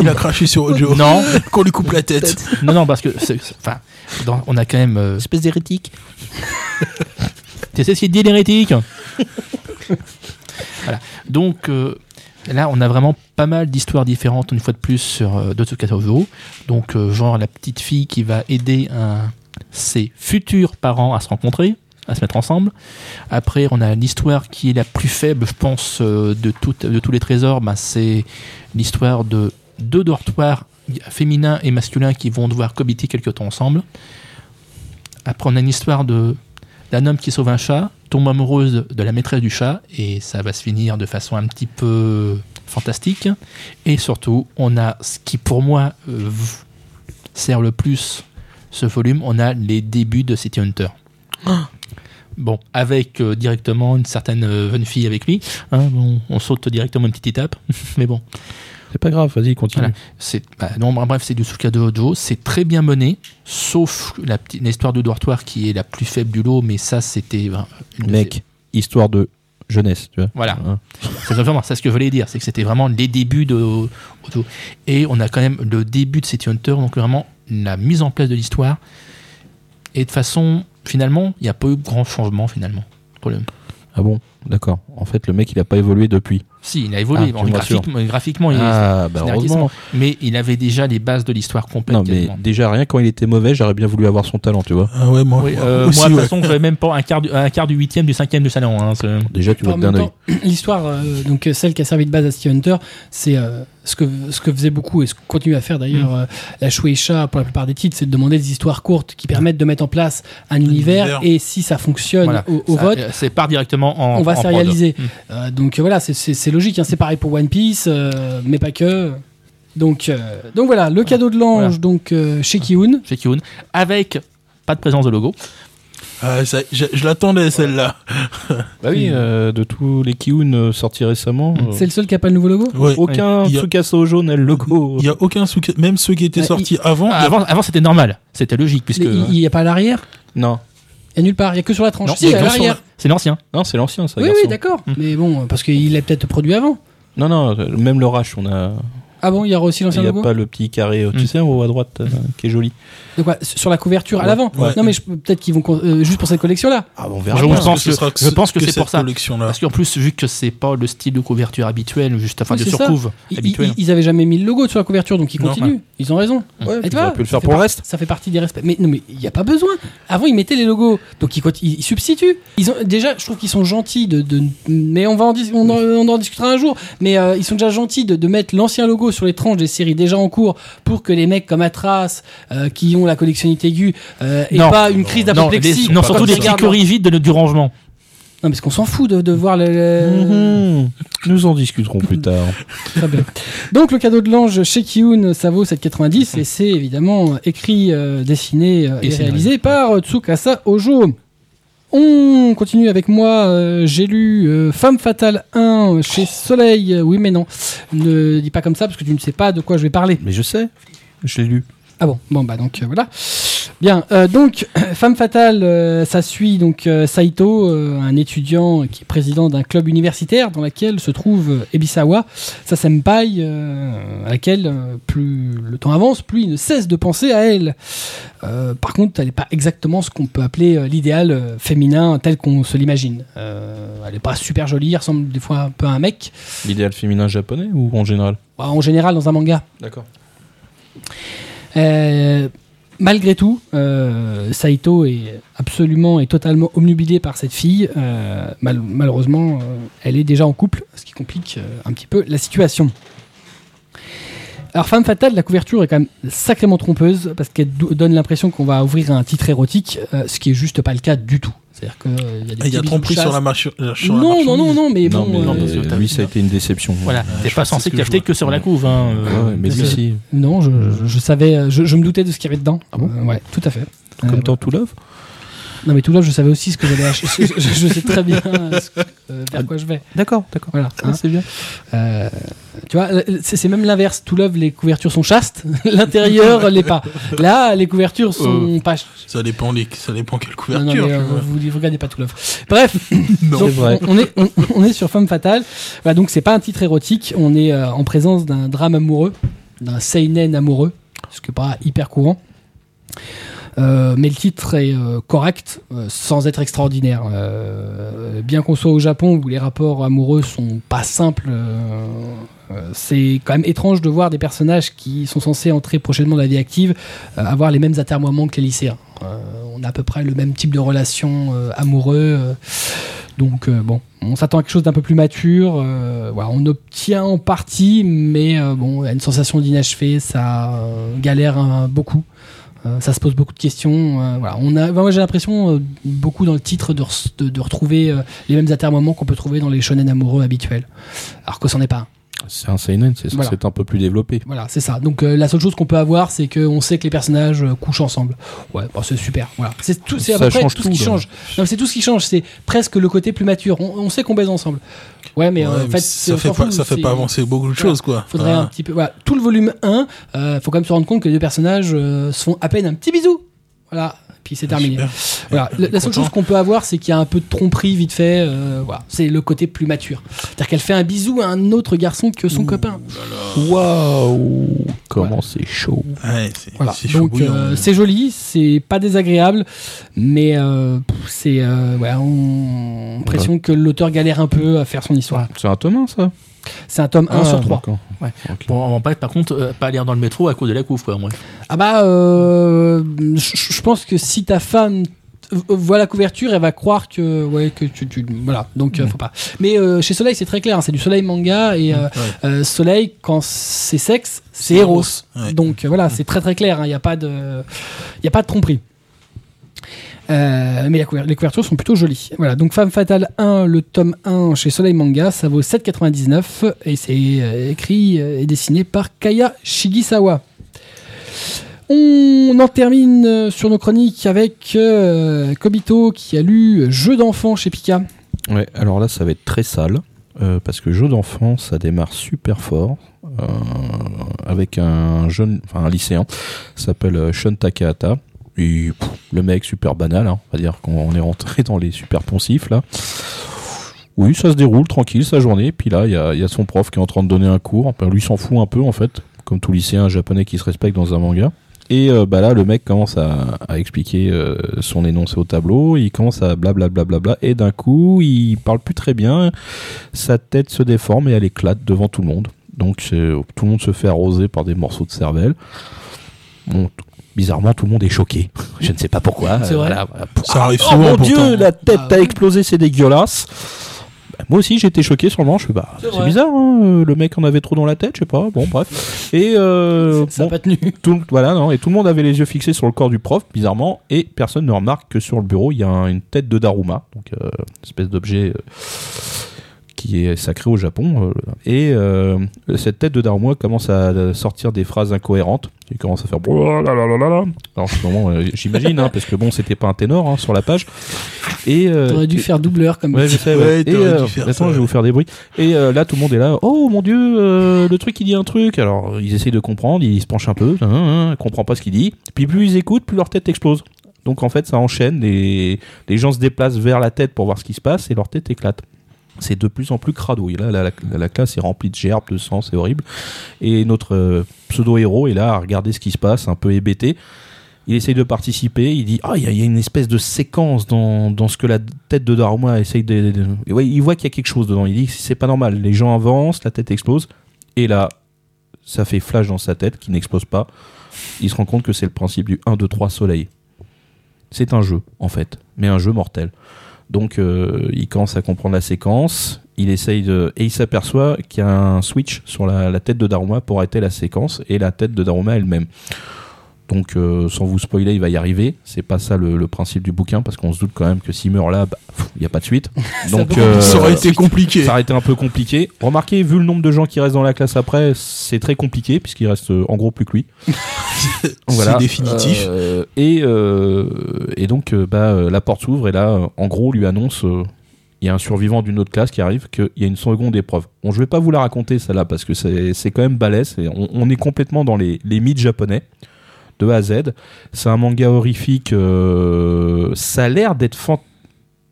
[SPEAKER 2] Il a craché sur Ojo.
[SPEAKER 3] Non,
[SPEAKER 2] Qu'on lui coupe la tête.
[SPEAKER 3] non, non, parce que c'est- c'est- enfin, dans- on a quand même. euh,
[SPEAKER 4] Espèce d'hérétique.
[SPEAKER 3] Tu sais ce qu'il dit l'hérétique Voilà. Donc euh, là, on a vraiment pas mal d'histoires différentes, une fois de plus, sur euh, Dotsu Kataozo. Donc, euh, genre la petite fille qui va aider un- ses futurs parents à se rencontrer, à se mettre ensemble. Après, on a l'histoire qui est la plus faible, je pense, euh, de, tout- de tous les trésors. Ben, C'est l'histoire de deux dortoirs féminins et masculins qui vont devoir cohabiter quelque temps ensemble. Après, on a une histoire de d'un homme qui sauve un chat, tombe amoureuse de la maîtresse du chat, et ça va se finir de façon un petit peu fantastique. Et surtout, on a ce qui pour moi euh, v- sert le plus ce volume, on a les débuts de City Hunter. Bon, avec euh, directement une certaine euh, jeune fille avec lui. hein, bon, on saute directement une petite étape, mais bon.
[SPEAKER 5] C'est pas grave, vas-y, continue.
[SPEAKER 3] Voilà. C'est bah, non, bah, bref, c'est du Suka de Hojo. C'est très bien mené, sauf la petite l'histoire de dortoir qui est la plus faible du lot, mais ça c'était bah, une-
[SPEAKER 5] Mec, histoire de jeunesse, tu vois.
[SPEAKER 3] Voilà,
[SPEAKER 5] Hein.
[SPEAKER 3] c'est vraiment c'est ce que je voulais dire, c'est que c'était vraiment les débuts de Hojo. Et on a quand même le début de City Hunter, donc vraiment la mise en place de l'histoire. Et de façon, finalement, il n'y a pas eu grand changement finalement. Problème.
[SPEAKER 5] Ah bon, d'accord. En fait, le mec, il a pas évolué depuis.
[SPEAKER 3] Si, il a évolué.
[SPEAKER 5] Ah,
[SPEAKER 3] En
[SPEAKER 5] tu me
[SPEAKER 3] graphique- graphiquement, il
[SPEAKER 5] Ah, bah
[SPEAKER 3] c'est un
[SPEAKER 5] heureusement.
[SPEAKER 3] mais il avait déjà les bases de l'histoire complète.
[SPEAKER 5] Non, mais
[SPEAKER 3] quasiment.
[SPEAKER 5] déjà, rien quand il était mauvais, j'aurais bien voulu avoir son talent, tu vois.
[SPEAKER 2] Ah ouais, moi,
[SPEAKER 3] Oui,
[SPEAKER 2] moi
[SPEAKER 3] euh,
[SPEAKER 2] aussi,
[SPEAKER 3] moi, de toute
[SPEAKER 2] ouais.
[SPEAKER 3] façon, je vais même pas un quart du, un quart du huitième, du cinquième du salon. hein, c'est-
[SPEAKER 5] Déjà, tu vas
[SPEAKER 1] En
[SPEAKER 5] te
[SPEAKER 1] même
[SPEAKER 5] d'un œil.
[SPEAKER 1] temps, L'histoire, euh, donc euh, celle qui a servi de base à Steve Hunter, c'est euh, ce, que, ce que faisait beaucoup et ce que continue à faire d'ailleurs euh, la Shueisha pour la plupart des titres, c'est de demander des histoires courtes qui permettent de mettre en place un univers,
[SPEAKER 2] univers.
[SPEAKER 1] et si ça fonctionne
[SPEAKER 3] Voilà.
[SPEAKER 1] au, au
[SPEAKER 3] Ça,
[SPEAKER 1] vote.
[SPEAKER 3] euh, C'est part directement en.
[SPEAKER 1] on va
[SPEAKER 3] en prod.
[SPEAKER 1] sérialiser.
[SPEAKER 3] Mm.
[SPEAKER 1] Euh, donc euh, voilà, c'est- c'est c'est logique. hein. C'est pareil pour One Piece, euh, mais pas que. Donc, euh, donc voilà, le cadeau de l'ange
[SPEAKER 3] Voilà.
[SPEAKER 1] donc euh, chez Kiun.
[SPEAKER 3] Chez Kiun. Avec pas de présence de logo.
[SPEAKER 2] Ah, ça- je je l'attendais celle-là.
[SPEAKER 5] Bah oui, euh, de tous les Kiun euh, sortis récemment, euh,
[SPEAKER 1] C'est le seul qui a pas le nouveau logo
[SPEAKER 2] Ouais.
[SPEAKER 5] aucun
[SPEAKER 2] Il y a-
[SPEAKER 5] Tsukasa jaune n'a le logo.
[SPEAKER 2] Il n'y a aucun souci, même ceux qui étaient
[SPEAKER 1] Ah,
[SPEAKER 2] sortis avant.
[SPEAKER 3] Ah, avant, avant c'était normal, c'était logique puisque.
[SPEAKER 1] Les- Il n'y a pas à l'arrière
[SPEAKER 5] Non,
[SPEAKER 1] Il n'y a nulle part, il n'y a que sur la tranche.
[SPEAKER 5] Non,
[SPEAKER 1] si,
[SPEAKER 5] il y a
[SPEAKER 1] à
[SPEAKER 5] que sur
[SPEAKER 1] l'arrière.
[SPEAKER 3] C'est l'ancien.
[SPEAKER 5] non c'est l'ancien ça.
[SPEAKER 1] Oui,
[SPEAKER 5] garçon.
[SPEAKER 1] oui, d'accord. Mais bon, parce qu'il l'a peut-être produit avant.
[SPEAKER 5] Non, non, euh, même le Rash, on a.
[SPEAKER 1] Ah bon, il y a aussi
[SPEAKER 5] Il
[SPEAKER 1] l'ancien
[SPEAKER 5] n'y a
[SPEAKER 1] logo
[SPEAKER 5] pas le petit carré, euh, tu
[SPEAKER 3] Mm.
[SPEAKER 5] sais, en haut à droite, euh, qui est joli.
[SPEAKER 1] De quoi Sur la couverture à
[SPEAKER 5] Ouais,
[SPEAKER 1] l'avant
[SPEAKER 2] ouais.
[SPEAKER 1] Non, mais je- peut-être qu'ils vont. con- euh, juste pour cette collection-là.
[SPEAKER 5] Ah, on
[SPEAKER 3] verra Je bien.
[SPEAKER 2] Parce
[SPEAKER 3] pense
[SPEAKER 2] ce
[SPEAKER 3] que-
[SPEAKER 2] sera
[SPEAKER 3] je pense que c'est
[SPEAKER 2] cette
[SPEAKER 3] pour ça.
[SPEAKER 2] collection-là.
[SPEAKER 3] Parce qu'en plus, vu que c'est pas le style de couverture habituel, juste enfin
[SPEAKER 1] Oui,
[SPEAKER 3] de
[SPEAKER 1] c'est ça.
[SPEAKER 3] surcouve
[SPEAKER 1] Ils,
[SPEAKER 3] habituel.
[SPEAKER 5] hein.
[SPEAKER 1] ils- ils avaient jamais mis le logo sur la couverture, donc ils
[SPEAKER 2] Non.
[SPEAKER 1] continuent. Ils ont raison.
[SPEAKER 5] Ouais,
[SPEAKER 1] Et
[SPEAKER 5] ils
[SPEAKER 1] tu vois,
[SPEAKER 5] auraient pu le
[SPEAKER 1] ça
[SPEAKER 5] faire
[SPEAKER 1] fait
[SPEAKER 5] pour le
[SPEAKER 1] par-
[SPEAKER 5] reste.
[SPEAKER 1] Ça fait partie des respects. Mais non, mais il n'y a pas besoin. Avant, ils mettaient les logos. Donc, ils, cont- ils, ils substituent. Ils ont, déjà, je trouve qu'ils sont gentils de. de- mais on, va en dis- on, en, on en discutera un jour. Mais euh, ils sont déjà gentils de, de mettre l'ancien logo sur les tranches des séries déjà en cours pour que les mecs comme Atras, euh, qui ont la collectionnite aiguë, euh, aient
[SPEAKER 3] Non.
[SPEAKER 1] pas une crise
[SPEAKER 3] Non, les-
[SPEAKER 1] d'apoplexie.
[SPEAKER 3] non,
[SPEAKER 1] quand
[SPEAKER 3] surtout
[SPEAKER 1] ils
[SPEAKER 3] des
[SPEAKER 1] regardent
[SPEAKER 3] tricots rigides de- du rangement.
[SPEAKER 1] Non, parce qu'on s'en fout de, de voir le.
[SPEAKER 3] Mm-hmm.
[SPEAKER 1] le-
[SPEAKER 5] Mhm. Nous en discuterons plus tard.
[SPEAKER 1] Très bien. Donc, le cadeau de l'ange chez Kiun, ça vaut 7,90 et c'est évidemment écrit, euh, dessiné euh,
[SPEAKER 3] Et
[SPEAKER 1] et,
[SPEAKER 3] scénarisé.
[SPEAKER 1] réalisé par euh, Tsukasa Ojo. On continue avec moi. euh, J'ai lu euh, Femme Fatale 1 chez Soleil. Oui, mais non. Ne dis pas comme ça parce que tu ne sais pas de quoi je vais parler.
[SPEAKER 5] Mais je sais, je l'ai lu.
[SPEAKER 1] Ah bon, bon bah donc euh, voilà. Bien, euh, donc Femme Fatale, euh, ça suit donc euh, Saito, euh, un étudiant qui est président d'un club universitaire dans lequel se trouve euh, Ebisawa, sa senpai, euh, à laquelle euh, plus le temps avance, plus il ne cesse de penser à elle. Euh, par contre, elle n'est pas exactement ce qu'on peut appeler euh, l'idéal euh, féminin tel qu'on se l'imagine. Euh, elle n'est pas super jolie, elle ressemble des fois un peu à un mec,
[SPEAKER 5] L'idéal féminin japonais ou en général
[SPEAKER 1] Bah, en général dans un manga.
[SPEAKER 5] D'accord.
[SPEAKER 1] Euh, malgré tout, euh, Saito est absolument et totalement omnubilé par cette fille. Euh, mal- malheureusement, euh, elle est déjà en couple, ce qui complique euh, un petit peu la situation. Alors, Femme Fatale, la couverture est quand même sacrément trompeuse parce qu'elle do- donne l'impression qu'on va ouvrir un titre érotique, euh, ce qui est juste pas le cas du tout. C'est-à-dire qu'il y a des
[SPEAKER 2] Et Il y a
[SPEAKER 1] petits
[SPEAKER 2] tromperie
[SPEAKER 1] bisous
[SPEAKER 2] sur
[SPEAKER 1] de
[SPEAKER 2] la
[SPEAKER 1] chasse.
[SPEAKER 2] marche. euh, sur la
[SPEAKER 1] Non, non, non,
[SPEAKER 2] marchandise.
[SPEAKER 1] non, mais
[SPEAKER 5] non,
[SPEAKER 1] bon.
[SPEAKER 5] mais
[SPEAKER 1] euh,
[SPEAKER 5] non,
[SPEAKER 3] parce que
[SPEAKER 5] euh,
[SPEAKER 3] t'as-
[SPEAKER 5] lui, ça a été une déception.
[SPEAKER 3] Voilà, t'es
[SPEAKER 2] je
[SPEAKER 3] pas
[SPEAKER 2] pense que
[SPEAKER 3] censé
[SPEAKER 2] c'est ce que
[SPEAKER 3] cafeter
[SPEAKER 2] je
[SPEAKER 3] que sur la couve. Hein.
[SPEAKER 5] Ouais,
[SPEAKER 3] euh,
[SPEAKER 5] mais lui,
[SPEAKER 3] c'est-
[SPEAKER 5] si.
[SPEAKER 1] non, je, je- je savais, euh, je, je me doutais de ce qu'il y avait dedans.
[SPEAKER 5] Ah bon
[SPEAKER 1] Euh, Ouais, tout à fait. Euh,
[SPEAKER 5] Comme dans tout love
[SPEAKER 1] Non mais tout là, je savais aussi ce que j'allais acheter. je, je- je sais très bien euh, ce que- euh, vers quoi je vais.
[SPEAKER 5] D'accord, d'accord.
[SPEAKER 1] Voilà. hein.
[SPEAKER 5] c'est bien.
[SPEAKER 1] Euh, tu vois, euh, c'est c'est même l'inverse. Tout love, les couvertures sont chastes, l'intérieur euh, l'est pas. Là, les couvertures sont pas. ch-
[SPEAKER 2] Ça dépend, des- ça dépend quelle
[SPEAKER 1] Non, non,
[SPEAKER 2] Euh, couverture.
[SPEAKER 1] mais, euh,
[SPEAKER 2] tu vois.
[SPEAKER 1] vous, vous regardez pas tout love. Bref,
[SPEAKER 2] Non.
[SPEAKER 1] donc,
[SPEAKER 5] C'est vrai.
[SPEAKER 1] On, on est on, on est sur Femme fatale. Voilà, donc c'est pas un titre érotique. On est euh, en présence d'un drame amoureux, d'un seinen amoureux, ce qui est pas hyper courant. Euh, mais le titre est euh, correct, euh, sans être extraordinaire. Euh, bien qu'on soit au Japon où les rapports amoureux sont pas simples, euh, euh, c'est quand même étrange de voir des personnages qui sont censés entrer prochainement dans la vie active euh, avoir les mêmes atermoiements que les lycéens. Euh, on a à peu près le même type de relation euh, amoureux. euh, donc euh, bon, on s'attend à quelque chose d'un peu plus mature. euh, voilà, on obtient en partie, mais euh, bon, il y a une sensation d'inachevé, ça euh, galère hein, beaucoup. Euh, ça se pose beaucoup de questions. euh, voilà. on a, ben, moi j'ai l'impression euh, beaucoup dans le titre de, res- de- de retrouver euh, les mêmes atermoiements qu'on peut trouver dans les shonen amoureux habituels. Alors que c'en est pas un.
[SPEAKER 5] C'est un seinen, c'est
[SPEAKER 1] Voilà.
[SPEAKER 5] censé être un peu plus développé.
[SPEAKER 1] Voilà, c'est ça. Donc euh, la seule chose qu'on peut avoir, c'est qu'on sait que les personnages euh, couchent ensemble. Ouais, bah, c'est super. Voilà, c'est tout, c'est à
[SPEAKER 5] Ça
[SPEAKER 1] peu près
[SPEAKER 5] change
[SPEAKER 1] tout ce qui
[SPEAKER 5] tout, là.
[SPEAKER 1] change. Non, mais c'est tout ce qui change. C'est presque le côté plus mature. On, on sait qu'on baise ensemble. Ouais, mais
[SPEAKER 2] Ouais,
[SPEAKER 1] euh, en
[SPEAKER 2] mais
[SPEAKER 1] fait,
[SPEAKER 2] ça
[SPEAKER 1] on
[SPEAKER 2] fait
[SPEAKER 1] s'en
[SPEAKER 2] pas,
[SPEAKER 1] fout,
[SPEAKER 2] ça fait
[SPEAKER 1] c'est-
[SPEAKER 2] pas avancer beaucoup de choses, quoi.
[SPEAKER 1] Faudrait
[SPEAKER 2] Ah.
[SPEAKER 1] un petit peu. Voilà, tout le volume 1, euh, faut quand même se rendre compte que les deux personnages euh, se font à peine un petit bisou. Voilà, puis c'est terminé.
[SPEAKER 2] Ah, Super.
[SPEAKER 1] Voilà. La, la seule
[SPEAKER 2] Content.
[SPEAKER 1] chose qu'on peut avoir, c'est qu'il y a un peu de tromperie vite fait. euh, voilà. C'est le côté plus mature. C'est-à-dire qu'elle fait un bisou à un autre garçon que son copain.
[SPEAKER 5] Waouh Comment c'est chaud
[SPEAKER 2] Ouais, c'est
[SPEAKER 1] Voilà.
[SPEAKER 2] c'est chaud
[SPEAKER 1] Donc
[SPEAKER 2] bouillant. hein.
[SPEAKER 1] euh, c'est joli, c'est pas désagréable, mais euh, pff, c'est euh, ouais, on... l'impression que l'auteur galère un peu à faire son histoire.
[SPEAKER 5] C'est un tome un, ça
[SPEAKER 1] C'est un tome 1
[SPEAKER 5] Ah,
[SPEAKER 1] sur 3.
[SPEAKER 5] d'accord.
[SPEAKER 3] Ouais. Bon, on va pas, par contre, euh, pas aller dans le métro à cause de la couve, quoi, moi.
[SPEAKER 1] Ah bah, euh, je je pense que si ta femme t- voit la couverture, elle va croire que ouais que tu, tu- voilà donc euh, faut pas. Mais euh, chez Soleil c'est très clair, hein, c'est du Soleil manga et euh, euh, Soleil quand c'est sexe c'est Eros.
[SPEAKER 2] Ouais.
[SPEAKER 1] Donc euh, voilà c'est très très clair, il n'y a pas de il y a pas de tromperie. Euh, mais la couver- les couvertures sont plutôt jolies. Voilà, donc Femme Fatale 1, le tome 1 chez Soleil Manga, ça vaut 7,99 et c'est euh, écrit euh, et dessiné par Kaya Shigisawa. On en termine euh, sur nos chroniques avec euh, Kobito qui a lu Jeux d'enfants chez Pika.
[SPEAKER 5] Ouais, alors là, ça va être très sale. euh, parce que jeu d'enfant, ça démarre super fort euh, avec un jeune, enfin un lycéen, s'appelle euh, Shun Takahata. Et, pff, le mec super banal, hein. on va dire qu'on est rentré dans les super poncifs là. Oui, ça se déroule tranquille sa journée. Puis là, il y a, il y a son prof qui est en train de donner un cours. Enfin, lui s'en fout un peu en fait, comme tout lycéen japonais qui se respecte dans un manga. Et euh, bah là, le mec commence à, à expliquer euh, son énoncé au tableau. Il commence à blablabla. et d'un coup, il parle plus très bien. Sa tête se déforme et elle éclate devant tout le monde. Donc c'est- tout le monde se fait arroser par des morceaux de cervelle. Bon, t- bizarrement, tout le monde est choqué. Je ne sais pas pourquoi.
[SPEAKER 1] C'est
[SPEAKER 5] Euh,
[SPEAKER 1] vrai.
[SPEAKER 5] voilà, voilà. Pou-
[SPEAKER 2] Ça arrive
[SPEAKER 5] Oh
[SPEAKER 2] souvent,
[SPEAKER 5] mon dieu,
[SPEAKER 2] pourtant.
[SPEAKER 5] la tête
[SPEAKER 1] Ah
[SPEAKER 5] a explosé, c'est dégueulasse. Bah, moi aussi, j'étais choqué sur le moment. Je fais, bah,
[SPEAKER 1] C'est
[SPEAKER 5] c'est
[SPEAKER 1] vrai.
[SPEAKER 5] bizarre. hein, euh, le mec en avait trop dans la tête, je sais pas. Bon, bref. Et euh,
[SPEAKER 1] ça n'a
[SPEAKER 5] bon,
[SPEAKER 1] pas tenu.
[SPEAKER 5] tout, voilà, non, et tout le monde avait les yeux fixés sur le corps du prof, bizarrement, et personne ne remarque que sur le bureau, il y a un- une tête de Daruma, donc euh, une espèce d'objet euh, qui est sacré au Japon. euh, et euh, cette tête de Daruma commence à sortir des phrases incohérentes, et commence à faire. blalalala. Alors, justement, euh, j'imagine, hein, parce que bon, c'était pas un ténor hein, sur la page. Et, euh,
[SPEAKER 1] T'aurais dû
[SPEAKER 5] et-
[SPEAKER 1] faire doubleur comme
[SPEAKER 5] Ouais, je sais. ouais.
[SPEAKER 2] Ouais,
[SPEAKER 5] Et,
[SPEAKER 2] t'aurais dû
[SPEAKER 5] euh,
[SPEAKER 2] faire
[SPEAKER 5] attends,
[SPEAKER 2] ça,
[SPEAKER 5] je vais vous
[SPEAKER 2] ouais.
[SPEAKER 5] faire des bruits. Et euh, là, tout le monde est là. Oh mon dieu, euh, le truc, il dit un truc. Alors, ils essayent de comprendre, ils se penchent un peu, hein, hein, ils comprennent pas ce qu'il dit. Puis plus ils écoutent, plus leur tête explose. Donc en fait, ça enchaîne. Les, les gens se déplacent vers la tête pour voir ce qui se passe et leur tête éclate. C'est de plus en plus cradouille. Là, la, la- la classe est remplie de gerbes, de sang, c'est horrible. Et notre euh, pseudo-héros est là à regarder ce qui se passe, un peu hébété. Il essaye de participer, il dit Ah, il y, a- il y a une espèce de séquence dans, dans ce que la tête de Daruma essaye de. de- et ouais, il voit qu'il y a quelque chose dedans. Il dit C'est pas normal, les gens avancent, la tête explose. Et là, ça fait flash dans sa tête qui n'explose pas. Il se rend compte que c'est le principe du 1, 2, 3 soleil. C'est un jeu, en fait, mais un jeu mortel. Donc, euh, il commence à comprendre la séquence. Il essaye de. Et il s'aperçoit qu'il y a un switch sur la, la tête de Daruma pour arrêter la séquence et la tête de Daruma elle-même. Donc, euh, sans vous spoiler, il va y arriver. C'est pas ça le, le principe du bouquin, parce qu'on se doute quand même que s'il meurt là, bah, pff, il n'y a pas de suite. Donc,
[SPEAKER 1] peut compliquer.
[SPEAKER 2] Ça aurait
[SPEAKER 5] euh,
[SPEAKER 2] été compliqué.
[SPEAKER 5] ça aurait été un peu compliqué. Remarquez, vu le nombre de gens qui restent dans la classe après, c'est très compliqué puisqu'il reste euh, en gros plus que lui.
[SPEAKER 2] C'est définitif.
[SPEAKER 5] Euh, et, euh, et donc, euh, bah, euh, la porte s'ouvre et là, euh, en gros, lui annonce euh, il y a un survivant d'une autre classe qui arrive, qu'il y a une seconde épreuve. Bon, je vais pas vous la raconter celle-là parce que c'est c'est quand même balèze. et on, on est complètement dans les, les mythes japonais de A à Z. C'est un manga horrifique. euh, ça a l'air d'être fan-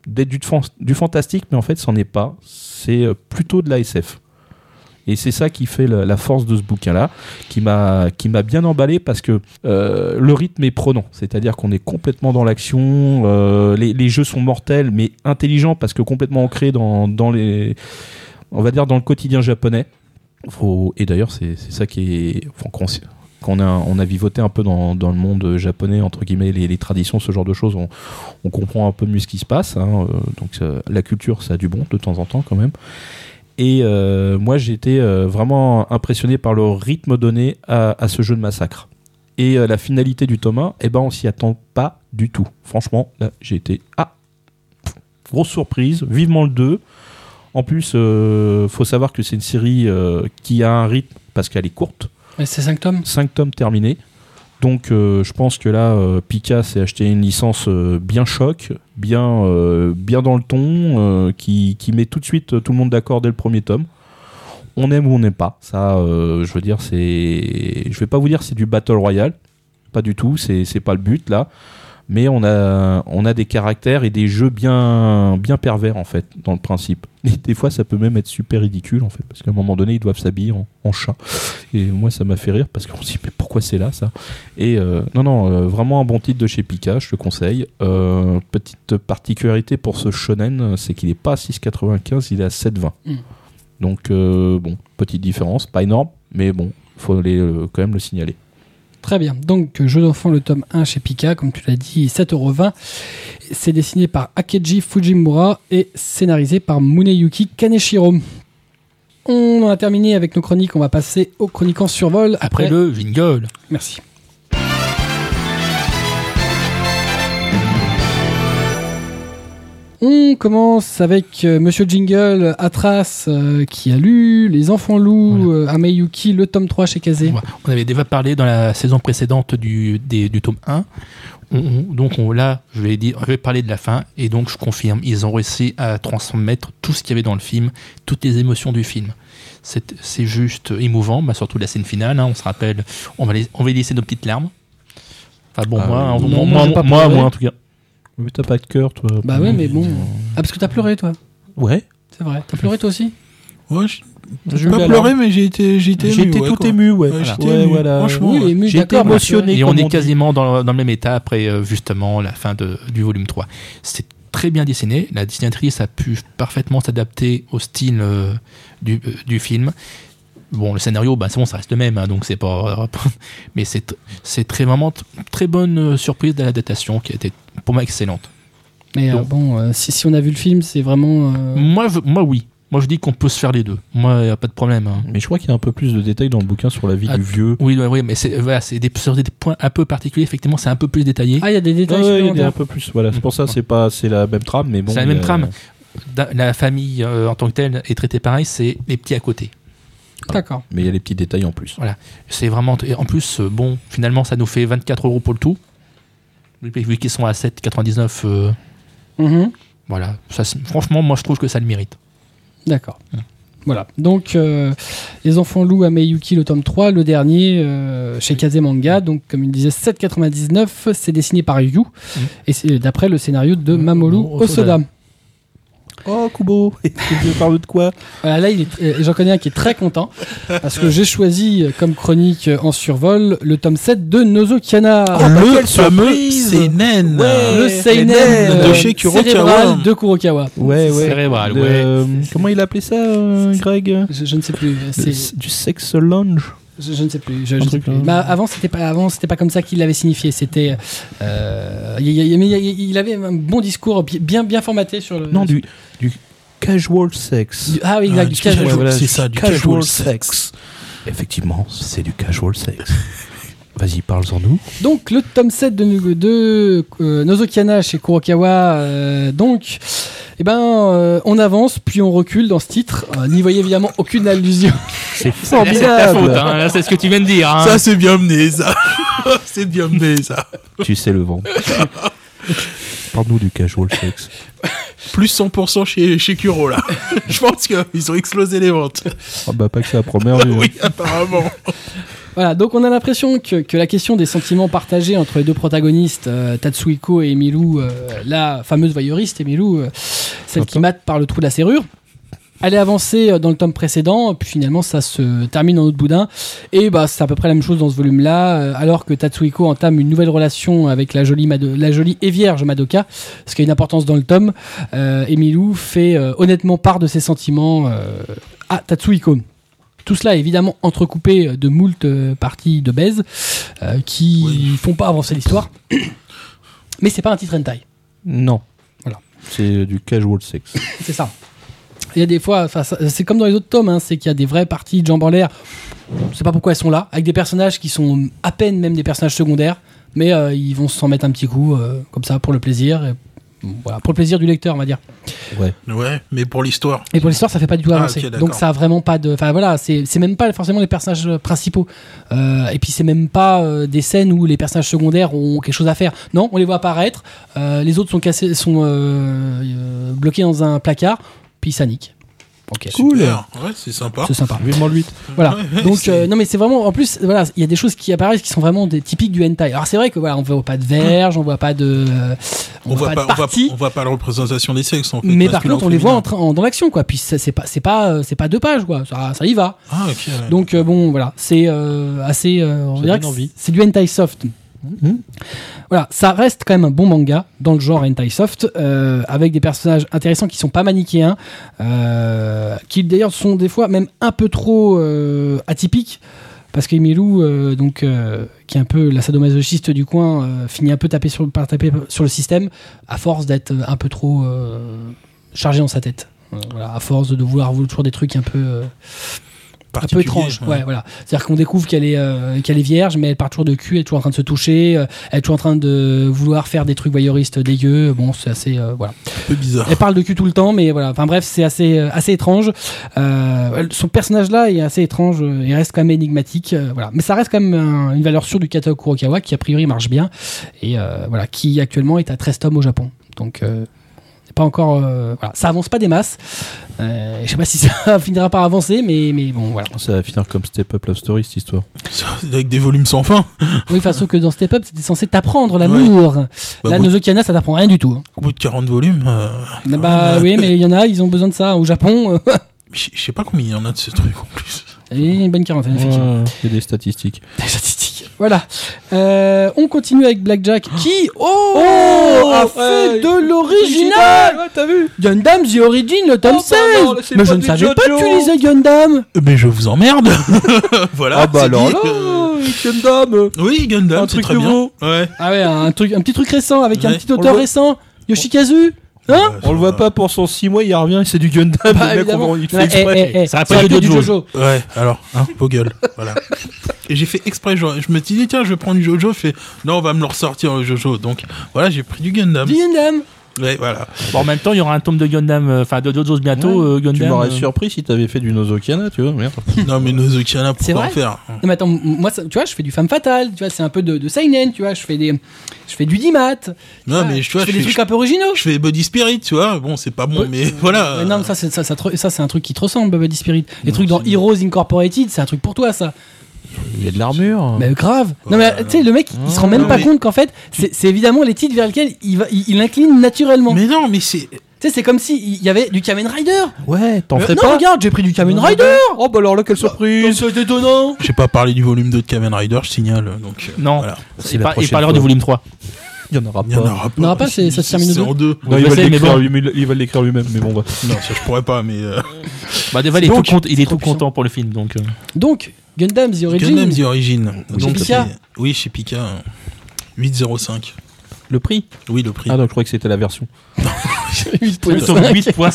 [SPEAKER 5] d'être du, fan- du fantastique, mais en fait, c'en est pas. C'est euh, plutôt de la SF. Et c'est ça qui fait la, la force de ce bouquin-là, qui m'a qui m'a bien emballé parce que euh, le rythme est prenant, c'est-à-dire qu'on est complètement dans l'action, euh, les, les jeux sont mortels mais intelligents parce que complètement ancrés dans, dans les, on va dire dans le quotidien japonais. Faut- et d'ailleurs c'est c'est ça qui est, enfin, qu'on s- qu'on a, on a vivoté un peu dans, dans le monde japonais, entre guillemets, les, les traditions, ce genre de choses, on, on comprend un peu mieux ce qui se passe. hein, euh, donc ça- la culture, ça a du bon de temps en temps quand même. Et euh, moi, j'ai été euh, vraiment impressionné par le rythme donné à, à ce jeu de massacre. Et euh, la finalité du tome 1, eh ben, on s'y attend pas du tout. Franchement, là, j'ai été. Ah Grosse surprise, vivement le 2. En plus, euh, faut savoir que c'est une série euh, qui a un rythme parce qu'elle est courte.
[SPEAKER 1] Mais c'est 5 tomes.
[SPEAKER 5] 5 tomes terminés. Donc euh, je pense que là, euh, Pika s'est acheté une licence euh, bien choc, bien, euh, bien dans le ton, euh, qui, qui met tout de suite euh, tout le monde d'accord dès le premier tome. On aime ou on n'aime pas. Ça, euh, je veux dire, c'est. Je vais pas vous dire c'est du Battle Royale. Pas du tout. C'est c'est pas le but là. Mais on a, on a des caractères et des jeux bien, bien pervers en fait, dans le principe. Et des fois, ça peut même être super ridicule en fait, parce qu'à un moment donné, ils doivent s'habiller en- en chat. Et moi, ça m'a fait rire parce qu'on se dit, mais pourquoi c'est là ça Et euh, non, non, euh, vraiment un bon titre de chez Pika, je le conseille. Euh, petite particularité pour ce shonen, euh, c'est qu'il n'est pas à 6,95, il est à 7,20.
[SPEAKER 1] Mm.
[SPEAKER 5] Donc, euh, bon, petite différence, pas énorme, mais bon, faut les, euh, quand même le signaler.
[SPEAKER 1] Très bien. Donc, euh, Jeux d'enfants, le tome 1 chez Pika, comme tu l'as dit, 7,20€. C'est dessiné par Akeji Fujimura et scénarisé par Muneyuki Kaneshiro. On en a terminé avec nos chroniques. On va passer aux chroniques en survol.
[SPEAKER 3] Après le jingle.
[SPEAKER 1] Merci. On commence avec euh, Monsieur Jingle, Atras euh, qui a lu, Les Enfants Loups, euh, Ameyuki, le tome 3 chez Kazé.
[SPEAKER 3] Voilà. On avait déjà parlé dans la saison précédente du, des- du tome 1. On- on- donc on- là, je vais, dire, je vais parler de la fin, et donc je confirme, ils ont réussi à transmettre tout ce qu'il y avait dans le film, toutes les émotions du film. C'est c'est juste émouvant, bah, surtout la scène finale, hein, on se rappelle, on va, les- on va y laisser nos petites larmes. Enfin bon,
[SPEAKER 5] Ah,
[SPEAKER 3] moi,
[SPEAKER 5] oui.
[SPEAKER 3] en-
[SPEAKER 1] Euh, Non, moi,
[SPEAKER 3] moi, moi,
[SPEAKER 1] j'ai pas
[SPEAKER 3] moi,
[SPEAKER 1] pleuré.
[SPEAKER 3] moi, en tout cas.
[SPEAKER 5] Mais t'as pas de cœur, toi.
[SPEAKER 1] Bah ouais, mais bon. Ah, parce que t'as pleuré toi.
[SPEAKER 5] Ouais.
[SPEAKER 1] C'est vrai. T'as pleuré toi aussi
[SPEAKER 2] Ouais, j'ai
[SPEAKER 5] J'ai
[SPEAKER 2] pas
[SPEAKER 5] eu la
[SPEAKER 2] pleuré,
[SPEAKER 5] larme.
[SPEAKER 2] mais j'ai été, j'ai été
[SPEAKER 5] J'étais
[SPEAKER 2] ému, ouais,
[SPEAKER 5] tout
[SPEAKER 2] quoi.
[SPEAKER 5] ému, ouais.
[SPEAKER 2] Ouais,
[SPEAKER 5] Voilà.
[SPEAKER 2] j'étais ému.
[SPEAKER 5] voilà.
[SPEAKER 2] Franchement,
[SPEAKER 1] Oui,
[SPEAKER 2] ouais.
[SPEAKER 1] ému,
[SPEAKER 5] hein. J'ai été
[SPEAKER 1] d'accord, ouais, c'est vrai.
[SPEAKER 5] émotionné.
[SPEAKER 3] Et on
[SPEAKER 5] comme
[SPEAKER 3] est
[SPEAKER 5] dit.
[SPEAKER 3] quasiment dans, dans le même état après euh, justement la fin de- du volume 3. C'est très bien dessiné. La dessinatrice a pu parfaitement s'adapter au style euh, du, euh, du film. Bon, le scénario, bah, c'est bon, ça reste le même, hein, donc c'est pas. Mais c'est tr- c'est très vraiment tr- très bonne euh, surprise de l'adaptation qui a été pour moi excellente.
[SPEAKER 1] Mais euh,
[SPEAKER 3] Non.
[SPEAKER 1] bon, euh, si, si on a vu le film, c'est vraiment. euh,
[SPEAKER 5] Mm.
[SPEAKER 3] Moi, je- moi oui. Moi, je dis qu'on peut se faire les deux. Moi, y a pas de problème. hein.
[SPEAKER 5] Mais je crois qu'il y a un peu plus de détails dans le bouquin sur la vie
[SPEAKER 3] Ah,
[SPEAKER 5] du vieux.
[SPEAKER 3] Oui, oui, oui, mais c'est voilà, c'est des, sur des points un peu particuliers. Effectivement, c'est un peu plus détaillé.
[SPEAKER 1] Ah, il y a des
[SPEAKER 5] Ouais,
[SPEAKER 1] détails
[SPEAKER 5] ouais, il y en a
[SPEAKER 1] supplémentaires.
[SPEAKER 5] un peu plus. Voilà, c'est pour ça, c'est pas, c'est la même trame, mais bon.
[SPEAKER 3] C'est la
[SPEAKER 5] il y
[SPEAKER 3] même
[SPEAKER 5] a-
[SPEAKER 3] trame. Da- la famille euh, en tant que telle est traitée pareil, c'est les petits à côté.
[SPEAKER 1] D'accord.
[SPEAKER 5] Mais il y a les petits détails en plus.
[SPEAKER 3] C'est vraiment. et en plus, euh, bon, finalement, ça nous fait 24 euros pour le tout. Vu vu qu'ils sont à 7,99, euh,
[SPEAKER 1] Mhm.
[SPEAKER 3] voilà. Ça, c'est- franchement, moi, je trouve que ça le mérite.
[SPEAKER 1] D'accord. Voilà. Donc, euh, Les Enfants Loups à Meiyuki, le tome 3, le dernier euh, chez Kaze Manga.
[SPEAKER 5] Mm.
[SPEAKER 1] Donc, comme il disait, 7,99. C'est dessiné par Yu. Et c'est euh, d'après le scénario de
[SPEAKER 5] Mm,
[SPEAKER 1] Mamoru
[SPEAKER 5] mm,
[SPEAKER 1] Osoda.
[SPEAKER 5] Osoda. Oh, Kubo, tu veux parler de quoi
[SPEAKER 1] Voilà, là, il est- euh, j'en connais un qui est très content. Parce que j'ai choisi euh, comme chronique euh, en survol le tome 7 de Nozo Kiana.
[SPEAKER 2] Le
[SPEAKER 5] Ah, bah, quelle
[SPEAKER 2] fameux
[SPEAKER 5] surprise
[SPEAKER 2] Seinen.
[SPEAKER 1] le Seinen
[SPEAKER 2] de
[SPEAKER 1] euh,
[SPEAKER 2] chez Kurokawa.
[SPEAKER 1] cérébral de Kurokawa.
[SPEAKER 5] Ouais, ouais.
[SPEAKER 3] Cérébral,
[SPEAKER 5] De-
[SPEAKER 3] ouais.
[SPEAKER 5] Comment il appelait ça, euh, Greg
[SPEAKER 1] Je, je ne sais plus. euh,
[SPEAKER 5] Le-
[SPEAKER 1] C'est-
[SPEAKER 5] Du sex lounge
[SPEAKER 1] Je, je ne sais plus. je- je
[SPEAKER 5] Un
[SPEAKER 1] sais
[SPEAKER 5] truc,
[SPEAKER 1] plus.
[SPEAKER 5] hein.
[SPEAKER 1] Bah, avant, c'était pas avant, c'était pas comme ça qu'il l'avait signifié. C'était, euh, il, il- mais il- il avait un bon discours bi- bien bien formaté sur le.
[SPEAKER 5] Non, du, du casual sex.
[SPEAKER 1] du- ah oui,
[SPEAKER 2] Ah,
[SPEAKER 1] exact,
[SPEAKER 2] du
[SPEAKER 1] du casual.
[SPEAKER 2] casual.
[SPEAKER 5] voilà,
[SPEAKER 2] c'est ça, du casual sex.
[SPEAKER 5] Effectivement, c'est du casual sex. Vas-y, parle-en nous.
[SPEAKER 1] Donc le tome 7 de, Nugo- de euh, Nozokiana chez Kurokawa. euh, donc, eh ben, euh, on avance puis on recule dans ce titre. Euh, N'y voyez évidemment aucune allusion.
[SPEAKER 5] C'est
[SPEAKER 3] Là, c'est ta faute,
[SPEAKER 5] formidable
[SPEAKER 3] hein. Là, c'est ce que tu viens de dire.
[SPEAKER 1] Ah.
[SPEAKER 3] hein.
[SPEAKER 2] Ça, c'est bien mené, ça. c'est bien mené, ça.
[SPEAKER 5] Tu sais le vent. Parle-nous du casual sex.
[SPEAKER 2] Plus 100% chez, chez Kuro, là. Je pense qu'ils ont explosé les ventes.
[SPEAKER 5] Ah bah pas que c'est la première vue.
[SPEAKER 2] Oui, apparemment.
[SPEAKER 1] Voilà, donc on a l'impression que, que la question des sentiments partagés entre les deux protagonistes, euh, Tatsuhiko et Emilou, euh, la fameuse voyeuriste Emilou, euh, celle qui mate par le trou de la serrure, elle est avancée euh, dans le tome précédent, puis finalement ça se termine en autre boudin, et bah c'est à peu près la même chose dans ce volume-là, euh, alors que Tatsuhiko entame une nouvelle relation avec la jolie, Mado- la jolie et vierge Madoka, ce qui a une importance dans le tome, euh, Emilou fait euh, honnêtement part de ses sentiments euh, à Tatsuhiko. Tout cela est évidemment entrecoupé de moult euh, parties de baise euh, qui
[SPEAKER 2] Oui.
[SPEAKER 1] font pas avancer l'histoire. Mais c'est pas un titre hentai,
[SPEAKER 5] Non.
[SPEAKER 1] Voilà.
[SPEAKER 5] C'est du casual sex.
[SPEAKER 1] c'est ça. Il y a des fois, enfin, ça- c'est comme dans les autres tomes, hein, c'est qu'il y a des vraies parties de jambes en l'air. Je sais pas pourquoi elles sont là, avec des personnages qui sont à peine même des personnages secondaires, mais euh, ils vont s'en mettre un petit coup euh, comme ça pour le plaisir, et- voilà, pour le plaisir du lecteur, on va dire.
[SPEAKER 5] Ouais.
[SPEAKER 2] Ouais, mais pour l'histoire.
[SPEAKER 1] Et pour l'histoire, ça fait pas du tout
[SPEAKER 2] Ah,
[SPEAKER 1] avancer.
[SPEAKER 2] ok, d'accord.
[SPEAKER 1] Donc ça a vraiment pas de. Enfin voilà, c'est c'est même pas forcément les personnages euh, principaux. Euh, et puis c'est même pas euh, des scènes où les personnages secondaires ont quelque chose à faire. Non, on les voit apparaître. euh, les autres sont cassés, sont euh, euh, bloqués dans un placard. Puis ça nique. Ok.
[SPEAKER 5] Cool.
[SPEAKER 2] Super. Ouais, c'est sympa.
[SPEAKER 1] C'est sympa.
[SPEAKER 5] Vivement le 8.
[SPEAKER 1] Voilà.
[SPEAKER 2] Ouais, ouais,
[SPEAKER 1] Donc
[SPEAKER 2] c'est-
[SPEAKER 1] euh, non mais c'est vraiment en plus voilà il y a des choses qui apparaissent qui sont vraiment des typiques du hentai. Alors c'est vrai que voilà on voit pas de verge, on voit pas de euh, on, voit pas, de
[SPEAKER 2] on, voit,
[SPEAKER 1] partie.
[SPEAKER 2] on voit pas la représentation des sexes en fait.
[SPEAKER 1] Mais par
[SPEAKER 2] masculin
[SPEAKER 1] contre on
[SPEAKER 2] ou
[SPEAKER 1] les voit
[SPEAKER 2] féminin.
[SPEAKER 1] en train- en- dans l'action quoi. Puis ça, c'est pas c'est pas euh, c'est pas deux pages quoi. Ça, ça y va.
[SPEAKER 2] Ah, ok. ouais.
[SPEAKER 1] Donc euh, bon, voilà, c'est euh, assez. euh, on
[SPEAKER 5] Ça
[SPEAKER 1] dirait
[SPEAKER 5] donne
[SPEAKER 1] que
[SPEAKER 5] envie. Mmh.
[SPEAKER 1] c'est du hentai soft. Voilà, ça reste quand même un bon manga dans le genre hentai soft, euh, avec des personnages intéressants qui sont pas manichéens, euh, qui d'ailleurs sont des fois même un peu trop euh, atypiques. Parce qu'Emilou, euh, donc, euh, qui est un peu la sadomasochiste du coin, euh, finit un peu taper sur, par taper sur le système à force d'être un peu trop euh, chargé dans sa tête. Euh, Voilà, à force de vouloir vouloir toujours des trucs un peu euh, un peu étrange. Ouais, voilà. C'est-à-dire qu'on découvre qu'elle est, euh, qu'elle est vierge, mais elle part toujours de cul, elle est toujours en train de se toucher, euh, elle est toujours en train de vouloir faire des trucs voyeuristes dégueux. Bon, c'est assez. euh, voilà.
[SPEAKER 2] Un peu bizarre.
[SPEAKER 1] Elle parle de cul tout le temps, mais voilà. Enfin bref, c'est assez, euh, assez étrange. Euh, elle- son personnage-là est assez étrange. euh, Il reste quand même énigmatique. euh, voilà. Mais ça reste quand même un- une valeur sûre du catalogue Kurokawa qui, a priori, marche bien. Et euh, voilà, qui actuellement est à 13 tomes au Japon. Donc. euh, c'est pas encore euh, voilà ça avance pas des masses Euh, je sais pas si ça finira par avancer mais mais bon voilà
[SPEAKER 5] Ça va finir comme Step Up Love Story cette histoire.
[SPEAKER 2] Avec des volumes sans fin.
[SPEAKER 1] Oui, enfin, sauf que dans Step Up, c'était censé t'apprendre l'amour.
[SPEAKER 2] Bah,
[SPEAKER 1] Là,
[SPEAKER 2] au bout-
[SPEAKER 1] Nozokiana, ça t'apprend rien du tout. hein.
[SPEAKER 2] Au bout de 40 volumes, euh,
[SPEAKER 1] Bah, oui, mais il y en a, ils ont besoin de ça. Au Japon, euh,
[SPEAKER 2] je je sais pas combien il y en a de ce truc en plus.
[SPEAKER 1] il y a une bonne quarantaine, effectivement.
[SPEAKER 5] Ouais, Il y a des statistiques.
[SPEAKER 1] Des statistiques. Voilà. Euh, on continue avec Blackjack qui, oh, a fait de l'original
[SPEAKER 4] t'as vu
[SPEAKER 1] Gundam The Origin, le tome
[SPEAKER 4] Oh,
[SPEAKER 1] 16
[SPEAKER 4] bah non, c'est
[SPEAKER 1] Mais
[SPEAKER 4] pas
[SPEAKER 1] je ne
[SPEAKER 4] du
[SPEAKER 1] savais
[SPEAKER 4] Jojo.
[SPEAKER 1] pas que tu lisais Gundam
[SPEAKER 2] Mais je vous emmerde Voilà.
[SPEAKER 4] Ah bah
[SPEAKER 2] c'est
[SPEAKER 4] alors
[SPEAKER 2] dit.
[SPEAKER 4] là,
[SPEAKER 2] Euh,
[SPEAKER 4] Gundam euh,
[SPEAKER 2] Oui, Gundam,
[SPEAKER 4] Un
[SPEAKER 2] c'est
[SPEAKER 4] truc
[SPEAKER 2] très
[SPEAKER 4] nouveau.
[SPEAKER 2] bien. Ouais.
[SPEAKER 1] Ah ouais, un, truc, un petit truc récent avec un
[SPEAKER 2] Ouais.
[SPEAKER 1] petit
[SPEAKER 4] On
[SPEAKER 1] auteur
[SPEAKER 4] le-
[SPEAKER 1] récent, Yoshikazu Hein
[SPEAKER 2] Ouais,
[SPEAKER 5] On le voit pas pour son 6 mois, il revient et c'est du Gundam.
[SPEAKER 1] Bah,
[SPEAKER 5] le mec,
[SPEAKER 1] évidemment.
[SPEAKER 5] on va- il fait
[SPEAKER 1] Ouais,
[SPEAKER 5] exprès.
[SPEAKER 1] eh, eh, eh,
[SPEAKER 3] Ça
[SPEAKER 1] ça
[SPEAKER 3] rappelle
[SPEAKER 1] rappelle
[SPEAKER 3] du
[SPEAKER 1] du
[SPEAKER 3] Jojo.
[SPEAKER 1] Jojo.
[SPEAKER 2] Ouais, alors, hein, vos gueules. voilà. Et j'ai fait exprès, genre, je me suis dit, tiens, je vais prendre du Jojo. Je fais, non, on va me le ressortir, le Jojo. Donc, voilà, j'ai pris du
[SPEAKER 3] Ah,
[SPEAKER 2] Gundam.
[SPEAKER 1] Gundam
[SPEAKER 2] Ouais, voilà.
[SPEAKER 3] Bon, en même temps, il y aura un tome de Gundam, euh, enfin de Jojo's bientôt, euh, Gundam.
[SPEAKER 5] Tu m'aurais
[SPEAKER 3] euh,
[SPEAKER 5] surpris si t'avais fait du Nozokiana, tu vois, merde.
[SPEAKER 2] Non, mais Nozokiana,
[SPEAKER 1] C'est
[SPEAKER 2] pourquoi en
[SPEAKER 1] vrai
[SPEAKER 2] faire
[SPEAKER 1] Non, mais attends, m- moi, ça- tu vois, je fais du femme fatale, tu vois, c'est un peu de, de seinen, tu vois, je fais des, je fais du dimat. tu
[SPEAKER 2] Non,
[SPEAKER 1] vois,
[SPEAKER 2] mais je, tu vois,
[SPEAKER 1] fais
[SPEAKER 2] je,
[SPEAKER 1] des
[SPEAKER 2] fais,
[SPEAKER 1] trucs
[SPEAKER 2] je,
[SPEAKER 1] un peu originaux.
[SPEAKER 2] fais Body Spirit, tu vois. Bon, c'est pas bon,
[SPEAKER 1] Ouais.
[SPEAKER 2] mais voilà.
[SPEAKER 1] Mais non, mais ça, c'est ça, ça, te re- ça, c'est un truc qui te ressemble, Body Spirit. Les trucs dans Heroes Incorporated, c'est un truc pour toi, ça.
[SPEAKER 5] Il y a de l'armure.
[SPEAKER 1] Mais grave.
[SPEAKER 2] Ouais,
[SPEAKER 1] Non, mais
[SPEAKER 2] ouais,
[SPEAKER 1] tu sais, le mec, il se rend même
[SPEAKER 2] Non,
[SPEAKER 1] pas
[SPEAKER 2] mais-
[SPEAKER 1] compte qu'en fait, c'est c'est évidemment les titres vers lesquels il, va, il, il incline naturellement.
[SPEAKER 2] Mais non, mais c'est.
[SPEAKER 1] Tu sais, c'est comme si il y avait du Kamen Rider.
[SPEAKER 5] Ouais, t'en
[SPEAKER 1] Euh,
[SPEAKER 5] fais
[SPEAKER 1] non,
[SPEAKER 5] pas.
[SPEAKER 1] regarde, j'ai pris du Kamen Rider.
[SPEAKER 4] Oh bah alors là, quelle surprise
[SPEAKER 1] C'est étonnant.
[SPEAKER 2] J'ai pas parlé du volume 2 de Kamen Rider, je signale. Donc, euh,
[SPEAKER 3] Non.
[SPEAKER 2] voilà.
[SPEAKER 5] C'est
[SPEAKER 3] Il,
[SPEAKER 5] la
[SPEAKER 3] par- il
[SPEAKER 5] prochaine
[SPEAKER 3] parlera
[SPEAKER 5] fois.
[SPEAKER 3] du volume 3.
[SPEAKER 5] Il y en aura
[SPEAKER 2] Il y en
[SPEAKER 5] pas.
[SPEAKER 2] aura pas.
[SPEAKER 1] aura pas, c'est- ça se termine
[SPEAKER 2] C'est
[SPEAKER 1] au deux.
[SPEAKER 2] en deux.
[SPEAKER 5] Non, il
[SPEAKER 3] Je
[SPEAKER 5] va
[SPEAKER 3] sais, mais
[SPEAKER 5] l'écrire
[SPEAKER 3] bon.
[SPEAKER 5] lui- il va l'écrire lui-même, mais bon, bah.
[SPEAKER 2] Non, ça, je pourrais pas, mais. euh,
[SPEAKER 3] Bah, déjà, il est,
[SPEAKER 1] Donc,
[SPEAKER 3] tout, cont- il est
[SPEAKER 1] trop
[SPEAKER 3] tout
[SPEAKER 1] puissant.
[SPEAKER 3] content pour le film, donc. euh.
[SPEAKER 1] Donc, Gundam The Origin.
[SPEAKER 2] Gundam The Origin.
[SPEAKER 5] Oui,
[SPEAKER 2] Donc,
[SPEAKER 1] chez Pika.
[SPEAKER 2] c'est- Oui, chez Pika. euh, 8,05.
[SPEAKER 5] Le prix
[SPEAKER 2] Oui, le prix.
[SPEAKER 1] bah,
[SPEAKER 5] Ah non, je croyais que c'était la version.
[SPEAKER 1] 8.5.
[SPEAKER 3] 8 points.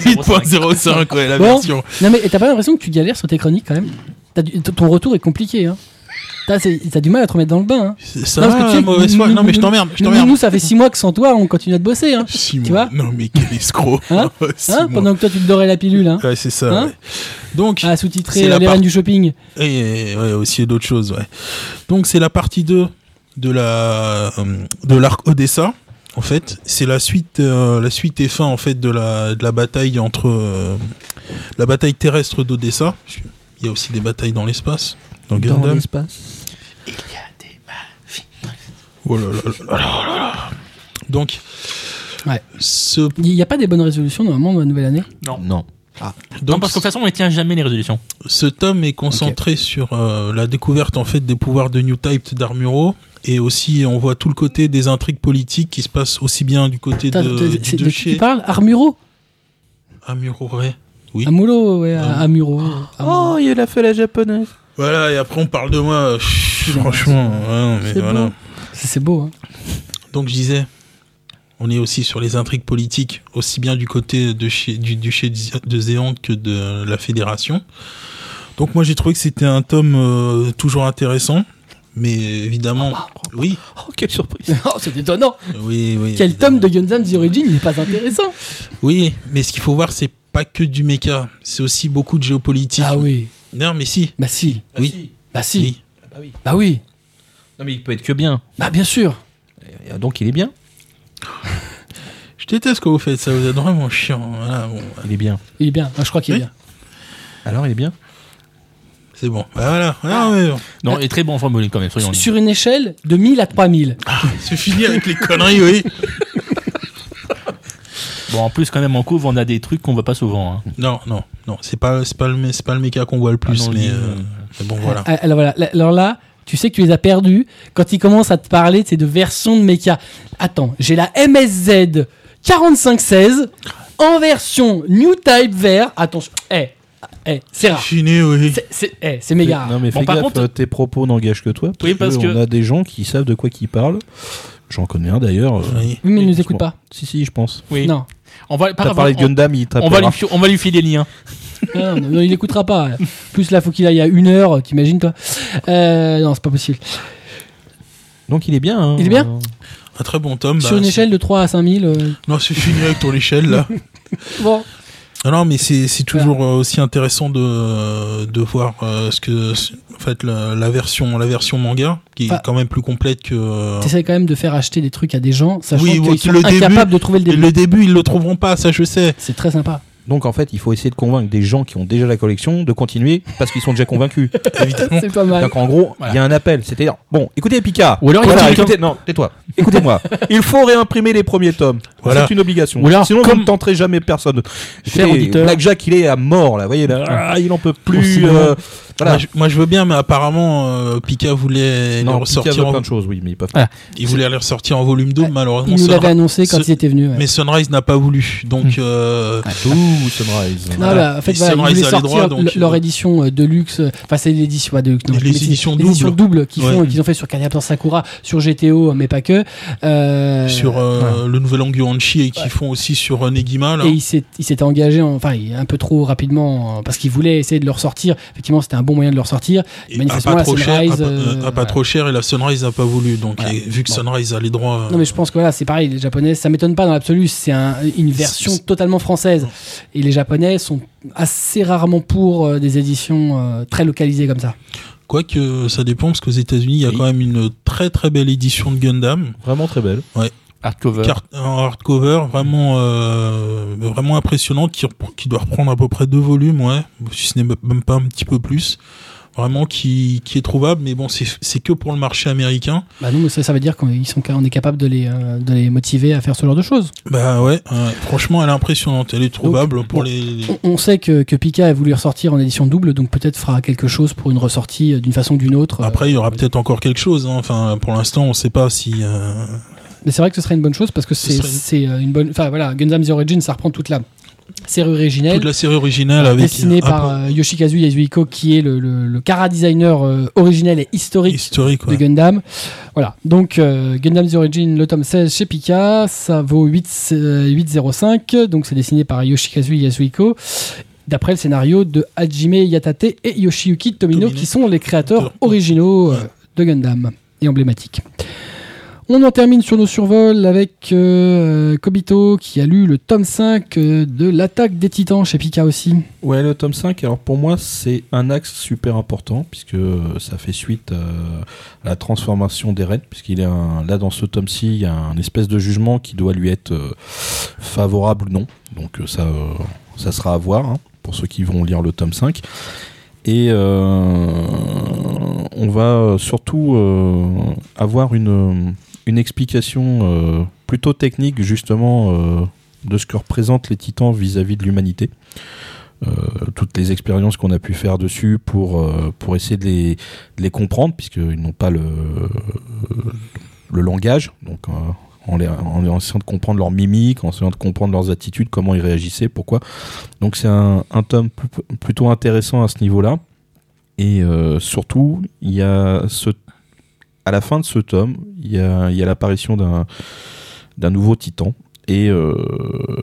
[SPEAKER 2] 8.05, ouais, la
[SPEAKER 1] Bon.
[SPEAKER 2] version.
[SPEAKER 1] Non mais t'as pas l'impression que tu galères sur tes chroniques quand même T'as du- t- Ton retour est compliqué. Hein. T'as c'est- t'as du mal à te remettre dans le bain. Hein.
[SPEAKER 2] Ça
[SPEAKER 1] Non, parce que tu
[SPEAKER 2] va,
[SPEAKER 1] sais,
[SPEAKER 2] mauvaise
[SPEAKER 1] nous-
[SPEAKER 2] foi.
[SPEAKER 1] nous-
[SPEAKER 2] Non, mais je
[SPEAKER 1] nous-
[SPEAKER 2] t'emmerde, je
[SPEAKER 1] Nous, nous,
[SPEAKER 2] t'emmerde.
[SPEAKER 1] ça fait 6 mois que sans toi, on continue à te bosser. Hein.
[SPEAKER 2] Six
[SPEAKER 1] tu
[SPEAKER 2] mois.
[SPEAKER 1] vois
[SPEAKER 2] Non, mais quel escroc.
[SPEAKER 1] Hein
[SPEAKER 2] Six
[SPEAKER 1] Hein
[SPEAKER 2] mois.
[SPEAKER 1] Pendant que toi, tu te dorais la pilule. Hein.
[SPEAKER 2] Ouais, c'est ça.
[SPEAKER 1] Hein
[SPEAKER 2] ouais. Donc,
[SPEAKER 1] À
[SPEAKER 2] C'est
[SPEAKER 1] sous-titrer
[SPEAKER 2] la
[SPEAKER 1] euh, les
[SPEAKER 2] part-
[SPEAKER 1] reines du shopping.
[SPEAKER 2] et ouais, aussi d'autres choses, ouais. Donc, c'est la partie 2 de la euh, de l'arc Odessa. En fait, c'est la suite, euh, la suite et fin en fait de la de la bataille entre euh, la bataille terrestre d'Odessa. Il y a aussi des batailles dans l'espace. Dans Gundam.
[SPEAKER 5] l'espace.
[SPEAKER 2] Oh là là là là là là. Donc,
[SPEAKER 1] Ouais.
[SPEAKER 2] ce
[SPEAKER 1] Il n'y a pas des bonnes résolutions normalement dans la nouvelle année.
[SPEAKER 5] Non.
[SPEAKER 3] Non,
[SPEAKER 2] donc
[SPEAKER 3] parce qu'en toute façon, on ne tient jamais les résolutions.
[SPEAKER 2] ce tome est concentré sur euh, la découverte en fait des pouvoirs de New Type d'Armuro et aussi on voit tout le côté des intrigues politiques qui se passent aussi bien du côté
[SPEAKER 1] Putain,
[SPEAKER 2] de,
[SPEAKER 1] t'es-
[SPEAKER 2] du
[SPEAKER 1] c'est- de qui tu
[SPEAKER 2] duché
[SPEAKER 1] parles Armuro
[SPEAKER 2] Armuro ouais. Oui.
[SPEAKER 1] Amulo, ouais, à-
[SPEAKER 2] Ah.
[SPEAKER 1] Amuro. Amuro.
[SPEAKER 4] Oh, il y a la feu la japonaise
[SPEAKER 2] Voilà et après on parle de moi euh, pff, franchement ouais, non, mais
[SPEAKER 1] C'est
[SPEAKER 2] voilà.
[SPEAKER 1] beau. C'est c'est beau. Hein.
[SPEAKER 2] Donc je disais on est aussi sur les intrigues politiques aussi bien du côté de chez, du duché de Zé- de Zéan que de la fédération. Donc moi j'ai trouvé que c'était un tome euh, toujours intéressant mais évidemment oui euh,
[SPEAKER 4] Oh, quelle surprise
[SPEAKER 1] oh, c'est étonnant.
[SPEAKER 2] oui oui.
[SPEAKER 1] Quel tome
[SPEAKER 2] évidemment.
[SPEAKER 1] de Gundam The Origin n'est pas intéressant
[SPEAKER 2] Oui, mais ce qu'il faut voir, c'est pas que du méca, c'est aussi beaucoup de géopolitique.
[SPEAKER 1] Ah oui.
[SPEAKER 2] Non, mais si.
[SPEAKER 1] Bah si.
[SPEAKER 2] oui.
[SPEAKER 1] Bah si.
[SPEAKER 2] oui.
[SPEAKER 1] Bah oui.
[SPEAKER 5] Non, mais il peut être que bien.
[SPEAKER 1] Bah bien sûr.
[SPEAKER 5] Et Euh, Donc il est bien.
[SPEAKER 2] Je déteste que vous faites ça, vous êtes vraiment chiant. Voilà, bon,
[SPEAKER 5] Il est bien.
[SPEAKER 1] Il est bien. Ah, je crois qu'il est
[SPEAKER 2] Oui.
[SPEAKER 1] bien.
[SPEAKER 5] Alors il est bien.
[SPEAKER 2] c'est bon. Bah, voilà.
[SPEAKER 1] Ah.
[SPEAKER 2] Non, mais bon.
[SPEAKER 3] Non, il est très bon en formule quand même, soyons honnêtes.
[SPEAKER 1] sur une échelle de 1000 à 3000.
[SPEAKER 2] C'est fini avec les conneries, oui.
[SPEAKER 3] Bon, en plus, quand même, en couvre, on a des trucs qu'on voit pas souvent. hein.
[SPEAKER 2] Non, non, non. C'est pas, c'est pas le, mé- c'est pas le méca qu'on voit le plus,
[SPEAKER 3] Ah non,
[SPEAKER 2] mais,
[SPEAKER 3] lui,
[SPEAKER 2] euh,
[SPEAKER 3] euh,
[SPEAKER 2] mais bon, voilà.
[SPEAKER 1] Ah, Alors voilà, Là- alors là, tu sais que tu les as perdus quand ils commencent à te parler c'est de versions de méca. Attends, j'ai la MSZ 4516 en version New Type vert. Attends, je- eh, eh, c'est rare.
[SPEAKER 2] Fini, oui.
[SPEAKER 1] C'est- C'est eh, c'est méga. rare.
[SPEAKER 5] Non mais
[SPEAKER 3] Bon,
[SPEAKER 5] fais
[SPEAKER 3] par
[SPEAKER 5] gaffe,
[SPEAKER 3] contre-
[SPEAKER 5] euh, tes propos n'engagent que toi.
[SPEAKER 3] Oui, parce que-
[SPEAKER 5] on a des gens qui savent de quoi qu'ils parlent. J'en connais un d'ailleurs. euh,
[SPEAKER 2] Oui.
[SPEAKER 1] Oui, mais ils nous
[SPEAKER 5] je
[SPEAKER 1] écoutent
[SPEAKER 5] pense-
[SPEAKER 1] pas.
[SPEAKER 5] Si si, je pense.
[SPEAKER 3] Oui.
[SPEAKER 1] Non.
[SPEAKER 3] On va, par
[SPEAKER 5] T'as
[SPEAKER 3] contre,
[SPEAKER 5] parlé de
[SPEAKER 3] on-
[SPEAKER 5] Gundam,
[SPEAKER 3] on,
[SPEAKER 5] il
[SPEAKER 3] va
[SPEAKER 5] t'appellera.
[SPEAKER 3] lui, fi- on va lui filer les liens.
[SPEAKER 1] Ah, non, non, il n'écoutera pas. Plus là, faut qu'il aille à une heure, t'imagines toi Euh, Non, c'est pas possible.
[SPEAKER 5] Donc il est bien. hein.
[SPEAKER 1] Il est bien
[SPEAKER 2] Un très bon tome.
[SPEAKER 1] Sur
[SPEAKER 2] bah,
[SPEAKER 1] une
[SPEAKER 2] c'est-
[SPEAKER 1] échelle de 3 à euh, 5000.
[SPEAKER 2] Non, c'est fini avec ton échelle, là.
[SPEAKER 1] Bon,
[SPEAKER 2] Non, non, mais c'est c'est toujours euh, aussi intéressant de, de voir euh, ce que en fait la, la version la version manga qui est
[SPEAKER 1] Enfin,
[SPEAKER 2] quand même plus complète que euh,
[SPEAKER 1] t'essaies quand même de faire acheter des trucs à des gens, sachant
[SPEAKER 2] Oui,
[SPEAKER 1] qu'ils
[SPEAKER 2] ouais,
[SPEAKER 1] sont
[SPEAKER 2] le début-
[SPEAKER 1] incapables de trouver le début.
[SPEAKER 2] le début ils le trouveront pas ça je sais
[SPEAKER 1] C'est très sympa.
[SPEAKER 5] Donc en fait, il faut essayer de convaincre des gens qui ont déjà la collection de continuer parce qu'ils sont déjà convaincus.
[SPEAKER 2] évidemment
[SPEAKER 1] C'est pas mal.
[SPEAKER 5] Donc en gros, il y a un appel. C'est-à-dire, bon, écoutez Pika.
[SPEAKER 3] Ou alors, il
[SPEAKER 5] Voilà,
[SPEAKER 3] faut-
[SPEAKER 5] écoutez, non, tais-toi. Écoutez-moi. il faut réimprimer les premiers tomes.
[SPEAKER 2] Voilà.
[SPEAKER 5] C'est une obligation.
[SPEAKER 3] Ou alors,
[SPEAKER 5] Sinon, vous
[SPEAKER 3] comme-
[SPEAKER 5] ne tenterez jamais personne.
[SPEAKER 3] Cher
[SPEAKER 5] Écoutez,
[SPEAKER 3] auditeur.
[SPEAKER 5] Blackjack, il est à mort là. Vous voyez, là, ah, il en peut plus.
[SPEAKER 3] Aussi
[SPEAKER 5] euh,
[SPEAKER 2] moi,
[SPEAKER 5] voilà.
[SPEAKER 2] je, moi, je veux bien mais apparemment euh, Pika voulait les
[SPEAKER 5] Non, Pika
[SPEAKER 2] ressortir
[SPEAKER 5] veut
[SPEAKER 2] en,
[SPEAKER 5] plein de choses, oui, mais ils peuvent.
[SPEAKER 2] il voulait les ressortir en volume 2
[SPEAKER 1] Ils
[SPEAKER 2] malheureusement
[SPEAKER 1] nous
[SPEAKER 2] Sunri-
[SPEAKER 1] l'avaient annoncé quand
[SPEAKER 2] ce-
[SPEAKER 1] ils étaient venus. ouais.
[SPEAKER 2] mais Sunrise n'a pas voulu donc euh,
[SPEAKER 5] Ah, tout Sunrise.
[SPEAKER 1] Non,
[SPEAKER 2] Voilà.
[SPEAKER 1] bah, en fait,
[SPEAKER 2] Et
[SPEAKER 1] voilà,
[SPEAKER 2] Sunrise
[SPEAKER 1] ils voulaient
[SPEAKER 2] a les
[SPEAKER 1] sortir
[SPEAKER 2] droits, donc,
[SPEAKER 1] le- leur
[SPEAKER 2] euh,
[SPEAKER 1] édition euh, de luxe. Enfin, c'est l'édition pas de luxe. non,
[SPEAKER 2] Les
[SPEAKER 1] mais c'est-
[SPEAKER 2] éditions
[SPEAKER 1] l'édition
[SPEAKER 2] doubles.
[SPEAKER 1] double qu'ils font,
[SPEAKER 2] Ouais.
[SPEAKER 1] qu'ils ont fait sur Captain Sakura, sur GTO, mais pas que. Euh,
[SPEAKER 2] sur euh, le nouvel Angyo Hanshi et qui font aussi sur euh, Negima là.
[SPEAKER 1] Et il s'est- il s'était engagé, en- enfin, il- un peu trop rapidement, en- parce qu'il voulait essayer de le ressortir. Effectivement, c'était un bon moyen de le ressortir.
[SPEAKER 2] Et
[SPEAKER 1] manifestement,
[SPEAKER 2] à pas
[SPEAKER 1] la
[SPEAKER 2] trop cher,
[SPEAKER 1] Sunrise,
[SPEAKER 2] à pas,
[SPEAKER 1] euh,
[SPEAKER 2] à pas
[SPEAKER 1] voilà.
[SPEAKER 2] trop cher et la Sunrise n'a pas voulu donc
[SPEAKER 1] Voilà.
[SPEAKER 2] et vu que
[SPEAKER 1] Bon.
[SPEAKER 2] Sunrise a les droits euh,
[SPEAKER 1] Non, mais je pense que voilà, c'est pareil, les Japonais, ça m'étonne pas dans l'absolu, c'est un- une version
[SPEAKER 2] C'est-
[SPEAKER 1] totalement française. Et les Japonais sont assez rarement pour euh, des éditions euh, très localisées comme ça.
[SPEAKER 2] Quoique ça dépend, parce qu'aux États-Unis, il y a
[SPEAKER 5] Oui.
[SPEAKER 2] quand même une très très belle édition de Gundam,
[SPEAKER 5] Vraiment très belle.
[SPEAKER 3] Hardcover.
[SPEAKER 2] carte- en hardcover, vraiment, euh, vraiment impressionnante, qui, repr- qui doit reprendre à peu près deux volumes, ouais, si ce n'est m- même pas un petit peu plus. Vraiment qui, qui est trouvable, mais bon, c'est c'est que pour le marché américain.
[SPEAKER 1] Bah non, mais ça, ça veut dire qu'on ils sont, on est capable de les, euh, de les motiver à faire ce genre de choses.
[SPEAKER 2] Bah ouais, ouais, franchement, elle est impressionnante, elle est trouvable
[SPEAKER 1] bon.
[SPEAKER 2] pour les.
[SPEAKER 1] On, on sait que, que Pika a voulu ressortir en édition double, donc peut-être fera quelque chose pour une ressortie euh, d'une façon ou d'une autre. euh,
[SPEAKER 2] Après, il y aura peut-être encore quelque chose. hein. Enfin, pour l'instant, on ne sait pas si. euh,
[SPEAKER 1] Mais c'est vrai que ce serait une bonne chose parce que
[SPEAKER 2] Ce
[SPEAKER 1] c'est
[SPEAKER 2] serait une-
[SPEAKER 1] c'est, euh, une bonne. Enfin voilà, Gundam The Origin, ça reprend toute la série
[SPEAKER 2] toute
[SPEAKER 1] originelle.
[SPEAKER 2] la hein. série originale avec.
[SPEAKER 1] dessinée
[SPEAKER 2] un
[SPEAKER 1] par
[SPEAKER 2] peu
[SPEAKER 1] euh, Yoshikazu Yasuhiko, qui est le, le, le chara-designer euh, originel et historique
[SPEAKER 2] historique.
[SPEAKER 1] de
[SPEAKER 2] ouais.
[SPEAKER 1] Gundam. Voilà, donc euh, Gundam The Origin, le tome 16 chez Pika, ça vaut 8, euh, 8,05, donc c'est dessiné par Yoshikazu Yasuhiko, d'après le scénario de Hajime Yatate et Yoshiyuki Tomino,
[SPEAKER 2] Tomino.
[SPEAKER 1] qui sont les créateurs originaux euh,
[SPEAKER 2] Ouais.
[SPEAKER 1] de Gundam et emblématiques. On en termine sur nos survols avec euh, Kobito qui a lu le tome 5 euh, de l'attaque des titans chez Pika aussi.
[SPEAKER 5] Ouais, le tome 5, alors pour moi, c'est un axe super important, puisque euh, ça fait suite euh, à la transformation d'Eren, puisqu'il est un, là, dans ce tome-ci, il y a un espèce de jugement qui doit lui être euh, favorable ou non. Donc euh, ça, euh, ça sera à voir, hein, pour ceux qui vont lire le tome 5. Et euh, on va surtout euh, avoir une, une explication euh, plutôt technique, justement, euh, de ce que représentent les titans vis-à-vis de l'humanité euh, toutes les expériences qu'on a pu faire dessus pour, euh, pour essayer de les, de les comprendre, puisqu'ils n'ont pas le, le langage. Donc, euh, en, les- en- en essayant de comprendre leurs mimiques, en essayant de comprendre leurs attitudes, comment ils réagissaient, pourquoi. Donc, c'est un, un tome pl- plutôt intéressant à ce niveau-là. Et euh, surtout, il y a ce, à la fin de ce tome, il y a, il y a l'apparition d'un d'un nouveau titan. Et euh,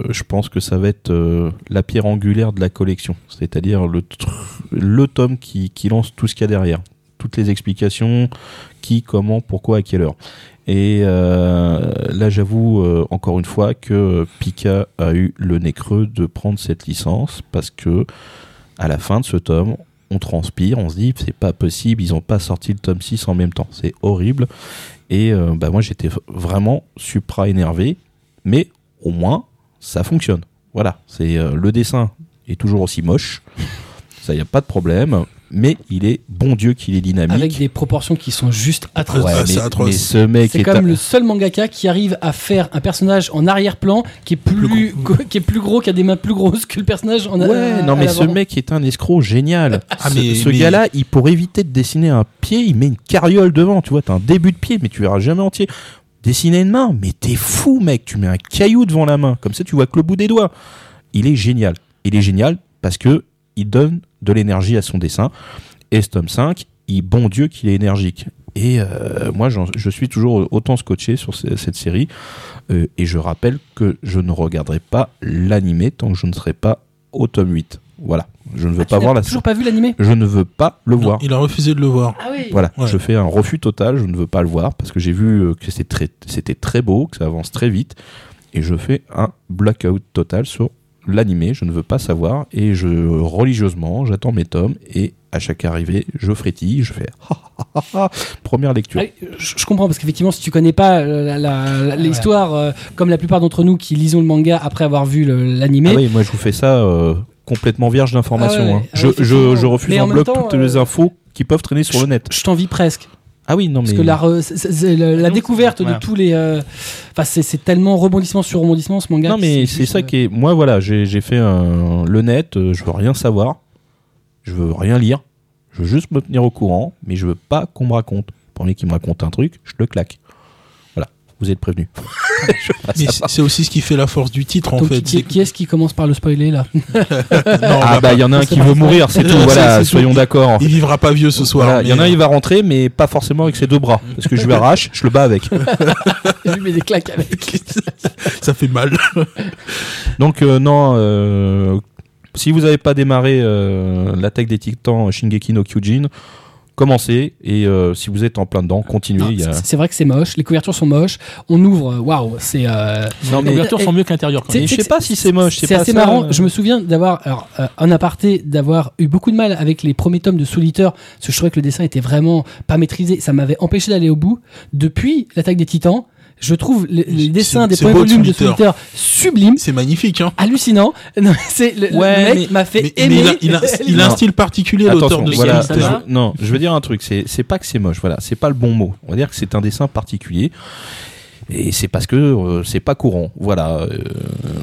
[SPEAKER 5] je pense que ça va être euh, la pierre angulaire de la collection, c'est-à-dire le, tr- le tome qui, qui lance tout ce qu'il y a derrière, toutes les explications, qui, comment, pourquoi, à quelle heure. Et euh, là, j'avoue euh, encore une fois que Pika a eu le nez creux de prendre cette licence parce que à la fin de ce tome, on transpire, on se dit c'est pas possible, ils ont pas sorti le tome 6 en même temps, c'est horrible. Et euh, bah moi j'étais v- vraiment supra énervé, mais au moins ça fonctionne. Voilà, c'est euh, le dessin est toujours aussi moche, ça y a pas de problème, mais il est bon Dieu qu'il est dynamique.
[SPEAKER 1] Avec des proportions qui sont juste atroces.
[SPEAKER 5] Ouais,
[SPEAKER 2] Ah, c'est
[SPEAKER 5] mais,
[SPEAKER 2] atroce.
[SPEAKER 5] mais ce mec
[SPEAKER 1] C'est
[SPEAKER 5] est,
[SPEAKER 1] quand
[SPEAKER 5] un-
[SPEAKER 1] même le seul mangaka qui arrive à faire un personnage en arrière-plan qui est plus,
[SPEAKER 2] Plus
[SPEAKER 1] qui est plus gros, qui a des mains plus grosses que le personnage en
[SPEAKER 5] Ouais,
[SPEAKER 1] à-
[SPEAKER 5] non
[SPEAKER 1] à
[SPEAKER 5] mais ce
[SPEAKER 1] l'avant.
[SPEAKER 5] mec est un escroc génial.
[SPEAKER 2] Ah,
[SPEAKER 5] ce
[SPEAKER 2] mais-
[SPEAKER 5] ce
[SPEAKER 2] mais-
[SPEAKER 5] gars-là, il pour éviter de dessiner un pied, il met une carriole devant. Tu vois, t'as un début de pied, mais tu verras jamais entier. Dessiner une main, mais t'es fou, mec. Tu mets un caillou devant la main, comme ça, tu vois que le bout des doigts. Il est génial. Il est génial parce que il donne de l'énergie à son dessin. Et ce tome 5, il bon Dieu qu'il est énergique. Et euh, moi, j'en- je suis toujours autant scotché sur ce- cette série. Euh, et je rappelle que je ne regarderai pas l'animé tant que je ne serai pas au tome 8. Voilà. Je ne veux
[SPEAKER 1] Ah, tu
[SPEAKER 5] pas
[SPEAKER 1] n'as
[SPEAKER 5] voir la
[SPEAKER 1] toujours pas vu l'animé
[SPEAKER 5] Je ne veux pas le voir.
[SPEAKER 2] Il a refusé de le voir.
[SPEAKER 1] Ah oui.
[SPEAKER 5] Voilà,
[SPEAKER 2] Ouais.
[SPEAKER 5] je fais un refus total, je ne veux pas le voir parce que j'ai vu euh, que c'était très, c'était très beau, que ça avance très vite et je fais un blackout total sur l'animé, je ne veux pas savoir et je religieusement, j'attends mes tomes et à chaque arrivée, je frétille, je fais ah, ah, ah, ah, première lecture.
[SPEAKER 1] Ah oui, je, je comprends parce qu'effectivement, si tu connais pas euh, la- la- la- l'histoire, euh, comme la plupart d'entre nous qui lisons le manga après avoir vu le- l'animé,
[SPEAKER 5] Ah oui, moi je vous fais ça euh, complètement vierge d'informations.
[SPEAKER 1] Ah ouais,
[SPEAKER 5] hein.
[SPEAKER 1] ouais,
[SPEAKER 5] je,
[SPEAKER 1] effectivement.
[SPEAKER 5] je, je refuse
[SPEAKER 1] Mais en
[SPEAKER 5] en
[SPEAKER 1] même
[SPEAKER 5] bloc
[SPEAKER 1] temps,
[SPEAKER 5] toutes les
[SPEAKER 1] euh,
[SPEAKER 5] infos qui peuvent traîner sur le net.
[SPEAKER 1] je t'envie presque.
[SPEAKER 5] Ah oui, non mais
[SPEAKER 1] Parce que la, re- c'est- c'est- c'est le- la
[SPEAKER 3] Non,
[SPEAKER 1] découverte de
[SPEAKER 3] voilà.
[SPEAKER 1] tous les. euh, Enfin, c'est- c'est tellement rebondissement sur rebondissement ce manga.
[SPEAKER 5] Non,
[SPEAKER 1] que
[SPEAKER 5] mais c'est
[SPEAKER 1] juste,
[SPEAKER 5] ça
[SPEAKER 1] euh,
[SPEAKER 5] qui est. Moi, voilà, j'ai j'ai fait un- le net, euh, je veux rien savoir, je veux rien lire, je veux juste me tenir au courant, mais je veux pas qu'on me raconte. Le premier qui me raconte un truc, je le claque. Voilà, vous êtes prévenus.
[SPEAKER 2] Mais c'est- c'est aussi ce qui fait la force du titre, en
[SPEAKER 1] euh, Donc,
[SPEAKER 2] fait.
[SPEAKER 1] qui,
[SPEAKER 2] C'est-
[SPEAKER 1] qui est-ce qui commence par le spoiler là
[SPEAKER 2] Non,
[SPEAKER 5] ah, bah, il y en a un qui veut mourir, c'est tout,
[SPEAKER 2] C'est-
[SPEAKER 5] voilà,
[SPEAKER 2] c'est tout.
[SPEAKER 5] soyons d'accord.
[SPEAKER 2] il vivra pas vieux ce soir.
[SPEAKER 5] Voilà, il y en a un,
[SPEAKER 2] mais-
[SPEAKER 5] il va rentrer, mais pas forcément avec ses deux bras. Parce que je lui arrache, je le bats avec.
[SPEAKER 1] Je lui mets des claques avec.
[SPEAKER 2] Ça fait mal.
[SPEAKER 5] Donc euh, non, euh, si vous n'avez pas démarré euh, l'attaque des Titans Shingeki no Kyojin, commencez et euh, si vous êtes en plein dedans, continuez.
[SPEAKER 1] Non,
[SPEAKER 5] il y a-
[SPEAKER 1] c'est- C'est vrai que c'est moche, les couvertures sont moches. On ouvre, euh, waouh, c'est. euh,
[SPEAKER 5] Non,
[SPEAKER 3] Les
[SPEAKER 5] mais,
[SPEAKER 3] couvertures sont mieux que l'intérieur quand
[SPEAKER 1] C'est-
[SPEAKER 3] même.
[SPEAKER 5] mais je
[SPEAKER 1] c'est-
[SPEAKER 5] sais pas si c'est moche.
[SPEAKER 1] C'est
[SPEAKER 5] pas
[SPEAKER 1] assez
[SPEAKER 5] ça,
[SPEAKER 1] marrant.
[SPEAKER 5] euh.
[SPEAKER 1] Je me souviens d'avoir, alors, euh, un aparté, d'avoir eu beaucoup de mal avec les premiers tomes de Solitaire, parce que je trouvais que le dessin était vraiment pas maîtrisé. Ça m'avait empêché d'aller au bout. Depuis l'attaque des Titans, je trouve les, les
[SPEAKER 2] C'est-
[SPEAKER 1] dessins des
[SPEAKER 2] c'est
[SPEAKER 1] premiers
[SPEAKER 2] beau,
[SPEAKER 1] volumes de
[SPEAKER 2] Solitaire.
[SPEAKER 1] Solitaire sublimes,
[SPEAKER 2] C'est magnifique, hein.
[SPEAKER 1] hallucinant. Non, mais c'est le, le
[SPEAKER 5] Ouais,
[SPEAKER 1] mec
[SPEAKER 5] mais-
[SPEAKER 1] m'a fait
[SPEAKER 2] Mais, mais
[SPEAKER 1] aimer.
[SPEAKER 2] il a, il a- il a un
[SPEAKER 5] Non.
[SPEAKER 2] style particulier, l'auteur
[SPEAKER 5] Attention,
[SPEAKER 2] de
[SPEAKER 5] voilà,
[SPEAKER 2] ce
[SPEAKER 3] Solitaire. Ça va
[SPEAKER 5] je- non, je veux dire un truc, c'est c'est pas que c'est moche, voilà, c'est pas le bon mot. On va dire que c'est un dessin particulier. Et c'est parce que euh, c'est pas courant, voilà. euh,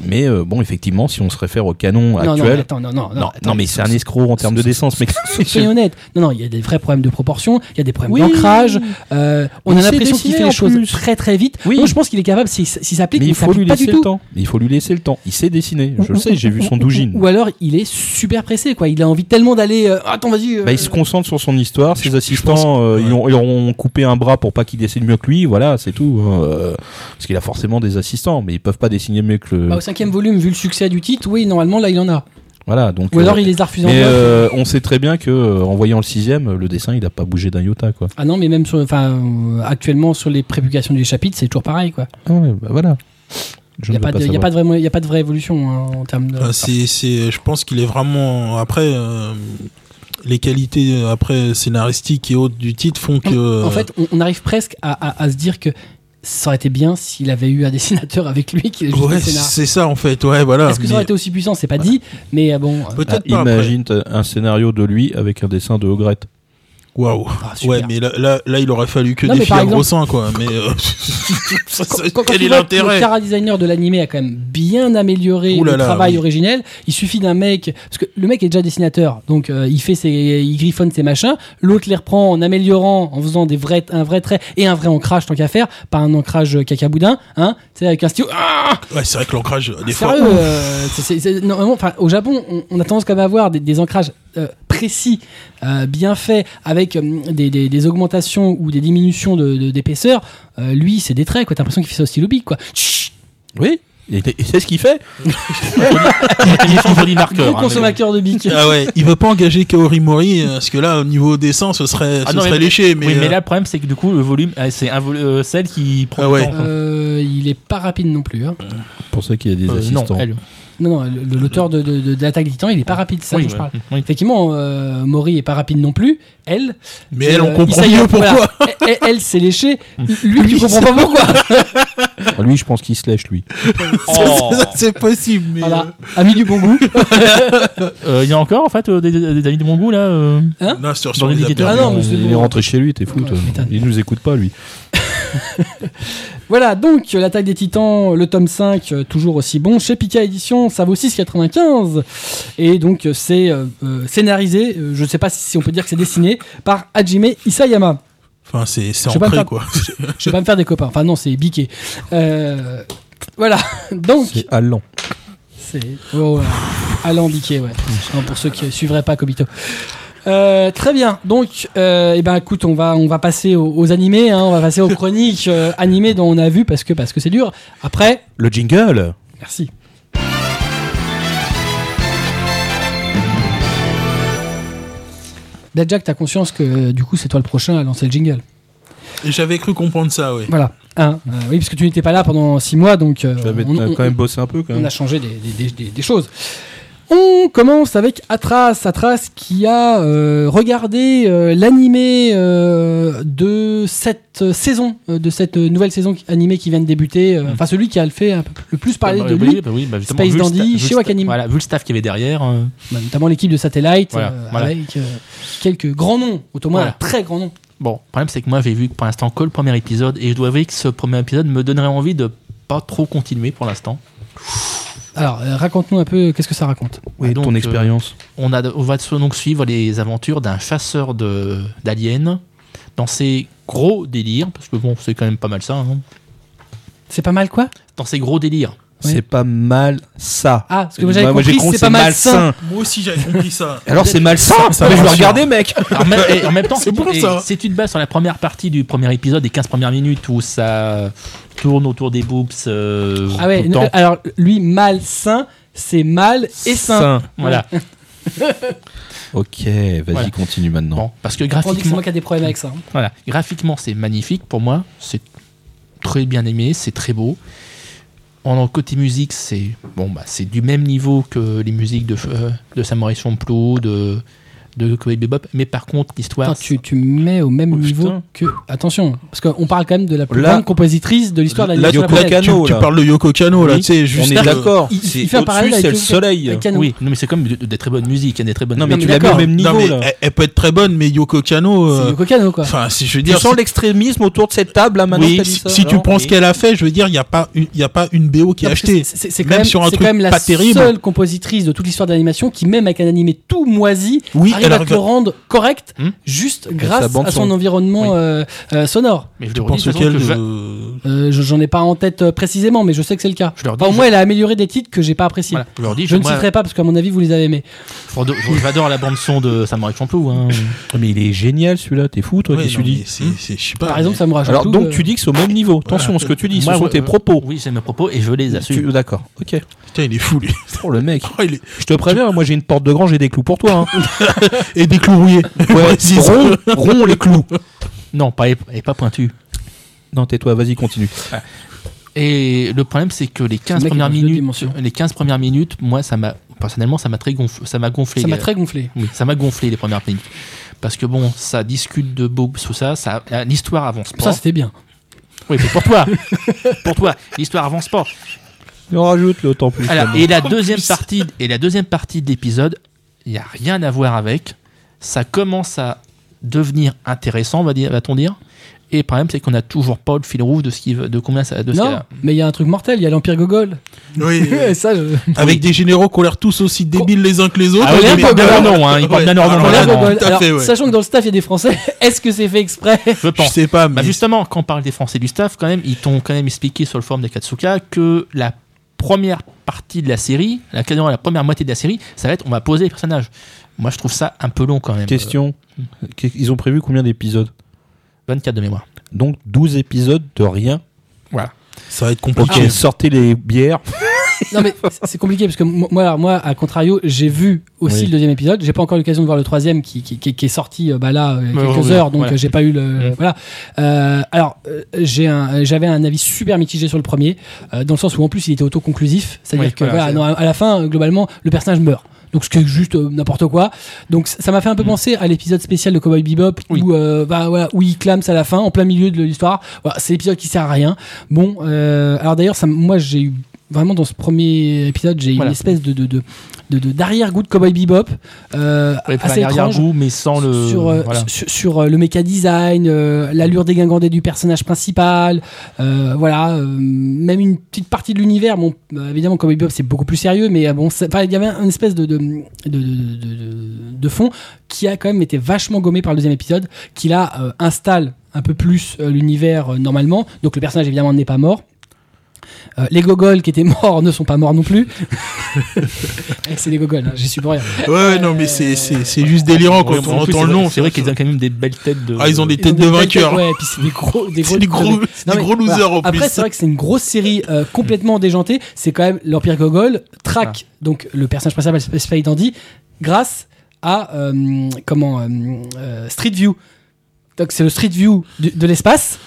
[SPEAKER 5] mais euh, bon, effectivement, si on se réfère au canon
[SPEAKER 1] non, non, mais
[SPEAKER 5] actuel,
[SPEAKER 1] attends, non, non, non,
[SPEAKER 5] non, non,
[SPEAKER 1] attends,
[SPEAKER 5] mais c'est un escroc en termes de dessin, ce mec.
[SPEAKER 1] Soyons honnêtes. Non, non, il y a des vrais problèmes de proportion, il y a des problèmes d'ancrage. euh, on
[SPEAKER 5] Mais
[SPEAKER 1] a
[SPEAKER 5] c'est
[SPEAKER 1] l'impression qu'il
[SPEAKER 5] dessiné
[SPEAKER 1] fait les
[SPEAKER 5] en
[SPEAKER 1] choses
[SPEAKER 5] plus.
[SPEAKER 1] très très vite.
[SPEAKER 5] Oui.
[SPEAKER 1] Moi, je pense qu'il est capable, s'il s'il s'applique, il
[SPEAKER 5] Mais il faut
[SPEAKER 1] s'applique
[SPEAKER 5] lui
[SPEAKER 1] pas
[SPEAKER 5] laisser
[SPEAKER 1] du
[SPEAKER 5] le
[SPEAKER 1] tout.
[SPEAKER 5] temps. Il faut lui laisser le temps. Il sait dessiner. Je le sais, j'ai vu son doujin.
[SPEAKER 1] Ou alors il est super pressé, quoi. Il a envie tellement d'aller. euh, attends, vas-y. euh,
[SPEAKER 5] Bah, il se concentre sur son histoire. Ses assistants,
[SPEAKER 2] pense-
[SPEAKER 5] euh,
[SPEAKER 2] ouais.
[SPEAKER 5] ils, ont, ils leur ont coupé un bras pour pas qu'il dessine mieux que lui. Voilà, c'est tout. euh, parce qu'il a forcément des assistants, mais ils peuvent pas dessiner mieux que le.
[SPEAKER 1] bah, au cinquième volume, vu le succès du titre, oui, normalement là il en a.
[SPEAKER 5] Voilà, donc.
[SPEAKER 1] Ou alors
[SPEAKER 5] euh,
[SPEAKER 1] il les a refusés en
[SPEAKER 5] mais
[SPEAKER 1] bloc.
[SPEAKER 5] euh, on sait très bien que euh, en voyant le sixième, le dessin, il a pas bougé d'un iota, quoi.
[SPEAKER 1] Ah non, mais même sur, enfin, euh, actuellement sur les prépublications des chapitres, c'est toujours pareil, quoi.
[SPEAKER 5] Ah ouais, bah voilà.
[SPEAKER 1] Il
[SPEAKER 5] Je
[SPEAKER 1] n'y a,
[SPEAKER 5] ne
[SPEAKER 1] pas
[SPEAKER 5] veux
[SPEAKER 1] de- y a
[SPEAKER 5] savoir.
[SPEAKER 1] pas de vraie- y a pas de vraie évolution hein, en termes de.
[SPEAKER 2] Euh, c'est, c'est, je pense qu'il est vraiment. Après, euh, les qualités euh, après scénaristiques et autres du titre font que. euh,
[SPEAKER 1] En fait, on, on arrive presque à, à- à se dire que ça aurait été bien s'il avait eu un dessinateur avec lui qui ait juste
[SPEAKER 2] ouais,
[SPEAKER 1] le scénar.
[SPEAKER 2] c'est ça en fait. Ouais, voilà.
[SPEAKER 1] Est-ce que ça aurait
[SPEAKER 2] Ah, Mais
[SPEAKER 1] été aussi puissant C'est pas dit, mais euh, bon. euh,
[SPEAKER 5] Ah,
[SPEAKER 2] Peut-être pas. après.
[SPEAKER 5] imagine euh, un scénario de lui avec un dessin de Ogret.
[SPEAKER 2] Waouh.
[SPEAKER 1] ah, super.
[SPEAKER 2] Ouais, mais là, là, là, il aurait fallu que
[SPEAKER 1] Non,
[SPEAKER 2] des
[SPEAKER 1] mais
[SPEAKER 2] filles
[SPEAKER 1] par
[SPEAKER 2] à
[SPEAKER 1] exemple-
[SPEAKER 2] gros seins, quoi. Mais euh, ça, ça,
[SPEAKER 1] Quand- quand- quand
[SPEAKER 2] quel
[SPEAKER 1] tu
[SPEAKER 2] est
[SPEAKER 1] vois que Le
[SPEAKER 2] l'intérêt
[SPEAKER 1] chara designer de l'animé a quand même bien amélioré
[SPEAKER 2] Ouh là
[SPEAKER 1] le
[SPEAKER 2] là,
[SPEAKER 1] travail
[SPEAKER 2] oui.
[SPEAKER 1] originel. Il suffit d'un mec, parce que le mec est déjà dessinateur, donc euh, il fait ses, il griffonne ses machins. L'autre les reprend en améliorant, en faisant des vrais, un vrai trait et un vrai ancrage tant qu'à faire, pas un ancrage cacaboudin, hein. C'est avec un stylo. Ah
[SPEAKER 2] Ouais, c'est vrai que l'ancrage, des fois.
[SPEAKER 1] Sérieux, euh, c'est- c'est- c'est- normalement, enfin, au Japon, on, on a tendance quand même à avoir des, des ancrages euh, précis, euh, bien faits, avec euh, des, des- des augmentations ou des diminutions de- de- d'épaisseur. Euh, lui, c'est des traits, quoi. T'as l'impression qu'il fait ça au stylo bic, quoi. Chut
[SPEAKER 5] Oui. Et et c'est ce qu'il fait.
[SPEAKER 3] Ils sont jolis
[SPEAKER 1] Gros
[SPEAKER 3] marqueurs. hein, mais bon.
[SPEAKER 1] consommateur de bic.
[SPEAKER 2] Ah ouais, il veut pas engager Kaori Mori euh, parce que là, au niveau dessin, ce serait, ce
[SPEAKER 3] Ah non,
[SPEAKER 2] serait
[SPEAKER 3] mais-
[SPEAKER 2] léché. Mais,
[SPEAKER 3] oui, mais
[SPEAKER 2] euh,
[SPEAKER 3] là, le problème, c'est que du coup, le volume, euh, c'est un vol- euh, celle qui prend
[SPEAKER 2] Ah
[SPEAKER 3] du
[SPEAKER 2] ouais.
[SPEAKER 3] temps.
[SPEAKER 1] Euh, il est pas rapide non plus. hein.
[SPEAKER 5] Pour ça qu'il y a des
[SPEAKER 3] Euh, non,
[SPEAKER 5] assistants.
[SPEAKER 3] elle.
[SPEAKER 1] Non, non, le- le- l'auteur de, de, de, de l'attaque des titans, il est pas rapide, c'est ça
[SPEAKER 3] Oui,
[SPEAKER 1] dont je parle.
[SPEAKER 3] oui.
[SPEAKER 1] Effectivement, euh, Mori est pas rapide non plus. Elle.
[SPEAKER 2] mais
[SPEAKER 1] et,
[SPEAKER 2] elle,
[SPEAKER 1] euh,
[SPEAKER 2] on comprend
[SPEAKER 1] Isayama,
[SPEAKER 2] mieux pourquoi.
[SPEAKER 1] voilà. Elle, elle, elle s'est léchée. Lui, tu comprends pas pourquoi.
[SPEAKER 5] Ah, Lui, je pense qu'il se lèche, lui.
[SPEAKER 3] Oh.
[SPEAKER 2] Ça, c'est possible. Mais
[SPEAKER 1] Voilà, ami du bon goût.
[SPEAKER 3] Euh, Il y a encore, en fait, euh, des, des amis de mon goût, là. euh,
[SPEAKER 2] euh, non, sur,
[SPEAKER 3] Dans
[SPEAKER 2] sur les
[SPEAKER 3] les
[SPEAKER 2] appels.
[SPEAKER 1] Ah non, mais c'est
[SPEAKER 5] il
[SPEAKER 1] bon.
[SPEAKER 5] est rentré chez lui, t'es fou.
[SPEAKER 1] Ouais,
[SPEAKER 5] toi.
[SPEAKER 1] putain.
[SPEAKER 5] il nous écoute pas, lui.
[SPEAKER 1] Voilà, donc euh, l'attaque des titans, le tome 5, euh, toujours aussi bon. Chez Pika Édition, ça vaut 6,95. Et donc euh, c'est euh, euh, scénarisé, euh, je ne sais pas si on peut dire que c'est dessiné, par Hajime Isayama.
[SPEAKER 2] Enfin, c'est, c'est
[SPEAKER 1] Je sais pas
[SPEAKER 2] ancré,
[SPEAKER 1] faire-
[SPEAKER 2] quoi.
[SPEAKER 1] Je vais pas me faire des copains. Enfin non, c'est biqué. Euh, voilà. Donc
[SPEAKER 5] C'est allant.
[SPEAKER 1] c'est oh, ouais. alambiqué, ouais. Non, pour ceux qui suivraient pas Kobito. Euh, très bien. Donc, euh, eh ben, écoute, on va, on va passer aux, aux animés, hein, on va passer aux chroniques euh, animées dont on a vu parce que parce que c'est dur. Après,
[SPEAKER 4] Le jingle
[SPEAKER 1] merci. Là, Ben, Jack, t'as conscience que euh, du coup, c'est toi le prochain à lancer le jingle.
[SPEAKER 2] Et J'avais cru comprendre ça, oui.
[SPEAKER 1] Voilà. Hein, euh, oui, parce que tu n'étais pas là pendant six mois, donc euh,
[SPEAKER 5] J'avais
[SPEAKER 1] on- on-
[SPEAKER 5] quand même bossé un peu quand
[SPEAKER 1] on
[SPEAKER 5] même.
[SPEAKER 1] a changé des, des- des- des- des choses. On commence avec Atras, Atras qui a euh, regardé euh, l'animé euh, de cette euh, saison, euh, de cette euh, nouvelle saison qui- animée qui vient de débuter, euh,
[SPEAKER 3] Mm.
[SPEAKER 1] enfin celui qui a le fait un peu le plus parler
[SPEAKER 3] Bah,
[SPEAKER 1] de
[SPEAKER 3] oui,
[SPEAKER 1] lui,
[SPEAKER 3] bah oui, bah justement,
[SPEAKER 1] Space
[SPEAKER 3] vu le
[SPEAKER 1] Dandy
[SPEAKER 3] sta- vu le
[SPEAKER 1] chez
[SPEAKER 3] sta-
[SPEAKER 1] Wakanim.
[SPEAKER 3] Voilà, vu le staff qu'il y avait derrière. euh,
[SPEAKER 1] bah, notamment l'équipe de Satellite,
[SPEAKER 3] Voilà,
[SPEAKER 1] euh,
[SPEAKER 3] voilà.
[SPEAKER 1] avec euh, quelques grands noms, au moins
[SPEAKER 3] Voilà.
[SPEAKER 1] un très grand nom.
[SPEAKER 3] Bon, le problème, c'est que moi, j'ai vu pour l'instant que le premier épisode, et je dois avouer que ce premier épisode me donnerait envie de pas trop continuer pour l'instant.
[SPEAKER 1] Alors euh, raconte-nous un peu qu'est-ce que ça raconte.
[SPEAKER 5] Oui,
[SPEAKER 3] Donc,
[SPEAKER 5] ton
[SPEAKER 3] euh,
[SPEAKER 5] expérience.
[SPEAKER 3] On, a, on va donc suivre les aventures d'un chasseur de- d'aliens dans ses gros délires, parce que bon, c'est quand même pas mal ça, hein.
[SPEAKER 1] C'est pas mal quoi
[SPEAKER 3] dans ses gros délires.
[SPEAKER 1] oui.
[SPEAKER 5] C'est pas mal ça.
[SPEAKER 1] Ah, parce que moi,
[SPEAKER 5] Bah,
[SPEAKER 1] j'avais
[SPEAKER 5] j'ai
[SPEAKER 1] compris, c'est pas mal sain.
[SPEAKER 2] Moi aussi, j'avais compris ça.
[SPEAKER 5] Alors c'est malsain
[SPEAKER 3] Ça
[SPEAKER 5] Mais je vais
[SPEAKER 3] rassure.
[SPEAKER 5] regarder mec
[SPEAKER 3] En même, et en même temps,
[SPEAKER 2] C'est
[SPEAKER 3] si,
[SPEAKER 2] bon,
[SPEAKER 3] tu, et
[SPEAKER 2] ça.
[SPEAKER 3] si tu te bases sur la première partie du premier épisode, les 15 premières minutes où ça tourne autour des boobs euh,
[SPEAKER 1] Ah ouais,
[SPEAKER 3] tout le temps,
[SPEAKER 1] alors lui malsain, c'est mal et sain.
[SPEAKER 3] voilà.
[SPEAKER 5] Ok, vas-y,
[SPEAKER 3] Voilà.
[SPEAKER 5] continue maintenant.
[SPEAKER 3] Bon, parce que
[SPEAKER 1] On dit que c'est
[SPEAKER 3] graphiquement,
[SPEAKER 1] moi qui a des problèmes avec ça. hein.
[SPEAKER 3] Voilà, graphiquement c'est magnifique pour moi, c'est très bien aimé, c'est très beau. En en côté musique, c'est bon bah c'est du même niveau que les musiques de euh, de Samurai Champloo, de de Cowboy Bebop, mais par contre l'histoire
[SPEAKER 1] Attends, tu, tu me mets au même
[SPEAKER 5] Oh,
[SPEAKER 1] niveau
[SPEAKER 5] putain.
[SPEAKER 1] que. Attention, parce qu'on parle quand même de la plus
[SPEAKER 5] Là-
[SPEAKER 1] grande compositrice de l'histoire de
[SPEAKER 5] Là,
[SPEAKER 1] la
[SPEAKER 5] tu-
[SPEAKER 1] la planète.
[SPEAKER 5] là,
[SPEAKER 2] Tu, tu
[SPEAKER 5] là.
[SPEAKER 2] parles de Yoko Kano, là,
[SPEAKER 5] Oui,
[SPEAKER 2] tu sais, juste.
[SPEAKER 5] on
[SPEAKER 2] euh,
[SPEAKER 5] est d'accord.
[SPEAKER 1] il- il
[SPEAKER 5] c'est
[SPEAKER 1] fait un parallèle
[SPEAKER 5] au-dessus,
[SPEAKER 1] avec
[SPEAKER 5] c'est le
[SPEAKER 1] Yoko-
[SPEAKER 5] soleil.
[SPEAKER 1] avec Kano.
[SPEAKER 3] oui, non mais c'est quand même de, de très bonnes musiques, il y a des très bonnes
[SPEAKER 5] Non mais eh,
[SPEAKER 1] Non,
[SPEAKER 5] tu
[SPEAKER 1] mais
[SPEAKER 5] l'as mis au
[SPEAKER 1] d'accord.
[SPEAKER 5] même
[SPEAKER 2] Non,
[SPEAKER 5] niveau
[SPEAKER 2] mais
[SPEAKER 5] là.
[SPEAKER 2] elle, elle peut être très bonne, mais Yoko Kano.
[SPEAKER 1] C'est
[SPEAKER 2] euh,
[SPEAKER 1] Yoko Kano, quoi.
[SPEAKER 2] Enfin, si je veux
[SPEAKER 4] Tu
[SPEAKER 2] dire.
[SPEAKER 4] sens
[SPEAKER 2] si-
[SPEAKER 4] l'extrémisme autour de cette table là maintenant
[SPEAKER 2] oui,
[SPEAKER 4] que t'as dit
[SPEAKER 2] si,
[SPEAKER 4] ça,
[SPEAKER 2] si tu
[SPEAKER 4] alors
[SPEAKER 2] prends ce
[SPEAKER 4] Oui.
[SPEAKER 2] qu'elle a fait, je veux dire, il n'y a, pas une- il y a pas une BO qui est
[SPEAKER 1] Non, parce que
[SPEAKER 2] achetée.
[SPEAKER 1] c'est- C'est c'est quand
[SPEAKER 2] Même
[SPEAKER 1] même,
[SPEAKER 2] sur un
[SPEAKER 1] c'est quand
[SPEAKER 2] truc
[SPEAKER 1] même la
[SPEAKER 2] pas terrible.
[SPEAKER 1] seule compositrice de toute l'histoire de l'animation qui, même avec un animé tout moisi,
[SPEAKER 2] Oui,
[SPEAKER 1] arrive
[SPEAKER 2] elle
[SPEAKER 1] à
[SPEAKER 2] a
[SPEAKER 1] te le rendre correct
[SPEAKER 3] Hmm.
[SPEAKER 1] juste
[SPEAKER 5] sa
[SPEAKER 1] grâce
[SPEAKER 5] bande
[SPEAKER 1] à son
[SPEAKER 5] son.
[SPEAKER 1] environnement
[SPEAKER 3] Oui.
[SPEAKER 1] euh, euh, sonore.
[SPEAKER 3] mais je
[SPEAKER 2] Tu
[SPEAKER 3] leur dis
[SPEAKER 2] penses
[SPEAKER 3] de toute façon,
[SPEAKER 2] auquel
[SPEAKER 3] que je, vais-
[SPEAKER 2] euh,
[SPEAKER 1] Euh, je- J'en ai pas en tête euh, précisément, mais je sais que c'est le cas.
[SPEAKER 3] je leur dis
[SPEAKER 1] Enfin, au
[SPEAKER 3] Ah je-
[SPEAKER 1] moins, elle a amélioré des titres que j'ai pas appréciés.
[SPEAKER 3] voilà, je leur dis
[SPEAKER 1] Oh, Je ne
[SPEAKER 3] moi,
[SPEAKER 1] citerai pas parce qu'à mon avis, vous les avez aimés.
[SPEAKER 3] Frodo- je- j'adore la bande son de Samurai Champloo hein.
[SPEAKER 5] Mais il est génial celui-là, t'es fou toi,
[SPEAKER 2] ouais,
[SPEAKER 5] qu'est-ce
[SPEAKER 2] non,
[SPEAKER 5] que tu
[SPEAKER 2] mais
[SPEAKER 5] dis
[SPEAKER 2] c'est- c'est- Je sais pas.
[SPEAKER 1] Par exemple,
[SPEAKER 2] mais-
[SPEAKER 1] ça me rajoute.
[SPEAKER 5] Alors
[SPEAKER 1] tout,
[SPEAKER 5] donc
[SPEAKER 1] euh,
[SPEAKER 5] tu dis que c'est au même niveau. Attention à ce que tu dis, ce
[SPEAKER 3] Moi,
[SPEAKER 5] sont
[SPEAKER 3] ouais,
[SPEAKER 5] tes
[SPEAKER 3] euh,
[SPEAKER 5] propos.
[SPEAKER 3] Oui, c'est mes propos et je les assume.
[SPEAKER 5] Tu- D'accord, ok.
[SPEAKER 2] Putain, il est fou, lui.
[SPEAKER 5] Oh le mec,
[SPEAKER 2] Oh, il est-
[SPEAKER 5] je te préviens, moi j'ai une porte de grange et des clous pour toi. Hein.
[SPEAKER 2] Et des clous rouillés.
[SPEAKER 5] Ouais,
[SPEAKER 2] Précise.
[SPEAKER 5] rond, rond les clous.
[SPEAKER 3] Non, pas et pas pointu.
[SPEAKER 5] Non, tais-toi, vas-y, continue.
[SPEAKER 3] Et le problème, c'est que les 15
[SPEAKER 1] mec est
[SPEAKER 3] premières
[SPEAKER 1] dans une autre
[SPEAKER 3] minutes,
[SPEAKER 1] dimension.
[SPEAKER 3] les 15 premières minutes, moi, ça m'a, personnellement, ça m'a très gonflé, ça m'a gonflé.
[SPEAKER 1] Ça m'a
[SPEAKER 3] les-
[SPEAKER 1] très gonflé.
[SPEAKER 3] oui, ça m'a gonflé les premières minutes. Parce que bon, ça discute de boobs, tout ça, ça, euh, l'histoire avance pas.
[SPEAKER 1] Ça, c'était bien.
[SPEAKER 3] oui, mais pour toi, pour toi, l'histoire avance pas.
[SPEAKER 5] On rajoute le temps plus.
[SPEAKER 3] Alors, et la deuxième partie, et la deuxième partie de l'épisode, il y a rien à voir avec. Ça commence à devenir intéressant, on va dire, va-t-on dire. Et le problème, c'est qu'on a toujours pas le fil rouge de ce qui, veut- de combien ça, de ce qu'il y
[SPEAKER 1] Non,
[SPEAKER 3] a.
[SPEAKER 1] mais il y a un truc mortel, il y a l'Empire Gogol.
[SPEAKER 2] Oui.
[SPEAKER 1] Et ça, je...
[SPEAKER 2] Avec des généraux qui ont l'air tous aussi débiles les uns que les autres.
[SPEAKER 3] Ah oui,
[SPEAKER 2] Mais-
[SPEAKER 3] bien- bien normand, hein, ils
[SPEAKER 2] Ouais.
[SPEAKER 3] parlent bien normand,
[SPEAKER 2] Alors
[SPEAKER 3] là,
[SPEAKER 2] là,
[SPEAKER 1] L'Empire
[SPEAKER 3] non.
[SPEAKER 1] Gogol.
[SPEAKER 2] Ah, tout à
[SPEAKER 1] Alors,
[SPEAKER 2] fait, ouais.
[SPEAKER 1] Sachant que dans le staff, il y a des Français, est-ce que c'est fait exprès
[SPEAKER 3] Je
[SPEAKER 2] Je
[SPEAKER 3] pense.
[SPEAKER 2] sais pas,
[SPEAKER 3] Bah
[SPEAKER 2] mais.
[SPEAKER 3] justement, quand on parle des Français du staff, quand même, ils t'ont quand même expliqué sur le forum d'Akatsuka que la première partie de la série, la, quasiment la première moitié de la série, ça va être on va poser les personnages. Moi, je trouve ça un peu long quand même.
[SPEAKER 5] Euh, Question. Qu'est- Ils ont prévu combien d'épisodes
[SPEAKER 3] Euh, 24 de mémoire.
[SPEAKER 5] Donc 12 épisodes de rien.
[SPEAKER 3] Voilà.
[SPEAKER 2] Ça va être
[SPEAKER 5] Ok,
[SPEAKER 2] compliqué.
[SPEAKER 5] sortez les bières.
[SPEAKER 1] Non, mais c'est- c'est compliqué parce que moi, alors, moi, à contrario, j'ai vu aussi
[SPEAKER 5] Oui.
[SPEAKER 1] le deuxième épisode. J'ai pas encore l'occasion de voir le troisième qui, qui, qui- qui est sorti euh, bah, là euh, quelques
[SPEAKER 3] ouais,
[SPEAKER 1] heures, donc
[SPEAKER 3] voilà.
[SPEAKER 1] euh, j'ai pas eu le.
[SPEAKER 3] Mm.
[SPEAKER 1] Voilà. Euh, alors, euh, j'ai un- j'avais un avis super mitigé sur le premier, euh, dans le sens où en plus il était autoconclusif. C'est-à-dire
[SPEAKER 3] Oui,
[SPEAKER 1] que
[SPEAKER 3] voilà,
[SPEAKER 1] voilà, non, à, à la fin, euh, globalement, le personnage meurt. Donc, ce qui est juste euh, n'importe quoi. Donc, c- ça m'a fait un peu
[SPEAKER 3] Mm.
[SPEAKER 1] penser à l'épisode spécial de Cowboy Bebop
[SPEAKER 3] Oui.
[SPEAKER 1] où, euh, bah, voilà, où il clame à la fin, en plein milieu de l'histoire. Voilà, c'est l'épisode qui sert à rien. Bon, euh, alors d'ailleurs, ça, m- moi j'ai eu vraiment dans ce premier épisode, j'ai eu
[SPEAKER 3] Voilà.
[SPEAKER 1] une espèce de de de de- de- d'arrière-goût de Cowboy Bebop euh,
[SPEAKER 3] Ouais, pas
[SPEAKER 1] assez étrange
[SPEAKER 3] l'arrière-goût, mais sans le.
[SPEAKER 1] sur, euh,
[SPEAKER 3] voilà.
[SPEAKER 1] sur, sur, euh, le méca design, euh, l'allure dégingandée du personnage principal, euh, voilà, euh, même une petite partie de l'univers. Bon, euh, évidemment, Cowboy Bebop c'est beaucoup plus sérieux, mais euh, bon, ça- enfin, il y avait une espèce de de, de, de, de- de- de fond qui a quand même été vachement gommé par le deuxième épisode, qui là euh, installe un peu plus euh, l'univers euh, normalement. Donc le personnage évidemment n'est pas mort. Euh, les gogoles qui étaient morts ne sont pas morts non plus. Eh, c'est les gogoles, hein, j'y suis pour rien.
[SPEAKER 2] Ouais, ouais, non, mais c'est, c'est, c'est juste délirant
[SPEAKER 3] Ouais,
[SPEAKER 2] quand
[SPEAKER 3] mais
[SPEAKER 2] on
[SPEAKER 3] en plus,
[SPEAKER 2] entend
[SPEAKER 3] c'est
[SPEAKER 2] le
[SPEAKER 3] vrai-
[SPEAKER 2] nom.
[SPEAKER 3] C'est vrai qu'ils ont quand même des belles têtes de.
[SPEAKER 2] Ah, ils ont des
[SPEAKER 1] Ils ont
[SPEAKER 2] têtes de
[SPEAKER 1] des belles têtes,
[SPEAKER 2] vainqueurs.
[SPEAKER 1] Ouais, et puis c'est des gros, des
[SPEAKER 2] C'est
[SPEAKER 1] gros,
[SPEAKER 2] des gros-
[SPEAKER 1] non, mais-
[SPEAKER 2] c'est des gros losers, en
[SPEAKER 1] Après,
[SPEAKER 2] plus.
[SPEAKER 1] c'est vrai que c'est une grosse série euh, complètement déjantée. C'est quand même l'Empire Gogol traque
[SPEAKER 2] Ah.
[SPEAKER 1] donc le personnage principal, Space Dandy, grâce à euh, comment euh, euh, Street View. Donc c'est le Street View du- de l'espace.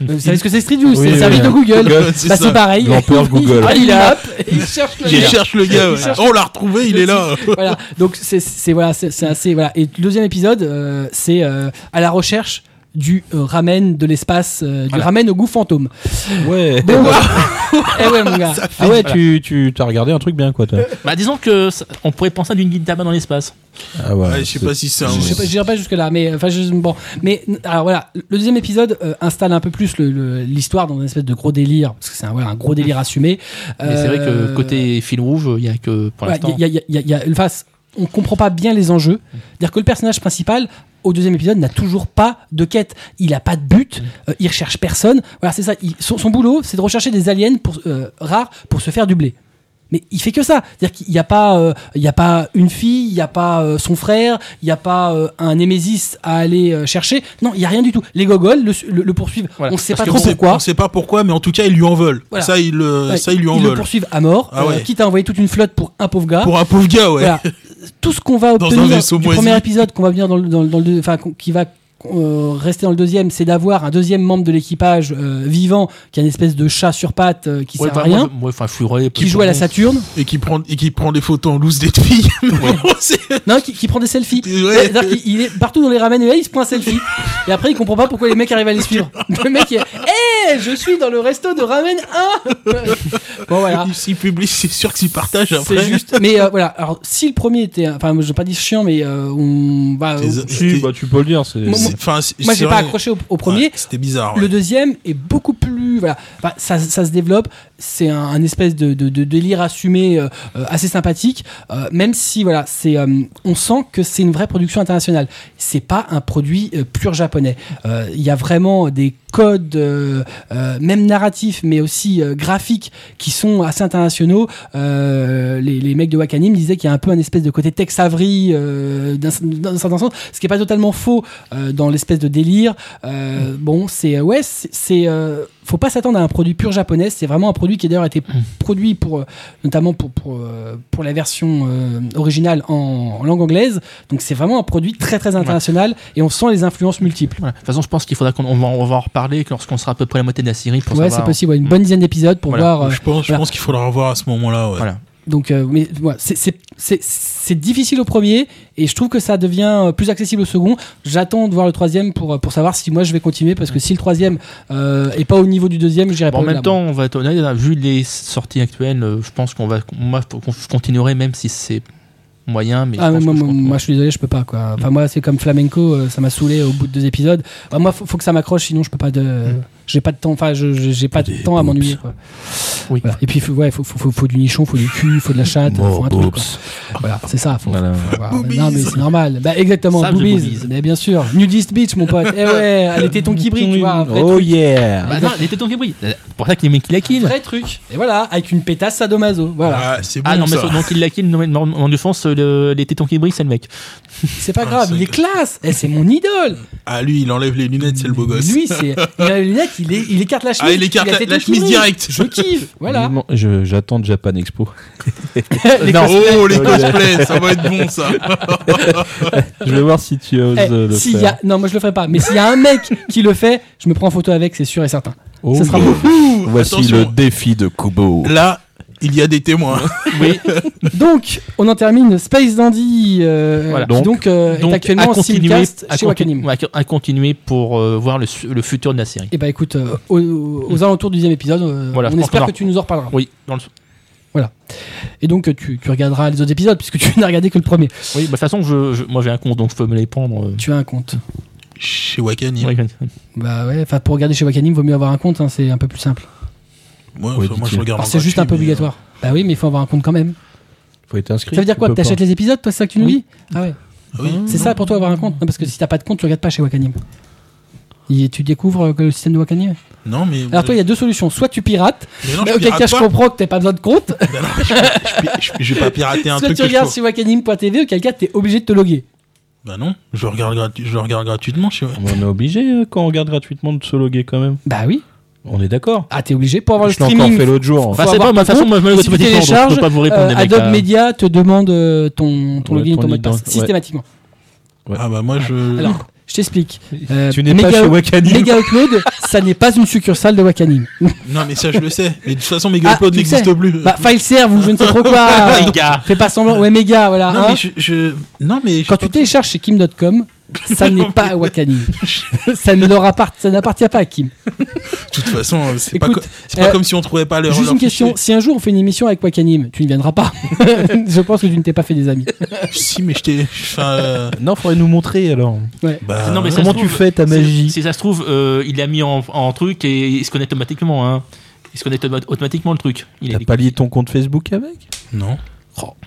[SPEAKER 1] Vous savez ce que c'est Street View C'est
[SPEAKER 5] Oui,
[SPEAKER 1] le
[SPEAKER 5] oui,
[SPEAKER 1] service
[SPEAKER 5] oui.
[SPEAKER 1] de Google.
[SPEAKER 2] Google, c'est
[SPEAKER 1] Bah,
[SPEAKER 2] ça.
[SPEAKER 1] c'est pareil.
[SPEAKER 5] L'Empereur Google.
[SPEAKER 1] Ah, il est là. Et il cherche le
[SPEAKER 2] Je
[SPEAKER 1] gars.
[SPEAKER 2] cherche le gars.
[SPEAKER 1] Il
[SPEAKER 2] ouais.
[SPEAKER 1] cherche-
[SPEAKER 2] Oh, on l'a retrouvé, il est là.
[SPEAKER 1] voilà. Donc c'est c'est- voilà, c'est c'est assez voilà. Et le deuxième épisode, euh, c'est euh, à la recherche du euh, ramen de l'espace, euh, du
[SPEAKER 3] Voilà.
[SPEAKER 1] ramen au goût fantôme.
[SPEAKER 5] Ouais.
[SPEAKER 1] Bon, eh ouais mon gars.
[SPEAKER 5] Ah ouais, tu, tu as regardé un truc bien, quoi, toi.
[SPEAKER 3] Bah, disons que ça- on pourrait penser à d'une guide tabac dans l'espace.
[SPEAKER 5] Ah ouais.
[SPEAKER 2] Ouais, je sais pas si c'est un.
[SPEAKER 1] Je sais pas, j'irai pas jusque là, mais euh, enfin je- bon. Mais alors voilà, le deuxième épisode euh, installe un peu plus le- le- l'histoire dans une espèce de gros délire, parce que c'est un, voilà, un gros délire assumé.
[SPEAKER 3] Mais c'est vrai que
[SPEAKER 1] Euh,
[SPEAKER 3] côté fil rouge, il y a que pour
[SPEAKER 1] Ouais,
[SPEAKER 3] l'instant.
[SPEAKER 1] y a- y a- y a- y a- enfin, c- on comprend pas bien les enjeux.
[SPEAKER 2] Mmh.
[SPEAKER 1] C'est-à-dire que le personnage principal, au deuxième épisode, n'a toujours pas de quête. Il a pas de but.
[SPEAKER 2] Mmh.
[SPEAKER 1] euh, il recherche personne. Voilà, c'est ça. Il- son, son boulot, c'est de rechercher des aliens pour, euh, rares pour se faire du blé. Mais il fait que ça. C'est-à-dire qu'il n'y a pas, euh, il y a pas une fille, il n'y a pas euh, son frère, il n'y a pas euh, un Némésis à aller euh, chercher. Non, il n'y a rien du tout. Les gogoles le, su- le- le poursuivent.
[SPEAKER 3] Voilà.
[SPEAKER 1] On ne sait
[SPEAKER 3] Parce
[SPEAKER 1] pas
[SPEAKER 3] que
[SPEAKER 1] trop
[SPEAKER 2] On sait-
[SPEAKER 1] pourquoi.
[SPEAKER 2] On sait pas pourquoi, mais en tout cas, ils lui en veulent.
[SPEAKER 1] Voilà.
[SPEAKER 2] Ça, ils, le-
[SPEAKER 1] Ouais,
[SPEAKER 2] ça, ils lui en
[SPEAKER 1] ils le
[SPEAKER 2] veulent.
[SPEAKER 1] poursuivent à mort,
[SPEAKER 2] Ah ouais.
[SPEAKER 1] euh, quitte à envoyer toute une flotte pour un pauvre gars.
[SPEAKER 2] Pour un pauvre gars, ouais.
[SPEAKER 1] Voilà. Tout ce qu'on va
[SPEAKER 2] Dans un
[SPEAKER 1] obtenir
[SPEAKER 2] vaisseau
[SPEAKER 1] du
[SPEAKER 2] moisi.
[SPEAKER 1] premier épisode qu'on va venir dans le, dans le- dans le deux- enfin qu'on- qui va euh, rester dans le deuxième, c'est d'avoir un deuxième membre de l'équipage euh, vivant qui a une espèce de chat sur pattes euh, qui
[SPEAKER 3] Ouais,
[SPEAKER 1] sert
[SPEAKER 3] bah,
[SPEAKER 1] à
[SPEAKER 3] moi,
[SPEAKER 1] rien,
[SPEAKER 3] je- moi, enfin, Furet,
[SPEAKER 1] qui joue à la Saturne,
[SPEAKER 2] Et qui prend, et qui prend des photos en loose des filles. C'est-
[SPEAKER 1] non, qui, qui prend des selfies.
[SPEAKER 2] Ouais.
[SPEAKER 1] C'est-à-dire qu'il- il est partout dans les ramen et là, il se prend un selfie. Et après il comprend pas pourquoi les mecs arrivent à les suivre. Le mec il est Hé, je suis dans le resto de ramen 1 Bon voilà.
[SPEAKER 2] Ils- S'ils publient, c'est sûr qu'ils partagent après.
[SPEAKER 1] Ah. C'est juste, mais euh, voilà. Alors, si le premier était, enfin, je vais pas dire chiant, mais euh, on va.
[SPEAKER 2] C'est-
[SPEAKER 5] Si,
[SPEAKER 2] c'est-
[SPEAKER 5] bah, tu peux le dire. C'est...
[SPEAKER 1] Moi,
[SPEAKER 2] c'est- enfin, c'est-
[SPEAKER 1] Moi,
[SPEAKER 2] c'est
[SPEAKER 1] j'ai pas
[SPEAKER 2] vrai.
[SPEAKER 1] accroché au, au premier.
[SPEAKER 2] Ouais, C'était bizarre. ouais.
[SPEAKER 1] Le deuxième est beaucoup plus. Voilà, Enfin, ça, ça se développe. C'est un, un espèce de, de- de délire assumé euh, euh, assez sympathique. euh, même si, voilà, c'est, euh, on sent que c'est une vraie production internationale. C'est pas un produit euh, pur japonais. Euh, Il y a vraiment des codes, euh, euh, même narratifs, mais aussi euh, graphiques, qui sont assez internationaux. Euh, les, les mecs de Wakanim disaient qu'il y a un peu un espèce de côté Tex Avery euh, d'un d'un certain sens, ce qui est pas totalement faux euh, dans l'espèce de délire. Euh, Bon, c'est ouais, c'est- c'est euh, faut pas s'attendre à un produit pur japonais. C'est vraiment un produit qui a d'ailleurs été
[SPEAKER 3] Hmm.
[SPEAKER 1] produit pour euh, notamment pour pour, euh, pour la version euh, originale en, en langue anglaise. Donc c'est vraiment un produit très très international et on sent les influences multiples.
[SPEAKER 3] Voilà. De toute façon, je pense qu'il faudra qu'on on va, on va en reparler lorsqu'on sera à peu près à la moitié de la série pour
[SPEAKER 1] ouais,
[SPEAKER 3] savoir. Hmm.
[SPEAKER 1] c'est possible. ouais, une bonne dizaine d'épisodes pour
[SPEAKER 3] Voilà.
[SPEAKER 1] voir. euh,
[SPEAKER 2] Je pense, je
[SPEAKER 1] voilà.
[SPEAKER 2] pense qu'il faudra revoir à ce moment-là. ouais.
[SPEAKER 3] Voilà.
[SPEAKER 1] Donc, euh, mais voilà, c'est- c'est- c'est c'est difficile au premier, et je trouve que ça devient euh, plus accessible au second. J'attends de voir le troisième pour euh, pour savoir si moi je vais continuer, parce que si le troisième euh, est pas au niveau du deuxième, j'irai pas.
[SPEAKER 3] Bon, en
[SPEAKER 1] au-delà,
[SPEAKER 3] même temps, on va être honnête, là, vu les sorties actuelles, euh, je pense qu'on va, moi, je continuerai même si c'est moyen, mais
[SPEAKER 1] Ah,
[SPEAKER 3] je
[SPEAKER 1] mais
[SPEAKER 3] pense
[SPEAKER 1] moi,
[SPEAKER 3] que je
[SPEAKER 1] moi,
[SPEAKER 3] continue.
[SPEAKER 1] moi, je suis désolé, je peux pas quoi. Enfin, moi, c'est comme flamenco, euh, ça m'a saoulé au bout de deux épisodes. Enfin, moi, faut, faut que ça m'accroche, sinon je peux pas de. J'ai pas de temps, enfin, je- je- j'ai pas de temps à m'ennuyer quoi.
[SPEAKER 3] Oui.
[SPEAKER 1] Voilà. Et puis, faut, ouais, faut, faut, faut, faut du nichon, faut du cul, faut de la
[SPEAKER 5] Ah,
[SPEAKER 1] chatte, faut un truc quoi. Voilà, c'est ça, faut,
[SPEAKER 5] Voilà.
[SPEAKER 1] faut voir.
[SPEAKER 2] Boobies.
[SPEAKER 1] Non, mais c'est normal. Bah, exactement,
[SPEAKER 3] Sable
[SPEAKER 1] boobies.
[SPEAKER 3] boobies.
[SPEAKER 1] Mais bien sûr, Nudist Beach, mon pote. Eh ouais, les tétons qui brillent, tu vois. un vrai
[SPEAKER 5] Oh
[SPEAKER 1] truc.
[SPEAKER 5] yeah!
[SPEAKER 3] Bah non, les tétons qui brillent. C'est Pour ça qu'il est qui la kill.
[SPEAKER 1] Vrai truc. Et voilà, avec une pétasse sadomaso. Voilà.
[SPEAKER 2] Ah, c'est bon.
[SPEAKER 3] Ah non, mais
[SPEAKER 2] ça.
[SPEAKER 3] ça- donc il la kill, non, mais non, en défense, le- les tétons qui brillent, c'est le mec.
[SPEAKER 1] C'est pas
[SPEAKER 2] Ah,
[SPEAKER 1] grave,
[SPEAKER 2] c'est-
[SPEAKER 1] il est classe. Eh, c'est mon idole.
[SPEAKER 2] Ah, lui, il enlève les lunettes, c'est le beau gosse.
[SPEAKER 1] Lui, c'est. Il a les lunettes, il, est- il écarte la chemise.
[SPEAKER 2] Ah, il écarte
[SPEAKER 1] a
[SPEAKER 2] la-
[SPEAKER 1] tétons
[SPEAKER 2] la
[SPEAKER 1] qui
[SPEAKER 2] chemise
[SPEAKER 1] brillent.
[SPEAKER 2] direct.
[SPEAKER 1] Je kiffe. Voilà.
[SPEAKER 5] Vivement- je- j'attends Japan Expo.
[SPEAKER 1] Les
[SPEAKER 5] Non.
[SPEAKER 1] cosplays.
[SPEAKER 2] Oh, les cosplays, ça va être bon ça.
[SPEAKER 5] Je vais voir si tu oses
[SPEAKER 1] Eh,
[SPEAKER 5] euh, le
[SPEAKER 1] s'il
[SPEAKER 5] faire.
[SPEAKER 1] y a... Non, moi je le ferai pas. Mais s'il y a un mec qui le fait, je me prends en photo avec, c'est sûr et certain.
[SPEAKER 5] Oh,
[SPEAKER 1] ça sera
[SPEAKER 5] yeah.
[SPEAKER 1] beau.
[SPEAKER 2] Ouh,
[SPEAKER 5] Voici
[SPEAKER 2] attention.
[SPEAKER 5] le défi de Kubo.
[SPEAKER 2] Là, il y a des témoins.
[SPEAKER 3] Oui,
[SPEAKER 1] Donc, on en termine Space Dandy, euh,
[SPEAKER 3] Voilà.
[SPEAKER 1] qui donc, euh, est actuellement en simulcast
[SPEAKER 3] à,
[SPEAKER 1] chez
[SPEAKER 3] continu-
[SPEAKER 1] Wakanim.
[SPEAKER 3] ouais, à continuer pour euh, voir le, su- le futur de la série.
[SPEAKER 1] Et bah écoute, euh, aux, aux alentours du deuxième épisode, euh,
[SPEAKER 3] Voilà, je
[SPEAKER 1] on
[SPEAKER 3] pense
[SPEAKER 1] espère
[SPEAKER 3] qu'on
[SPEAKER 1] que
[SPEAKER 3] en-
[SPEAKER 1] tu nous en reparleras.
[SPEAKER 3] Oui, dans le-
[SPEAKER 1] Et donc euh, tu, tu regarderas les autres épisodes, puisque tu n'as regardé que le premier.
[SPEAKER 3] oui, bah, de toute façon, je, je- moi j'ai un compte, donc je peux me les prendre. euh.
[SPEAKER 1] Tu as un compte.
[SPEAKER 2] Chez Wakani.
[SPEAKER 3] Ouais,
[SPEAKER 1] Bah ouais, enfin pour regarder chez Wakanim, vaut mieux avoir un compte, hein, c'est un peu plus simple.
[SPEAKER 2] Moi,
[SPEAKER 5] Ouais,
[SPEAKER 2] enfin, moi, je
[SPEAKER 5] dit-il.
[SPEAKER 2] regarde.
[SPEAKER 1] Alors
[SPEAKER 2] en
[SPEAKER 1] c'est juste un
[SPEAKER 2] gratuit,
[SPEAKER 1] peu
[SPEAKER 2] mais, euh,
[SPEAKER 1] obligatoire. Bah oui, mais il faut avoir un compte quand même.
[SPEAKER 5] Faut être inscrit.
[SPEAKER 1] Ça veut dire quoi
[SPEAKER 5] tu peux
[SPEAKER 1] T'achètes les épisodes, toi, c'est ça que tu nous dis Ah ouais.
[SPEAKER 2] euh, ah oui.
[SPEAKER 1] C'est ça pour toi avoir un compte Non, parce que si t'as pas de compte, tu regardes pas chez Wakanim. Et tu découvres euh, que le système de Wakani ouais.
[SPEAKER 2] Non, mais.
[SPEAKER 1] Alors toi, il y a deux solutions. Soit tu pirates,
[SPEAKER 2] mais non,
[SPEAKER 1] mais
[SPEAKER 2] je
[SPEAKER 1] auquel
[SPEAKER 2] pirate
[SPEAKER 1] cas je
[SPEAKER 2] pas.
[SPEAKER 1] comprends que t'as pas besoin de compte.
[SPEAKER 2] Ben non, je, je- je- je vais pas pirater un
[SPEAKER 1] Soit
[SPEAKER 2] truc
[SPEAKER 1] tu
[SPEAKER 2] que je
[SPEAKER 1] regardes
[SPEAKER 2] trouve.
[SPEAKER 1] sur wakanim.tv, auquel cas t'es obligé de te loguer.
[SPEAKER 2] Bah non, je regarde, gratu- je regarde gratuitement chez moi.
[SPEAKER 5] On est obligé euh, quand on regarde gratuitement de se loguer quand même.
[SPEAKER 1] Bah oui.
[SPEAKER 5] On est d'accord.
[SPEAKER 1] Ah, t'es obligé pour avoir le
[SPEAKER 5] Je l'ai encore
[SPEAKER 1] streaming.
[SPEAKER 5] fait l'autre jour.
[SPEAKER 1] Faut
[SPEAKER 3] Bah, c'est
[SPEAKER 1] avoir
[SPEAKER 3] pas, ma
[SPEAKER 1] ton
[SPEAKER 3] façon, moi, je me
[SPEAKER 1] compte,
[SPEAKER 3] le
[SPEAKER 1] si
[SPEAKER 3] fais
[SPEAKER 1] tu
[SPEAKER 3] donc je
[SPEAKER 1] télécharges,
[SPEAKER 3] peux pas vous répondre,
[SPEAKER 1] Euh,
[SPEAKER 3] les mecs.
[SPEAKER 1] Adobe
[SPEAKER 3] là.
[SPEAKER 1] Media te demande euh, ton, ton
[SPEAKER 5] Ouais,
[SPEAKER 1] login et
[SPEAKER 5] ton
[SPEAKER 1] ton mot de passe
[SPEAKER 5] ident- ouais.
[SPEAKER 1] systématiquement.
[SPEAKER 5] Ouais.
[SPEAKER 2] Ah bah moi je.
[SPEAKER 1] Alors, je t'explique. Euh,
[SPEAKER 5] Tu n'es pas
[SPEAKER 1] Mega-
[SPEAKER 5] chez Wakanim.
[SPEAKER 1] Mega Upload, ça n'est pas une succursale de Wakanim.
[SPEAKER 2] Non mais ça je le sais. Mais de toute façon mes
[SPEAKER 1] Ah,
[SPEAKER 2] GoPod
[SPEAKER 1] tu le sais.
[SPEAKER 2] n'existent plus.
[SPEAKER 1] Bah, FileServe ou je ne sais trop quoi. Fais pas semblant. Ouais, Mega, voilà.
[SPEAKER 2] non,
[SPEAKER 1] hein.
[SPEAKER 2] mais je, je- non mais je-
[SPEAKER 1] Quand tu télécharges chez Kim.com, ça n'est pas Wakanim. ça ne leur appart- ça n'appartient pas à Kim.
[SPEAKER 2] de toute façon euh, c'est pas,
[SPEAKER 1] Écoute,
[SPEAKER 2] co- c'est pas
[SPEAKER 1] euh,
[SPEAKER 2] comme si on trouvait pas leur.
[SPEAKER 1] Juste
[SPEAKER 2] leur
[SPEAKER 1] une question. Si un jour on fait une émission avec Wakanim, tu ne viendras pas. je pense que tu ne t'es pas fait des amis.
[SPEAKER 2] fichier. Ah, Si mais je t'ai. enfin, euh,
[SPEAKER 5] Non, faudrait nous montrer alors.
[SPEAKER 1] Ah,
[SPEAKER 2] bah,
[SPEAKER 3] Non, mais ça
[SPEAKER 5] Comment
[SPEAKER 3] se
[SPEAKER 5] tu
[SPEAKER 3] trouve,
[SPEAKER 5] fais ta
[SPEAKER 3] Si-
[SPEAKER 5] magie
[SPEAKER 3] Si ça se trouve, euh, il l'a mis en, en truc et il se connecte automatiquement. Hein. Il se connecte automa- automatiquement le truc. Il
[SPEAKER 5] T'as
[SPEAKER 3] est-
[SPEAKER 5] pas lié ton compte Facebook avec
[SPEAKER 2] non.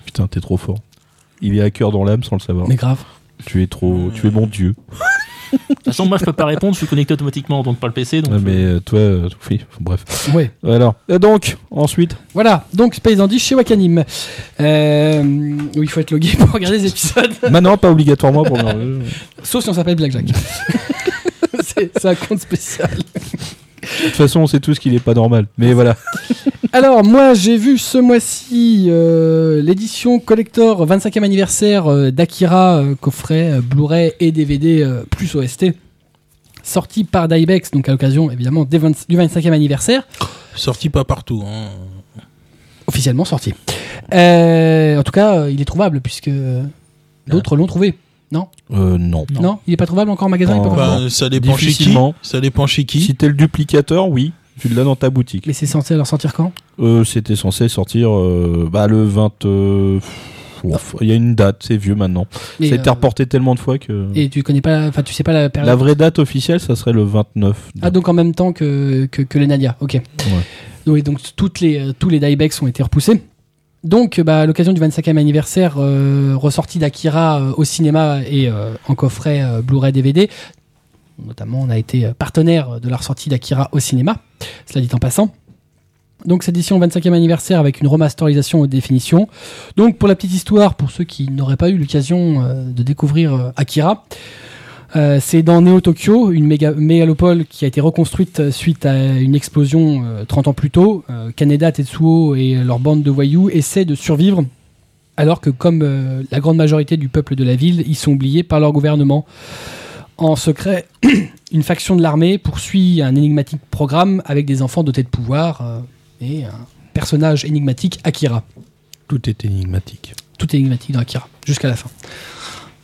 [SPEAKER 5] Putain, t'es trop fort. Il est à cœur dans l'âme sans le savoir.
[SPEAKER 1] Mais grave.
[SPEAKER 5] Tu es trop, tu es mon dieu.
[SPEAKER 3] De toute façon, moi, je peux pas répondre. Je suis connecté automatiquement, donc par le PC. Donc,
[SPEAKER 5] Ouais, mais euh, toi, euh, oui, bref.
[SPEAKER 1] Ouais.
[SPEAKER 5] Alors, et donc, ensuite,
[SPEAKER 1] Voilà. Donc Space Dandy chez Wakanim. Euh, où il faut être logué pour regarder les épisodes.
[SPEAKER 5] maintenant, pas obligatoirement pour le-
[SPEAKER 1] Sauf si on s'appelle Blackjack. c'est c'est un compte spécial.
[SPEAKER 5] De toute façon, on sait tous qu'il est pas normal. Mais voilà.
[SPEAKER 1] Alors, moi, j'ai vu ce mois-ci euh, l'édition collector 25e anniversaire euh, d'Akira, euh, coffret euh, Blu-ray et DVD euh, plus OST, sorti par Dybex, donc à l'occasion évidemment des 20 du 25e anniversaire,
[SPEAKER 2] Sorti pas partout. hein.
[SPEAKER 1] officiellement sorti. Euh, en tout cas, euh, il est trouvable puisque euh, d'autres l'ont trouvé.
[SPEAKER 5] Euh, Ah. non.
[SPEAKER 1] Non. il est pas trouvable encore en magasin. il est pas
[SPEAKER 5] Non.
[SPEAKER 1] encore-
[SPEAKER 2] Bah, ça dépend chez qui.
[SPEAKER 5] Difficilement.
[SPEAKER 2] Ça dépend chez qui.
[SPEAKER 5] Si t'es le duplicateur, oui. Tu l'as dans ta boutique.
[SPEAKER 1] Mais c'est censé leur sortir quand
[SPEAKER 5] Euh, C'était censé sortir euh, bah, le 20. euh, ouf, Il y a une date, c'est vieux maintenant.
[SPEAKER 1] Mais,
[SPEAKER 5] Ça a été
[SPEAKER 1] euh,
[SPEAKER 5] reporté tellement de fois que.
[SPEAKER 1] Et tu connais pas, enfin, tu sais pas la période.
[SPEAKER 5] La vraie date officielle, ça serait le 29.
[SPEAKER 1] Ah donc en même temps que, que, que les Nadia, ok. Oui, donc toutes les, euh, tous les diebacks ont été repoussés. Donc bah, à l'occasion du 25e anniversaire euh, ressorti d'Akira euh, au cinéma et euh, en coffret euh, Blu-ray DVD, notamment on a été euh, partenaire de la ressortie d'Akira au cinéma, cela dit en passant. Donc cette édition 25e anniversaire avec une remasterisation aux définitions. Donc pour la petite histoire, pour ceux qui n'auraient pas eu l'occasion euh, de découvrir euh, Akira, euh, c'est dans Neo Tokyo, une méga- mégalopole qui a été reconstruite euh, suite à une explosion euh, 30 ans plus tôt. Euh, Kaneda, Tetsuo et euh, leur bande de voyous essaient de survivre alors que comme euh, la grande majorité du peuple de la ville, ils sont oubliés par leur gouvernement. En secret, une faction de l'armée poursuit un énigmatique programme avec des enfants dotés de pouvoir euh, et un personnage énigmatique, Akira
[SPEAKER 5] Tout est énigmatique.
[SPEAKER 1] tout est énigmatique dans Akira jusqu'à la fin.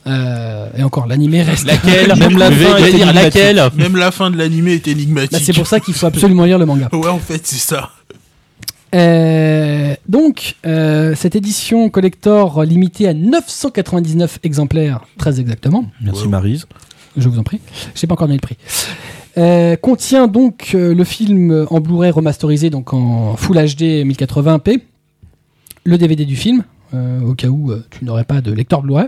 [SPEAKER 1] Euh, et encore, l'animé reste.
[SPEAKER 3] Laquelle
[SPEAKER 5] Même la
[SPEAKER 3] Je vais
[SPEAKER 5] fin est
[SPEAKER 3] dire
[SPEAKER 5] énigmatique.
[SPEAKER 3] laquelle
[SPEAKER 2] Même la fin de l'animé est
[SPEAKER 1] Bah,
[SPEAKER 2] énigmatique.
[SPEAKER 1] c'est pour ça qu'il faut absolument lire le manga.
[SPEAKER 2] Ouais en fait c'est ça.
[SPEAKER 1] Euh, donc, euh, cette édition collector limitée à 999 exemplaires, très exactement,
[SPEAKER 5] Merci
[SPEAKER 2] Wow.
[SPEAKER 5] Marise.
[SPEAKER 1] je vous en prie, je n'ai pas encore donné le prix, euh, contient donc euh, le film en Blu-ray remasterisé, donc en Full HD 1080p, le DVD du film, euh, au cas où euh, tu n'aurais pas de lecteur Blu-ray,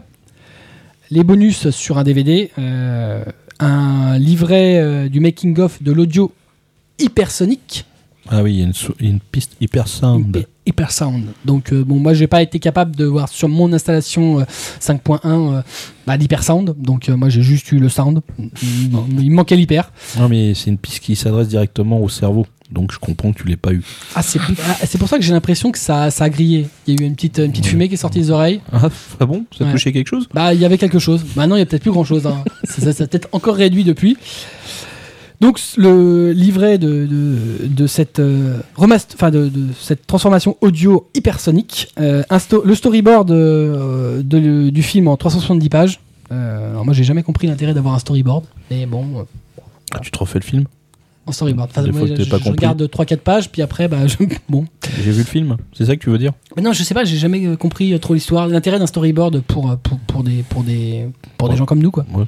[SPEAKER 1] les bonus sur un DVD, euh, un livret euh, du making-of de l'audio hypersonique,
[SPEAKER 5] Ah oui, il y a une, sou- une piste hyper sound.
[SPEAKER 1] Hyper Sound. Donc euh, bon, moi j'ai pas été capable de voir sur mon installation euh, 5.1 euh, bah, l'Hyper Sound. Donc euh, moi j'ai juste eu le sound. Non, Il me manquait l'hyper.
[SPEAKER 5] Non, mais c'est une piste qui s'adresse directement au cerveau. Donc je comprends que tu l'aies pas eu.
[SPEAKER 1] Ah c'est ah, c'est pour ça que j'ai l'impression que ça, ça a grillé. Il y a eu une petite, une petite fumée qui est sortie des oreilles.
[SPEAKER 5] Ah, ah bon Ça
[SPEAKER 1] Ouais.
[SPEAKER 5] touchait quelque chose
[SPEAKER 1] Bah, il y avait quelque chose. Maintenant, il y a peut-être plus grand-chose. hein. ça, ça- ça a peut-être encore réduit depuis. Donc, s- le livret de, de, de cette, euh, remast- enfin, de, de cette transformation audio hypersonique, euh, un sto- le storyboard euh, de- du film en 370 pages. Euh, alors, moi, j'ai jamais compris l'intérêt d'avoir un storyboard, mais bon, euh,
[SPEAKER 5] Ah, Tu te refais le film
[SPEAKER 1] en storyboard. Enfin,
[SPEAKER 5] Des
[SPEAKER 1] moi,
[SPEAKER 5] fois que
[SPEAKER 1] je,
[SPEAKER 5] t'es pas
[SPEAKER 1] je
[SPEAKER 5] compris.
[SPEAKER 1] regarde 3-4 pages, puis après, bah, je- bon.
[SPEAKER 5] J'ai vu le film C'est ça que tu veux dire
[SPEAKER 1] Mais non, je sais pas, j'ai jamais euh, compris euh, trop l'histoire, l'intérêt d'un storyboard pour, euh, pour, pour des, pour, des, pour des
[SPEAKER 5] Ouais.
[SPEAKER 1] gens comme nous, quoi.
[SPEAKER 5] Ouais.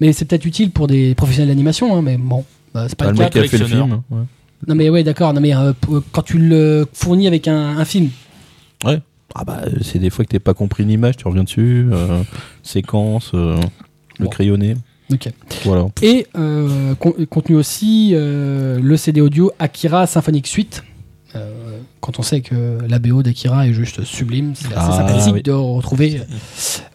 [SPEAKER 1] Mais c'est peut-être utile pour des professionnels d'animation, hein, mais bon, bah, c'est pas
[SPEAKER 5] Ah,
[SPEAKER 1] le
[SPEAKER 5] Le
[SPEAKER 1] cas.
[SPEAKER 5] mec qui a fait le film. ouais.
[SPEAKER 1] Non, mais ouais, d'accord, non, mais euh, p- euh, quand tu le fournis avec un, un film,
[SPEAKER 5] Ah bah, euh, c'est des fois que t'es pas compris l'image, tu reviens dessus, euh, séquence, euh, le
[SPEAKER 1] Bon.
[SPEAKER 5] crayonné.
[SPEAKER 1] Ok.
[SPEAKER 5] Voilà.
[SPEAKER 1] Et euh, con- contenu aussi euh, le CD audio Akira Symphonic Suite. Euh, quand on sait que la BO d'Akira est juste sublime, c'est assez
[SPEAKER 5] Ah,
[SPEAKER 1] sympathique
[SPEAKER 5] oui.
[SPEAKER 1] de retrouver euh,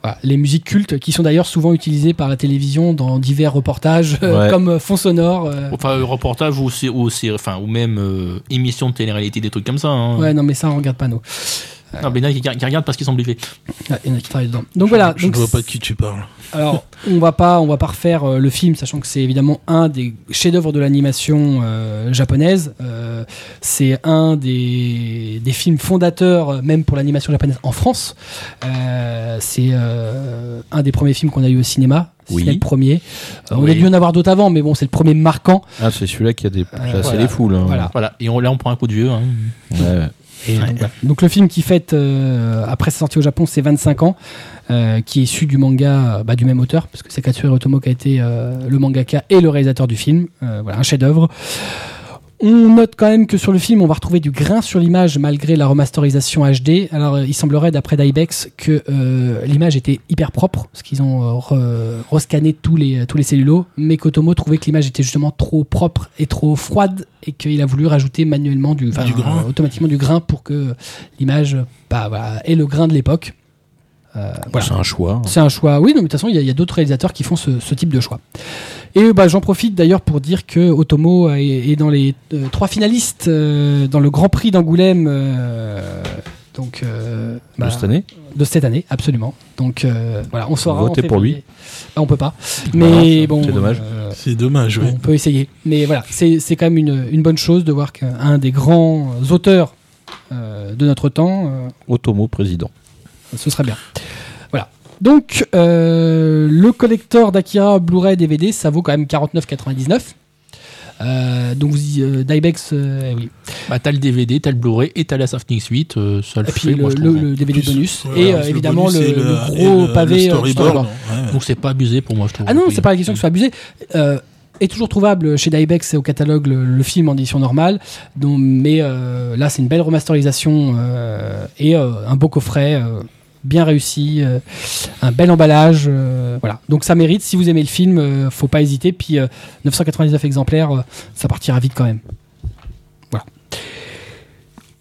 [SPEAKER 1] voilà, les musiques cultes qui sont d'ailleurs souvent utilisées par la télévision dans divers reportages euh,
[SPEAKER 5] Ouais.
[SPEAKER 1] comme euh, fond sonore. euh,
[SPEAKER 3] Enfin, euh, reportage ou, sé- ou, sé- enfin, ou même euh, émission de télé-réalité, des trucs comme ça. hein.
[SPEAKER 1] Ouais, non, mais ça, on regarde pas, nous.
[SPEAKER 3] Non, mais il y en a qui, qui regardent parce qu'ils sont obligés.
[SPEAKER 1] Ah, Il y en a qui travaillent dedans. Donc voilà.
[SPEAKER 2] Je ne
[SPEAKER 1] donc
[SPEAKER 2] vois pas de qui tu parles.
[SPEAKER 1] Alors, on va pas, on va pas refaire euh, le film, sachant que c'est évidemment un des chefs-d'œuvre de l'animation euh, japonaise. Euh, c'est un des, des films fondateurs, euh, même pour l'animation japonaise en France. Euh, c'est euh, un des premiers films qu'on a eu au cinéma. si
[SPEAKER 5] Oui.
[SPEAKER 1] ce n'est le premier. Euh, On
[SPEAKER 3] Oui.
[SPEAKER 1] a dû en avoir d'autres avant, mais bon, c'est le premier marquant.
[SPEAKER 5] Ah, c'est celui-là qui a des...
[SPEAKER 1] Euh,
[SPEAKER 5] placé
[SPEAKER 1] voilà.
[SPEAKER 5] les foules. hein.
[SPEAKER 1] Voilà.
[SPEAKER 3] Voilà, et on, là on prend un coup de vieux. hein.
[SPEAKER 5] Ouais.
[SPEAKER 1] Et
[SPEAKER 3] Ouais.
[SPEAKER 1] donc, voilà. Donc, le film qui fête euh, après sa sortie au Japon ses 25 ans, euh, qui est issu du manga euh, bah, du même auteur, parce que c'est Katsuhiro Otomo qui a été euh, le mangaka et le réalisateur du film. Euh, voilà, un chef-d'œuvre. On note quand même que sur le film, on va retrouver du grain sur l'image malgré la remasterisation HD. Alors, euh, il semblerait, d'après Dybex, que euh, l'image était hyper propre, parce qu'ils ont euh, re- rescanné tous les, tous les cellulos, mais qu'Otomo trouvait que l'image était justement trop propre et trop froide, et qu'il a voulu rajouter manuellement du, enfin,
[SPEAKER 2] Du grain.
[SPEAKER 1] euh, automatiquement du grain pour que l'image bah, voilà, ait le grain de l'époque. Euh, voilà.
[SPEAKER 5] C'est un choix. hein,
[SPEAKER 1] C'est un choix, oui, non, mais de toute façon, il y a, il y a d'autres réalisateurs qui font ce, ce type de choix. Et bah, j'en profite d'ailleurs pour dire que Otomo euh, est, est dans les euh, trois finalistes euh, dans le Grand Prix d'Angoulême. euh, donc, euh, bah,
[SPEAKER 5] De cette année
[SPEAKER 1] de cette année, absolument. Donc euh, voilà, on saura. en
[SPEAKER 5] Votez pour
[SPEAKER 1] février.
[SPEAKER 5] lui.
[SPEAKER 1] Bah, on peut pas.
[SPEAKER 5] Voilà,
[SPEAKER 1] Mais
[SPEAKER 5] c'est-
[SPEAKER 1] bon.
[SPEAKER 5] c'est dommage.
[SPEAKER 1] euh,
[SPEAKER 2] C'est dommage, oui.
[SPEAKER 1] on peut essayer. Mais voilà, c'est c'est quand même une, une bonne chose de voir qu'un des grands auteurs euh, de notre temps euh,
[SPEAKER 5] Otomo président.
[SPEAKER 1] ce serait bien. Voilà. Donc, euh, le collector d'Akira Blu-ray DVD, ça vaut quand même 49,99. Euh, donc, vous y, euh, Dybex, euh, eh oui.
[SPEAKER 3] Bah, t'as le DVD, t'as le Blu-ray et t'as la Symphonic Suite. euh, ça le
[SPEAKER 1] et
[SPEAKER 3] fait,
[SPEAKER 1] puis
[SPEAKER 3] moi,
[SPEAKER 1] le,
[SPEAKER 3] je
[SPEAKER 1] le-
[SPEAKER 3] trouve.
[SPEAKER 1] le DVD
[SPEAKER 2] Plus,
[SPEAKER 1] bonus,
[SPEAKER 2] voilà,
[SPEAKER 1] et euh,
[SPEAKER 2] parce que le
[SPEAKER 1] évidemment
[SPEAKER 2] bonus
[SPEAKER 1] le,
[SPEAKER 2] et
[SPEAKER 1] le
[SPEAKER 2] le-
[SPEAKER 1] gros
[SPEAKER 2] et le-
[SPEAKER 1] pavé.
[SPEAKER 2] le
[SPEAKER 1] euh, du
[SPEAKER 2] storyboard.
[SPEAKER 1] storyboard.
[SPEAKER 2] Ouais, ouais.
[SPEAKER 3] Donc c'est pas abusé pour moi, je trouve.
[SPEAKER 1] Ah non,
[SPEAKER 3] Oui.
[SPEAKER 1] c'est pas la question que ce soit abusé. Euh, est toujours trouvable chez Dybex c'est au catalogue le, le film en édition normale. Donc, mais euh, là, c'est une belle remasterisation euh, et euh, un beau coffret euh, bien réussi, euh, un bel emballage. euh, voilà. Donc ça mérite. Si vous aimez le film, euh, faut pas hésiter. Puis euh, 999 exemplaires, euh, ça partira vite quand même. Voilà.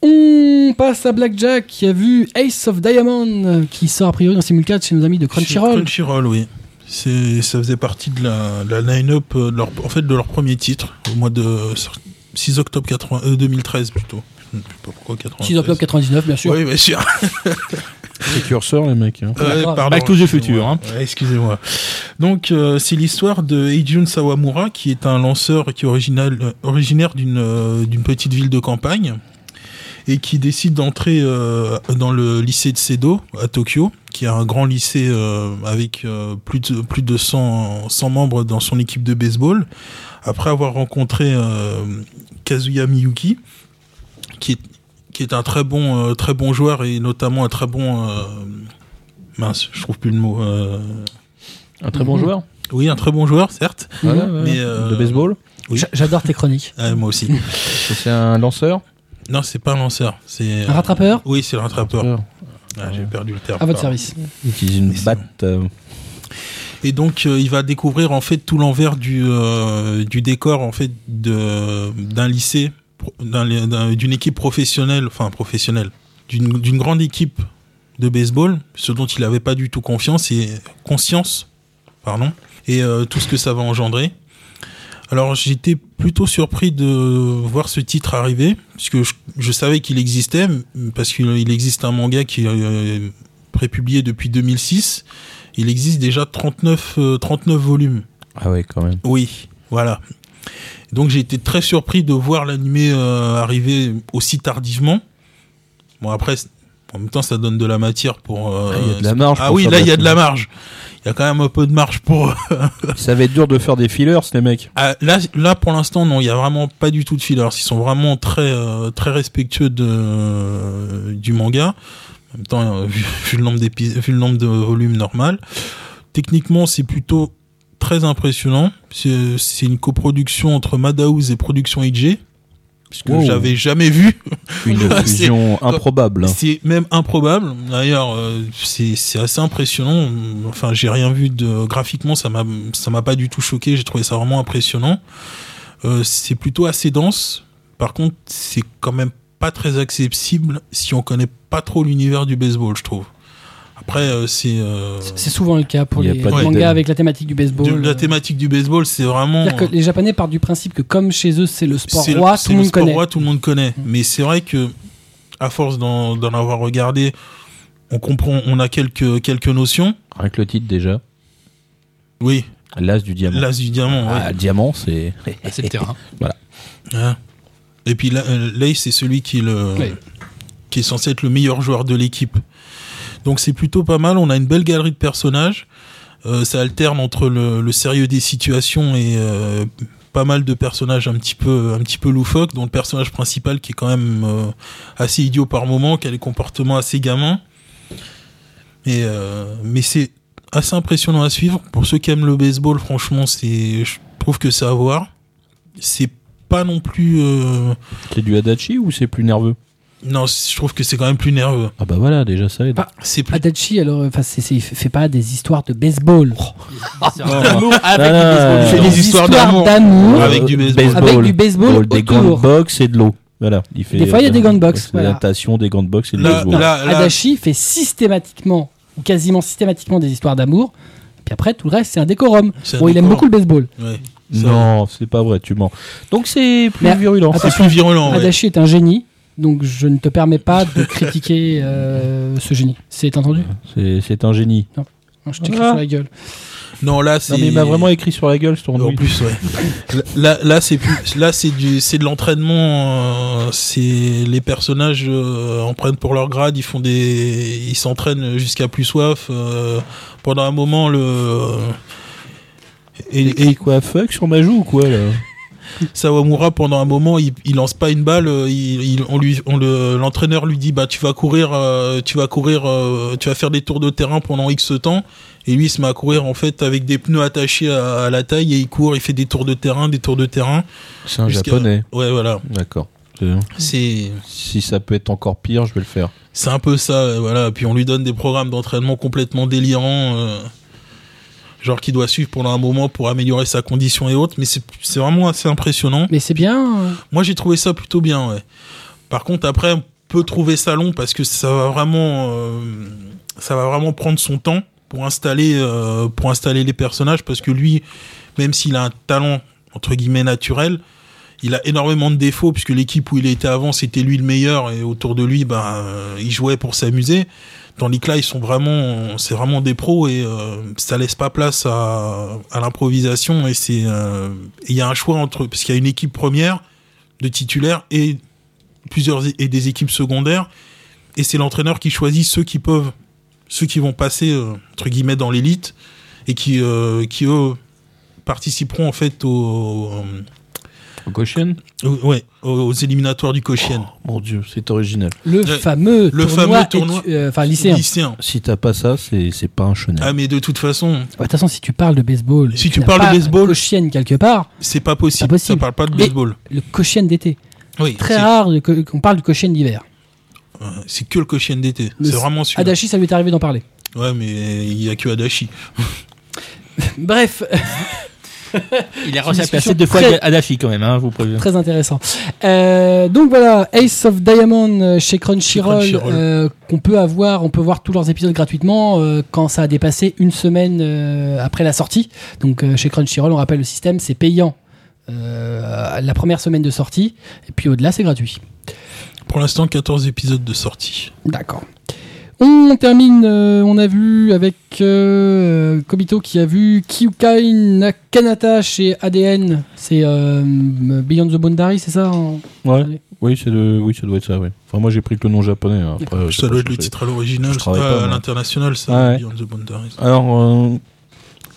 [SPEAKER 1] On passe à Blackjack qui a vu Ace of Diamond euh, qui sort a priori dans simulcast chez nos amis de
[SPEAKER 2] Chez
[SPEAKER 1] Crunchyroll.
[SPEAKER 2] Crunchyroll, oui. C'est, ça faisait partie de la, la line-up, euh, de leur, en fait, de leur premier titre, au mois de sur- 6 octobre 80, euh, 2013 plutôt. Je ne sais pas pourquoi 93.
[SPEAKER 1] 6 octobre 99, bien sûr.
[SPEAKER 2] Oui, bien sûr.
[SPEAKER 5] Précurseur, les mecs. hein.
[SPEAKER 2] Ouais,
[SPEAKER 1] grave.
[SPEAKER 2] Euh, pardon,
[SPEAKER 3] Back to the
[SPEAKER 2] excusez-moi.
[SPEAKER 3] future, hein.
[SPEAKER 2] Ouais, excusez-moi. Donc, euh, c'est l'histoire de Eijun Sawamura, qui est un lanceur qui est original, euh, originaire d'une euh, d'une petite ville de campagne et qui décide d'entrer euh, dans le lycée de Sedo à Tokyo, qui est un grand lycée euh, avec euh, plus de, plus de 100, 100 membres dans son équipe de baseball, après avoir rencontré euh, Kazuya Miyuki, qui est, qui est un très bon, euh, très bon joueur et notamment un très bon... euh, mince, je trouve plus le mot... euh,
[SPEAKER 5] Un très bon
[SPEAKER 1] Mhm.
[SPEAKER 5] joueur.
[SPEAKER 2] oui, un très bon joueur, certes.
[SPEAKER 5] Voilà,
[SPEAKER 1] Mhm.
[SPEAKER 5] ouais.
[SPEAKER 2] Mais, euh,
[SPEAKER 5] De baseball.
[SPEAKER 2] Oui.
[SPEAKER 1] J'a- J'adore tes chroniques.
[SPEAKER 2] Ah, moi aussi.
[SPEAKER 5] C'est un lanceur.
[SPEAKER 2] non, c'est pas un lanceur. C'est euh,
[SPEAKER 1] Un rattrapeur
[SPEAKER 2] Oui, c'est le rattrapeur.
[SPEAKER 5] Lanceur.
[SPEAKER 2] Ah, J'ai perdu le terme.
[SPEAKER 1] À votre
[SPEAKER 2] pardon.
[SPEAKER 1] service.
[SPEAKER 5] Il utilise une
[SPEAKER 2] Mais c'est-
[SPEAKER 5] batte. euh,
[SPEAKER 2] Et donc, euh, il va découvrir en fait tout l'envers du, euh, du décor en fait de- d'un lycée, pro- d'un li- d'un- d'une équipe professionnelle, enfin professionnelle, d'une d'une grande équipe de baseball, ce dont il n'avait pas du tout confiance et conscience, pardon, et euh, tout ce que ça va engendrer. Alors j'étais plutôt surpris de voir ce titre arriver, puisque je, je savais qu'il existait, parce qu'il il existe un manga qui euh, est prépublié depuis 2006, il existe déjà 39, euh, 39 volumes.
[SPEAKER 5] Ah ouais, quand même.
[SPEAKER 2] Oui, voilà. Donc j'ai été très surpris de voir l'animé euh, arriver aussi tardivement. Bon après, c'est- en même temps ça donne de la matière pour... euh,
[SPEAKER 5] Ah, il y a de la marge
[SPEAKER 2] Ah
[SPEAKER 5] pour
[SPEAKER 2] oui,
[SPEAKER 5] faire
[SPEAKER 2] là
[SPEAKER 5] de
[SPEAKER 2] il
[SPEAKER 5] la
[SPEAKER 2] y a de la
[SPEAKER 5] pub.
[SPEAKER 2] marge. Il y a quand même un peu de marge pour... euh,
[SPEAKER 5] Ça va être dur de faire des fillers, les mecs.
[SPEAKER 2] Ah, là, là pour l'instant non, il y a vraiment pas du tout de fillers. Ils sont vraiment très, euh, très respectueux de, euh, du manga. En même temps, euh, vu, vu le nombre d'épis- vu le nombre de volumes normal, techniquement c'est plutôt très impressionnant. C'est c'est une coproduction entre Madhouse et Production IG. puisque
[SPEAKER 5] Wow.
[SPEAKER 2] j'avais jamais vu.
[SPEAKER 5] Oh, Une
[SPEAKER 2] C'est-
[SPEAKER 5] fusion improbable. hein.
[SPEAKER 2] C'est même improbable. D'ailleurs, euh, c'est c'est assez impressionnant. Enfin, j'ai rien vu de graphiquement, ça m'a ça m'a pas du tout choqué. J'ai trouvé ça vraiment impressionnant. Euh, c'est plutôt assez dense. Par contre, c'est quand même pas très accessible si on connaît pas trop l'univers du baseball, je trouve. Après, euh, c'est euh,
[SPEAKER 1] C'est souvent le cas pour
[SPEAKER 5] Il y a
[SPEAKER 1] les
[SPEAKER 5] pas
[SPEAKER 2] de-
[SPEAKER 1] mangas avec la thématique du baseball.
[SPEAKER 2] de- la
[SPEAKER 1] Euh,
[SPEAKER 2] thématique du baseball, c'est vraiment.
[SPEAKER 1] C'est-à-dire que les Japonais partent du principe que comme chez eux c'est le sport
[SPEAKER 2] C'est le-
[SPEAKER 1] roi,
[SPEAKER 2] c'est
[SPEAKER 1] tout le monde
[SPEAKER 2] sport
[SPEAKER 1] connaît. Mm.
[SPEAKER 2] roi, tout le monde connaît. Mais c'est vrai que, à force d'en d'en avoir regardé, on comprend, on a quelques, quelques notions.
[SPEAKER 5] Rien que le titre déjà.
[SPEAKER 2] Oui,
[SPEAKER 5] L'as du diamant.
[SPEAKER 2] l'as du diamant.
[SPEAKER 5] Ah,
[SPEAKER 2] ouais.
[SPEAKER 5] le diamant, c'est.
[SPEAKER 3] C'est le terrain.
[SPEAKER 2] Hein. Et puis là, euh, l'ace, c'est celui qui est, le,
[SPEAKER 1] Ouais.
[SPEAKER 2] qui est censé être le meilleur joueur de l'équipe. Donc c'est plutôt pas mal. On a une belle galerie de personnages. Euh, ça alterne entre le, le sérieux des situations et euh, pas mal de personnages un petit peu un petit peu loufoques, dont le personnage principal qui est quand même euh, assez idiot par moment, qui a des comportements assez gamins. Et, euh, mais c'est assez impressionnant à suivre. Pour ceux qui aiment le baseball, franchement, c'est je trouve que c'est à voir. C'est pas non plus. euh,
[SPEAKER 5] C'est du Adachi ou c'est plus nerveux
[SPEAKER 2] Non, je trouve que c'est quand même plus nerveux.
[SPEAKER 5] Ah bah voilà, déjà ça aide.
[SPEAKER 1] Ah,
[SPEAKER 2] C'est plus.
[SPEAKER 1] Adachi, alors, euh, enfin, c'est, c'est- il fait pas des histoires de baseball.
[SPEAKER 2] Oh.
[SPEAKER 1] Ah,
[SPEAKER 3] C'est
[SPEAKER 2] Non.
[SPEAKER 3] un amour avec le
[SPEAKER 5] Non, non,
[SPEAKER 3] baseball.
[SPEAKER 5] non,
[SPEAKER 2] C'est
[SPEAKER 5] non.
[SPEAKER 2] Ah. des histoires d'amour.
[SPEAKER 1] d'amour
[SPEAKER 2] Ouais, avec du baseball.
[SPEAKER 1] avec du baseball
[SPEAKER 5] des gants
[SPEAKER 1] autour.
[SPEAKER 5] de boxe et de l'eau. Voilà, il fait
[SPEAKER 1] Des fois, il y a des gants de boxe,
[SPEAKER 5] Ouais, c'est
[SPEAKER 1] voilà.
[SPEAKER 5] L'adaptation des gants de boxe et de
[SPEAKER 2] Là,
[SPEAKER 5] baseball.
[SPEAKER 2] là, là,
[SPEAKER 1] Adachi fait systématiquement, ou quasiment systématiquement, des histoires d'amour. Puis après, tout le reste, c'est un décorum.
[SPEAKER 2] C'est un
[SPEAKER 1] Bon, il aime
[SPEAKER 2] décorum.
[SPEAKER 1] beaucoup le baseball.
[SPEAKER 2] ouais. Ça-
[SPEAKER 5] Non, c'est pas vrai, tu mens. Donc c'est plus
[SPEAKER 1] Mais-
[SPEAKER 5] virulent.
[SPEAKER 1] Attends,
[SPEAKER 2] C'est plus virulent. ouais.
[SPEAKER 1] Adachi est un génie, donc je ne te permets pas de critiquer euh, ce génie. C'est entendu
[SPEAKER 5] C'est c'est un génie.
[SPEAKER 1] Non, Je t'écris
[SPEAKER 5] Ah.
[SPEAKER 1] sur la gueule.
[SPEAKER 2] Non, là, c'est.
[SPEAKER 5] Non mais il m'a vraiment écrit sur la gueule ce tournoi.
[SPEAKER 2] En plus, ouais. là, là, c'est plus. Là, c'est du, c'est de l'entraînement. euh, c'est les personnages euh, en prennent pour leur grade. Ils font des, ils s'entraînent jusqu'à plus soif. euh, pendant un moment, le. Et, et
[SPEAKER 5] quoi fuck sur ma joue ou quoi là
[SPEAKER 2] Sawamura, pendant un moment, il, il lance pas une balle. euh, Il, il- on lui, on le, l'entraîneur lui dit, bah, tu vas courir, euh, tu vas courir, euh, tu vas faire des tours de terrain pendant X temps. Et lui, il se met à courir en fait avec des pneus attachés à, à la taille et il court. Il fait des tours de terrain, des tours de terrain.
[SPEAKER 5] C'est un
[SPEAKER 2] Jusqu'à-
[SPEAKER 5] japonais.
[SPEAKER 2] Ouais, voilà.
[SPEAKER 5] D'accord. Euh,
[SPEAKER 2] C'est,
[SPEAKER 5] Si ça peut être encore pire, je vais le faire.
[SPEAKER 2] c'est un peu ça, euh, voilà. Puis on lui donne des programmes d'entraînement complètement délirants, euh, genre qu'il doit suivre pendant un moment pour améliorer sa condition et autres. Mais c'est, c'est vraiment assez impressionnant.
[SPEAKER 1] Mais c'est bien. euh,
[SPEAKER 2] Moi, j'ai trouvé ça plutôt bien, ouais. Par contre, après, on peut trouver ça long parce que ça va vraiment, euh, ça va vraiment prendre son temps pour installer, euh, pour installer les personnages parce que lui, même s'il a un talent entre guillemets naturel, il a énormément de défauts puisque l'équipe où il était avant, c'était lui le meilleur et autour de lui, ben, euh, il jouait pour s'amuser. Tandis que là, ils sont vraiment, c'est vraiment des pros et euh, ça laisse pas place à, à l'improvisation et c'est, euh, et il y a un choix entre, parce qu'il y a une équipe première de titulaires et plusieurs et des équipes secondaires et c'est l'entraîneur qui choisit ceux qui peuvent ceux qui vont passer euh, entre guillemets dans l'élite et qui euh, qui eux participeront en fait au,
[SPEAKER 5] Goshen
[SPEAKER 2] au- ouais, aux, aux éliminatoires du Kochien
[SPEAKER 5] Mon dieu, c'est original.
[SPEAKER 1] Le,
[SPEAKER 2] Le-
[SPEAKER 1] fameux
[SPEAKER 2] le
[SPEAKER 1] tournoi,
[SPEAKER 2] fameux tournoi
[SPEAKER 1] étu- euh, enfin lycéen. De
[SPEAKER 5] Si t'as pas ça, c'est c'est pas un shonen.
[SPEAKER 2] Ah mais de toute façon,
[SPEAKER 1] toute façon, si tu parles Bah, de baseball,
[SPEAKER 2] Si
[SPEAKER 1] et que
[SPEAKER 2] tu
[SPEAKER 1] t'as
[SPEAKER 2] parles de
[SPEAKER 1] pas
[SPEAKER 2] baseball-
[SPEAKER 1] un Koshien quelque part,
[SPEAKER 2] c'est pas possible.
[SPEAKER 1] Pas possible.
[SPEAKER 2] Ça parle pas de
[SPEAKER 1] Mais-
[SPEAKER 2] baseball.
[SPEAKER 1] le Koshien d'été.
[SPEAKER 2] oui,
[SPEAKER 1] Très
[SPEAKER 2] c'est-
[SPEAKER 1] rare de co- qu'on parle du Koshien d'hiver.
[SPEAKER 2] ouais, c'est que le Kochien d'été.
[SPEAKER 1] Le-
[SPEAKER 2] C'est vraiment sûr.
[SPEAKER 1] Adachi, ça lui est arrivé d'en parler.
[SPEAKER 2] Ouais, mais il y a que Adachi.
[SPEAKER 1] Bref,
[SPEAKER 3] Il
[SPEAKER 1] C'est une
[SPEAKER 3] a réussi à
[SPEAKER 1] discussion
[SPEAKER 3] placer deux fois
[SPEAKER 1] très-
[SPEAKER 3] Adachi quand même, hein, je vous préviens.
[SPEAKER 1] très intéressant. Euh, donc voilà, Ace of Diamond euh, chez Crunchyroll,
[SPEAKER 2] Crunchyroll.
[SPEAKER 1] euh, qu'on peut avoir, on peut voir tous leurs épisodes gratuitement euh, quand ça a dépassé une semaine euh, après la sortie. Donc euh, chez Crunchyroll, on rappelle le système, c'est payant euh, la première semaine de sortie, et puis au-delà, c'est gratuit.
[SPEAKER 2] Pour l'instant, 14 épisodes de sortie.
[SPEAKER 1] D'accord. On termine, euh, on a vu avec euh, Kobito qui a vu Kyukai Nakanata chez ADN. C'est euh, Beyond the Boundary, c'est ça en-
[SPEAKER 5] Ouais. Oui, c'est de... oui, ça doit être ça. Oui. Enfin, moi, j'ai pris que le nom japonais. hein. Après, euh, j'ai
[SPEAKER 2] ça
[SPEAKER 5] pas
[SPEAKER 2] doit être le
[SPEAKER 5] cherché.
[SPEAKER 2] titre à l'original,
[SPEAKER 5] Je travaille
[SPEAKER 2] euh,
[SPEAKER 5] pas,
[SPEAKER 2] à
[SPEAKER 5] moi.
[SPEAKER 2] l'international, ça.
[SPEAKER 5] Ah ouais.
[SPEAKER 2] Beyond the Boundaries.
[SPEAKER 5] Alors, euh,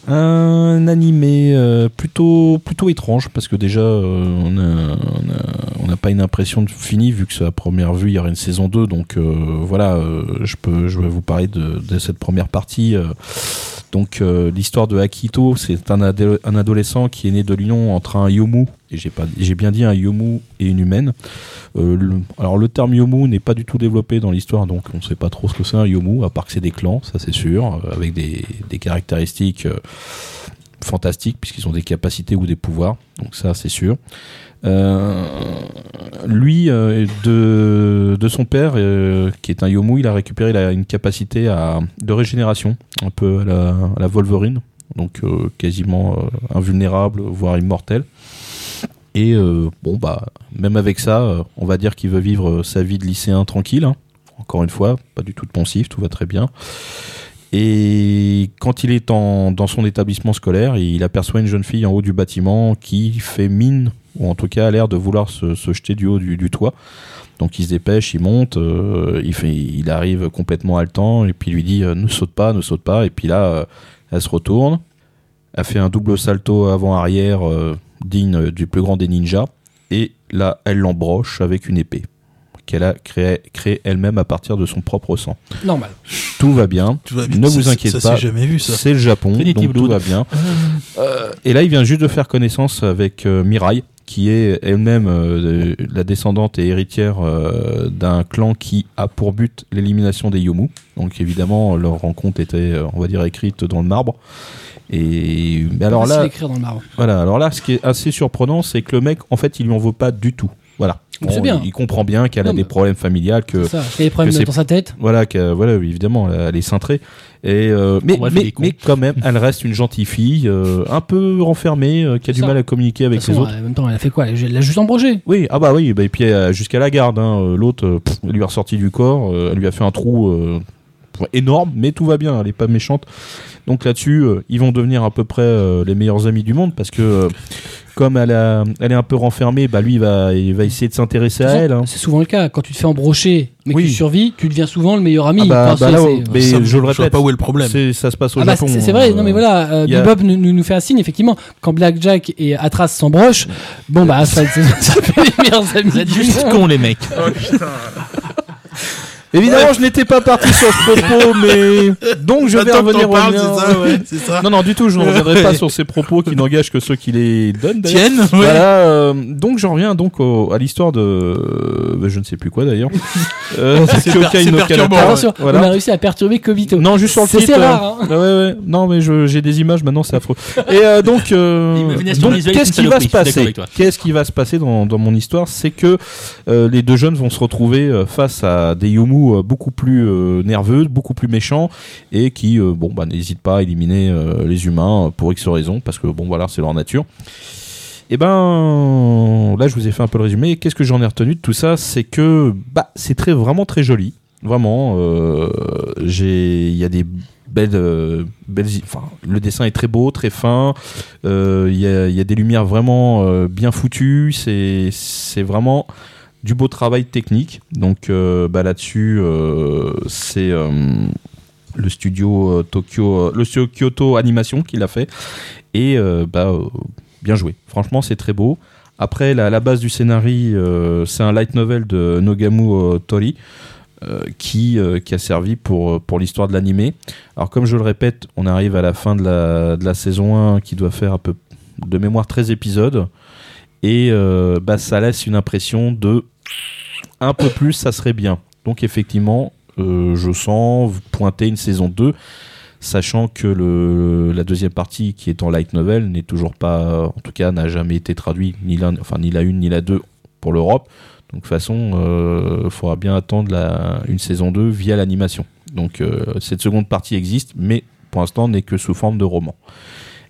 [SPEAKER 5] un animé euh, plutôt, plutôt étrange, parce que déjà, euh, on n'a on a- on n'a pas une impression de fini, vu que c'est à première vue, il y aura une saison 2. Donc euh, voilà, euh, je, peux, je vais vous parler de, de cette première partie. euh, Donc euh, l'histoire de Akito, c'est un, ado- un adolescent qui est né de l'union entre un yomu, et j'ai, pas, j'ai bien dit un yomu et une humaine. Euh, le- alors le terme yomu n'est pas du tout développé dans l'histoire, donc on ne sait pas trop ce que c'est un yomu, à part que c'est des clans, ça c'est sûr, euh, avec des, des caractéristiques euh, fantastiques, puisqu'ils ont des capacités ou des pouvoirs, donc ça c'est sûr. Euh, lui, euh, de, de son père, euh, qui est un Yomu, il a récupéré la- une capacité à, de régénération, un peu à la, à la Wolverine, donc euh, quasiment euh, invulnérable, voire immortel. Et euh, bon, bah, même avec ça, euh, on va dire qu'il veut vivre euh, sa vie de lycéen tranquille. hein. Encore une fois, pas du tout de poncif, tout va très bien. Et quand il est en- dans son établissement scolaire, il aperçoit une jeune fille en haut du bâtiment qui fait mine, ou en tout cas a l'air de vouloir se, se jeter du haut du, du toit. Donc il se dépêche, il monte, euh, il, fait, il arrive complètement haletant, et puis il lui dit euh, ne saute pas, ne saute pas. Et puis là, euh, elle se retourne, elle fait un double salto avant-arrière euh, digne euh, du plus grand des ninjas, et là, elle l'embroche avec une épée qu'elle a créée créée elle-même à partir de son propre sang.
[SPEAKER 1] Normal.
[SPEAKER 5] Tout va bien.
[SPEAKER 2] Tu vas-
[SPEAKER 5] Ne
[SPEAKER 2] ça-
[SPEAKER 5] vous
[SPEAKER 2] ça-
[SPEAKER 5] inquiétez
[SPEAKER 2] Ça,
[SPEAKER 5] pas.
[SPEAKER 2] c'est jamais vu, ça.
[SPEAKER 5] C'est le Japon,
[SPEAKER 3] Trinity
[SPEAKER 5] donc tout
[SPEAKER 3] Blood.
[SPEAKER 5] va bien. Euh, et là, il vient juste de faire connaissance avec euh, Mirai, qui est elle-même euh, la descendante et héritière euh, d'un clan qui a pour but l'élimination des Yomu. Donc évidemment, leur rencontre était, euh, on va dire, écrite dans le marbre. Et mais alors
[SPEAKER 1] Facile à
[SPEAKER 5] là,
[SPEAKER 1] écrire dans le marbre.
[SPEAKER 5] voilà. Alors là, ce qui est assez surprenant, c'est que le mec, en fait, il lui en veut pas du tout. Voilà.
[SPEAKER 1] Mais c'est bien.
[SPEAKER 5] Il comprend bien qu'elle a
[SPEAKER 1] Non,
[SPEAKER 5] des
[SPEAKER 1] mais-
[SPEAKER 5] problèmes familiaux, que
[SPEAKER 1] C'est ça. Il y a des problèmes
[SPEAKER 5] que c'est-
[SPEAKER 1] dans sa tête.
[SPEAKER 5] voilà, que- voilà, évidemment, elle est cintrée. Et euh, mais,
[SPEAKER 3] En bref, il
[SPEAKER 5] mais,
[SPEAKER 3] est con.
[SPEAKER 5] mais quand même, elle reste une gentille fille, euh, un peu renfermée, euh, qui
[SPEAKER 1] C'est
[SPEAKER 5] a du
[SPEAKER 1] ça.
[SPEAKER 5] mal à communiquer
[SPEAKER 1] De
[SPEAKER 5] avec
[SPEAKER 1] toute
[SPEAKER 5] les
[SPEAKER 1] façon,
[SPEAKER 5] autres.
[SPEAKER 1] elle- En même temps, elle a fait quoi Elle elle l'a juste embroché.
[SPEAKER 5] Oui, ah bah oui, bah, et puis euh, jusqu'à la garde, hein, euh, l'autre euh, pff, elle lui a ressorti du corps, euh, elle lui a fait un trou euh, énorme, mais tout va bien, elle est pas méchante. Donc là-dessus, euh, ils vont devenir à peu près euh, les meilleurs amis du monde parce que euh, comme elle, a- elle est un peu renfermée, bah lui il va, il va essayer de s'intéresser à elle. hein.
[SPEAKER 1] C'est souvent le cas. Quand tu te fais embrocher, mais
[SPEAKER 5] Oui.
[SPEAKER 1] que tu survis, tu deviens souvent le meilleur ami.
[SPEAKER 5] Ah bah-
[SPEAKER 1] Enfin,
[SPEAKER 5] bah
[SPEAKER 1] c'est-
[SPEAKER 5] là,
[SPEAKER 1] c'est-
[SPEAKER 5] mais
[SPEAKER 2] Ça,
[SPEAKER 5] je le
[SPEAKER 2] vois
[SPEAKER 5] répète,
[SPEAKER 2] pas où est le problème.
[SPEAKER 5] c'est- ça se passe au
[SPEAKER 1] Ah bah,
[SPEAKER 5] Japon.
[SPEAKER 1] c'est c'est vrai,
[SPEAKER 5] euh,
[SPEAKER 1] non mais voilà, euh,
[SPEAKER 5] il y a-
[SPEAKER 1] Bebop nous, nous, nous fait un signe, effectivement, quand Blackjack et Atras s'embrochent, bon bah ça, ça, ça fait les meilleurs amis.
[SPEAKER 3] Vous êtes
[SPEAKER 1] du
[SPEAKER 3] juste
[SPEAKER 1] monde.
[SPEAKER 3] cons, les mecs.
[SPEAKER 5] Évidemment, je n'étais pas parti sur ce propos, mais donc
[SPEAKER 1] Bah,
[SPEAKER 5] je
[SPEAKER 2] Attends
[SPEAKER 5] vais
[SPEAKER 2] que
[SPEAKER 5] revenir
[SPEAKER 2] t'en
[SPEAKER 5] au
[SPEAKER 2] parles,
[SPEAKER 5] mien.
[SPEAKER 2] c'est ça, ouais, c'est ça.
[SPEAKER 5] Non, non, du tout, je ne reviendrai pas sur ces propos qui n'engagent que ceux qui les donnent. d'ailleurs.
[SPEAKER 2] Tienne, ouais.
[SPEAKER 5] Voilà, euh, donc j'en reviens donc au- à l'histoire de, euh, je ne sais plus quoi d'ailleurs. Euh,
[SPEAKER 2] C'est per-
[SPEAKER 5] Kyokai
[SPEAKER 2] c'est
[SPEAKER 5] no
[SPEAKER 2] perturbant,
[SPEAKER 5] Kanata.
[SPEAKER 1] Attention,
[SPEAKER 5] Voilà.
[SPEAKER 1] on a réussi à perturber Kobito.
[SPEAKER 5] Non, juste sur le euh,
[SPEAKER 1] C'est-
[SPEAKER 5] site.
[SPEAKER 1] c'est rare, hein.
[SPEAKER 5] Ah ouais, ouais. Non, mais je- j'ai des images maintenant, c'est affreux. Et euh, donc, euh,
[SPEAKER 3] L'imagination
[SPEAKER 5] donc,
[SPEAKER 3] visuelle est
[SPEAKER 5] qu'est-ce
[SPEAKER 3] une
[SPEAKER 5] qui va
[SPEAKER 3] saloperie,
[SPEAKER 5] se
[SPEAKER 3] je suis d'accord
[SPEAKER 5] passer
[SPEAKER 3] avec toi.
[SPEAKER 5] Qu'est-ce qui va se passer dans, dans mon histoire C'est que euh, les deux jeunes vont se retrouver euh, face à des Yomu euh, beaucoup plus euh, nerveux, beaucoup plus méchants, et qui, euh, bon, bah, n'hésitent pas à éliminer euh, les humains euh, pour X raison, parce que bon, voilà, c'est leur nature. Eh ben, là, je vous ai fait un peu le résumé. Qu'est-ce que j'en ai retenu de tout ça C'est que, bah, c'est très, vraiment très joli. Vraiment, euh, j'ai, il y a des belles, euh, belles, i- enfin, le dessin est très beau, très fin. Euh, Il y, a, il y a des lumières vraiment euh, bien foutues. C'est, c'est vraiment du beau travail technique. Donc, euh, bah, là-dessus, euh, c'est euh, le studio euh, Tokyo, le studio Kyoto Animation qui l'a fait. Et euh, bah, euh, bien joué. Franchement, c'est très beau. Après, la, la base du scénario, euh, c'est un light novel de Nogamu euh, Tori. euh, qui, euh, qui a servi pour, euh, pour l'histoire de l'animé. Alors comme je le répète, on arrive à la fin de la, de la saison 1 qui doit faire un peu de mémoire 13 épisodes. Et euh, bah, ça laisse une impression de un peu plus, ça serait bien. Donc effectivement, euh, je sens pointer une saison 2 sachant que le, la deuxième partie qui est en light novel n'est toujours pas, en tout cas n'a jamais été traduit ni la, enfin, ni la une ni la deux pour l'Europe. Donc de toute façon, il faudra bien attendre la, une saison 2 via l'animation. Donc euh, cette seconde partie existe, mais pour l'instant n'est que sous forme de roman.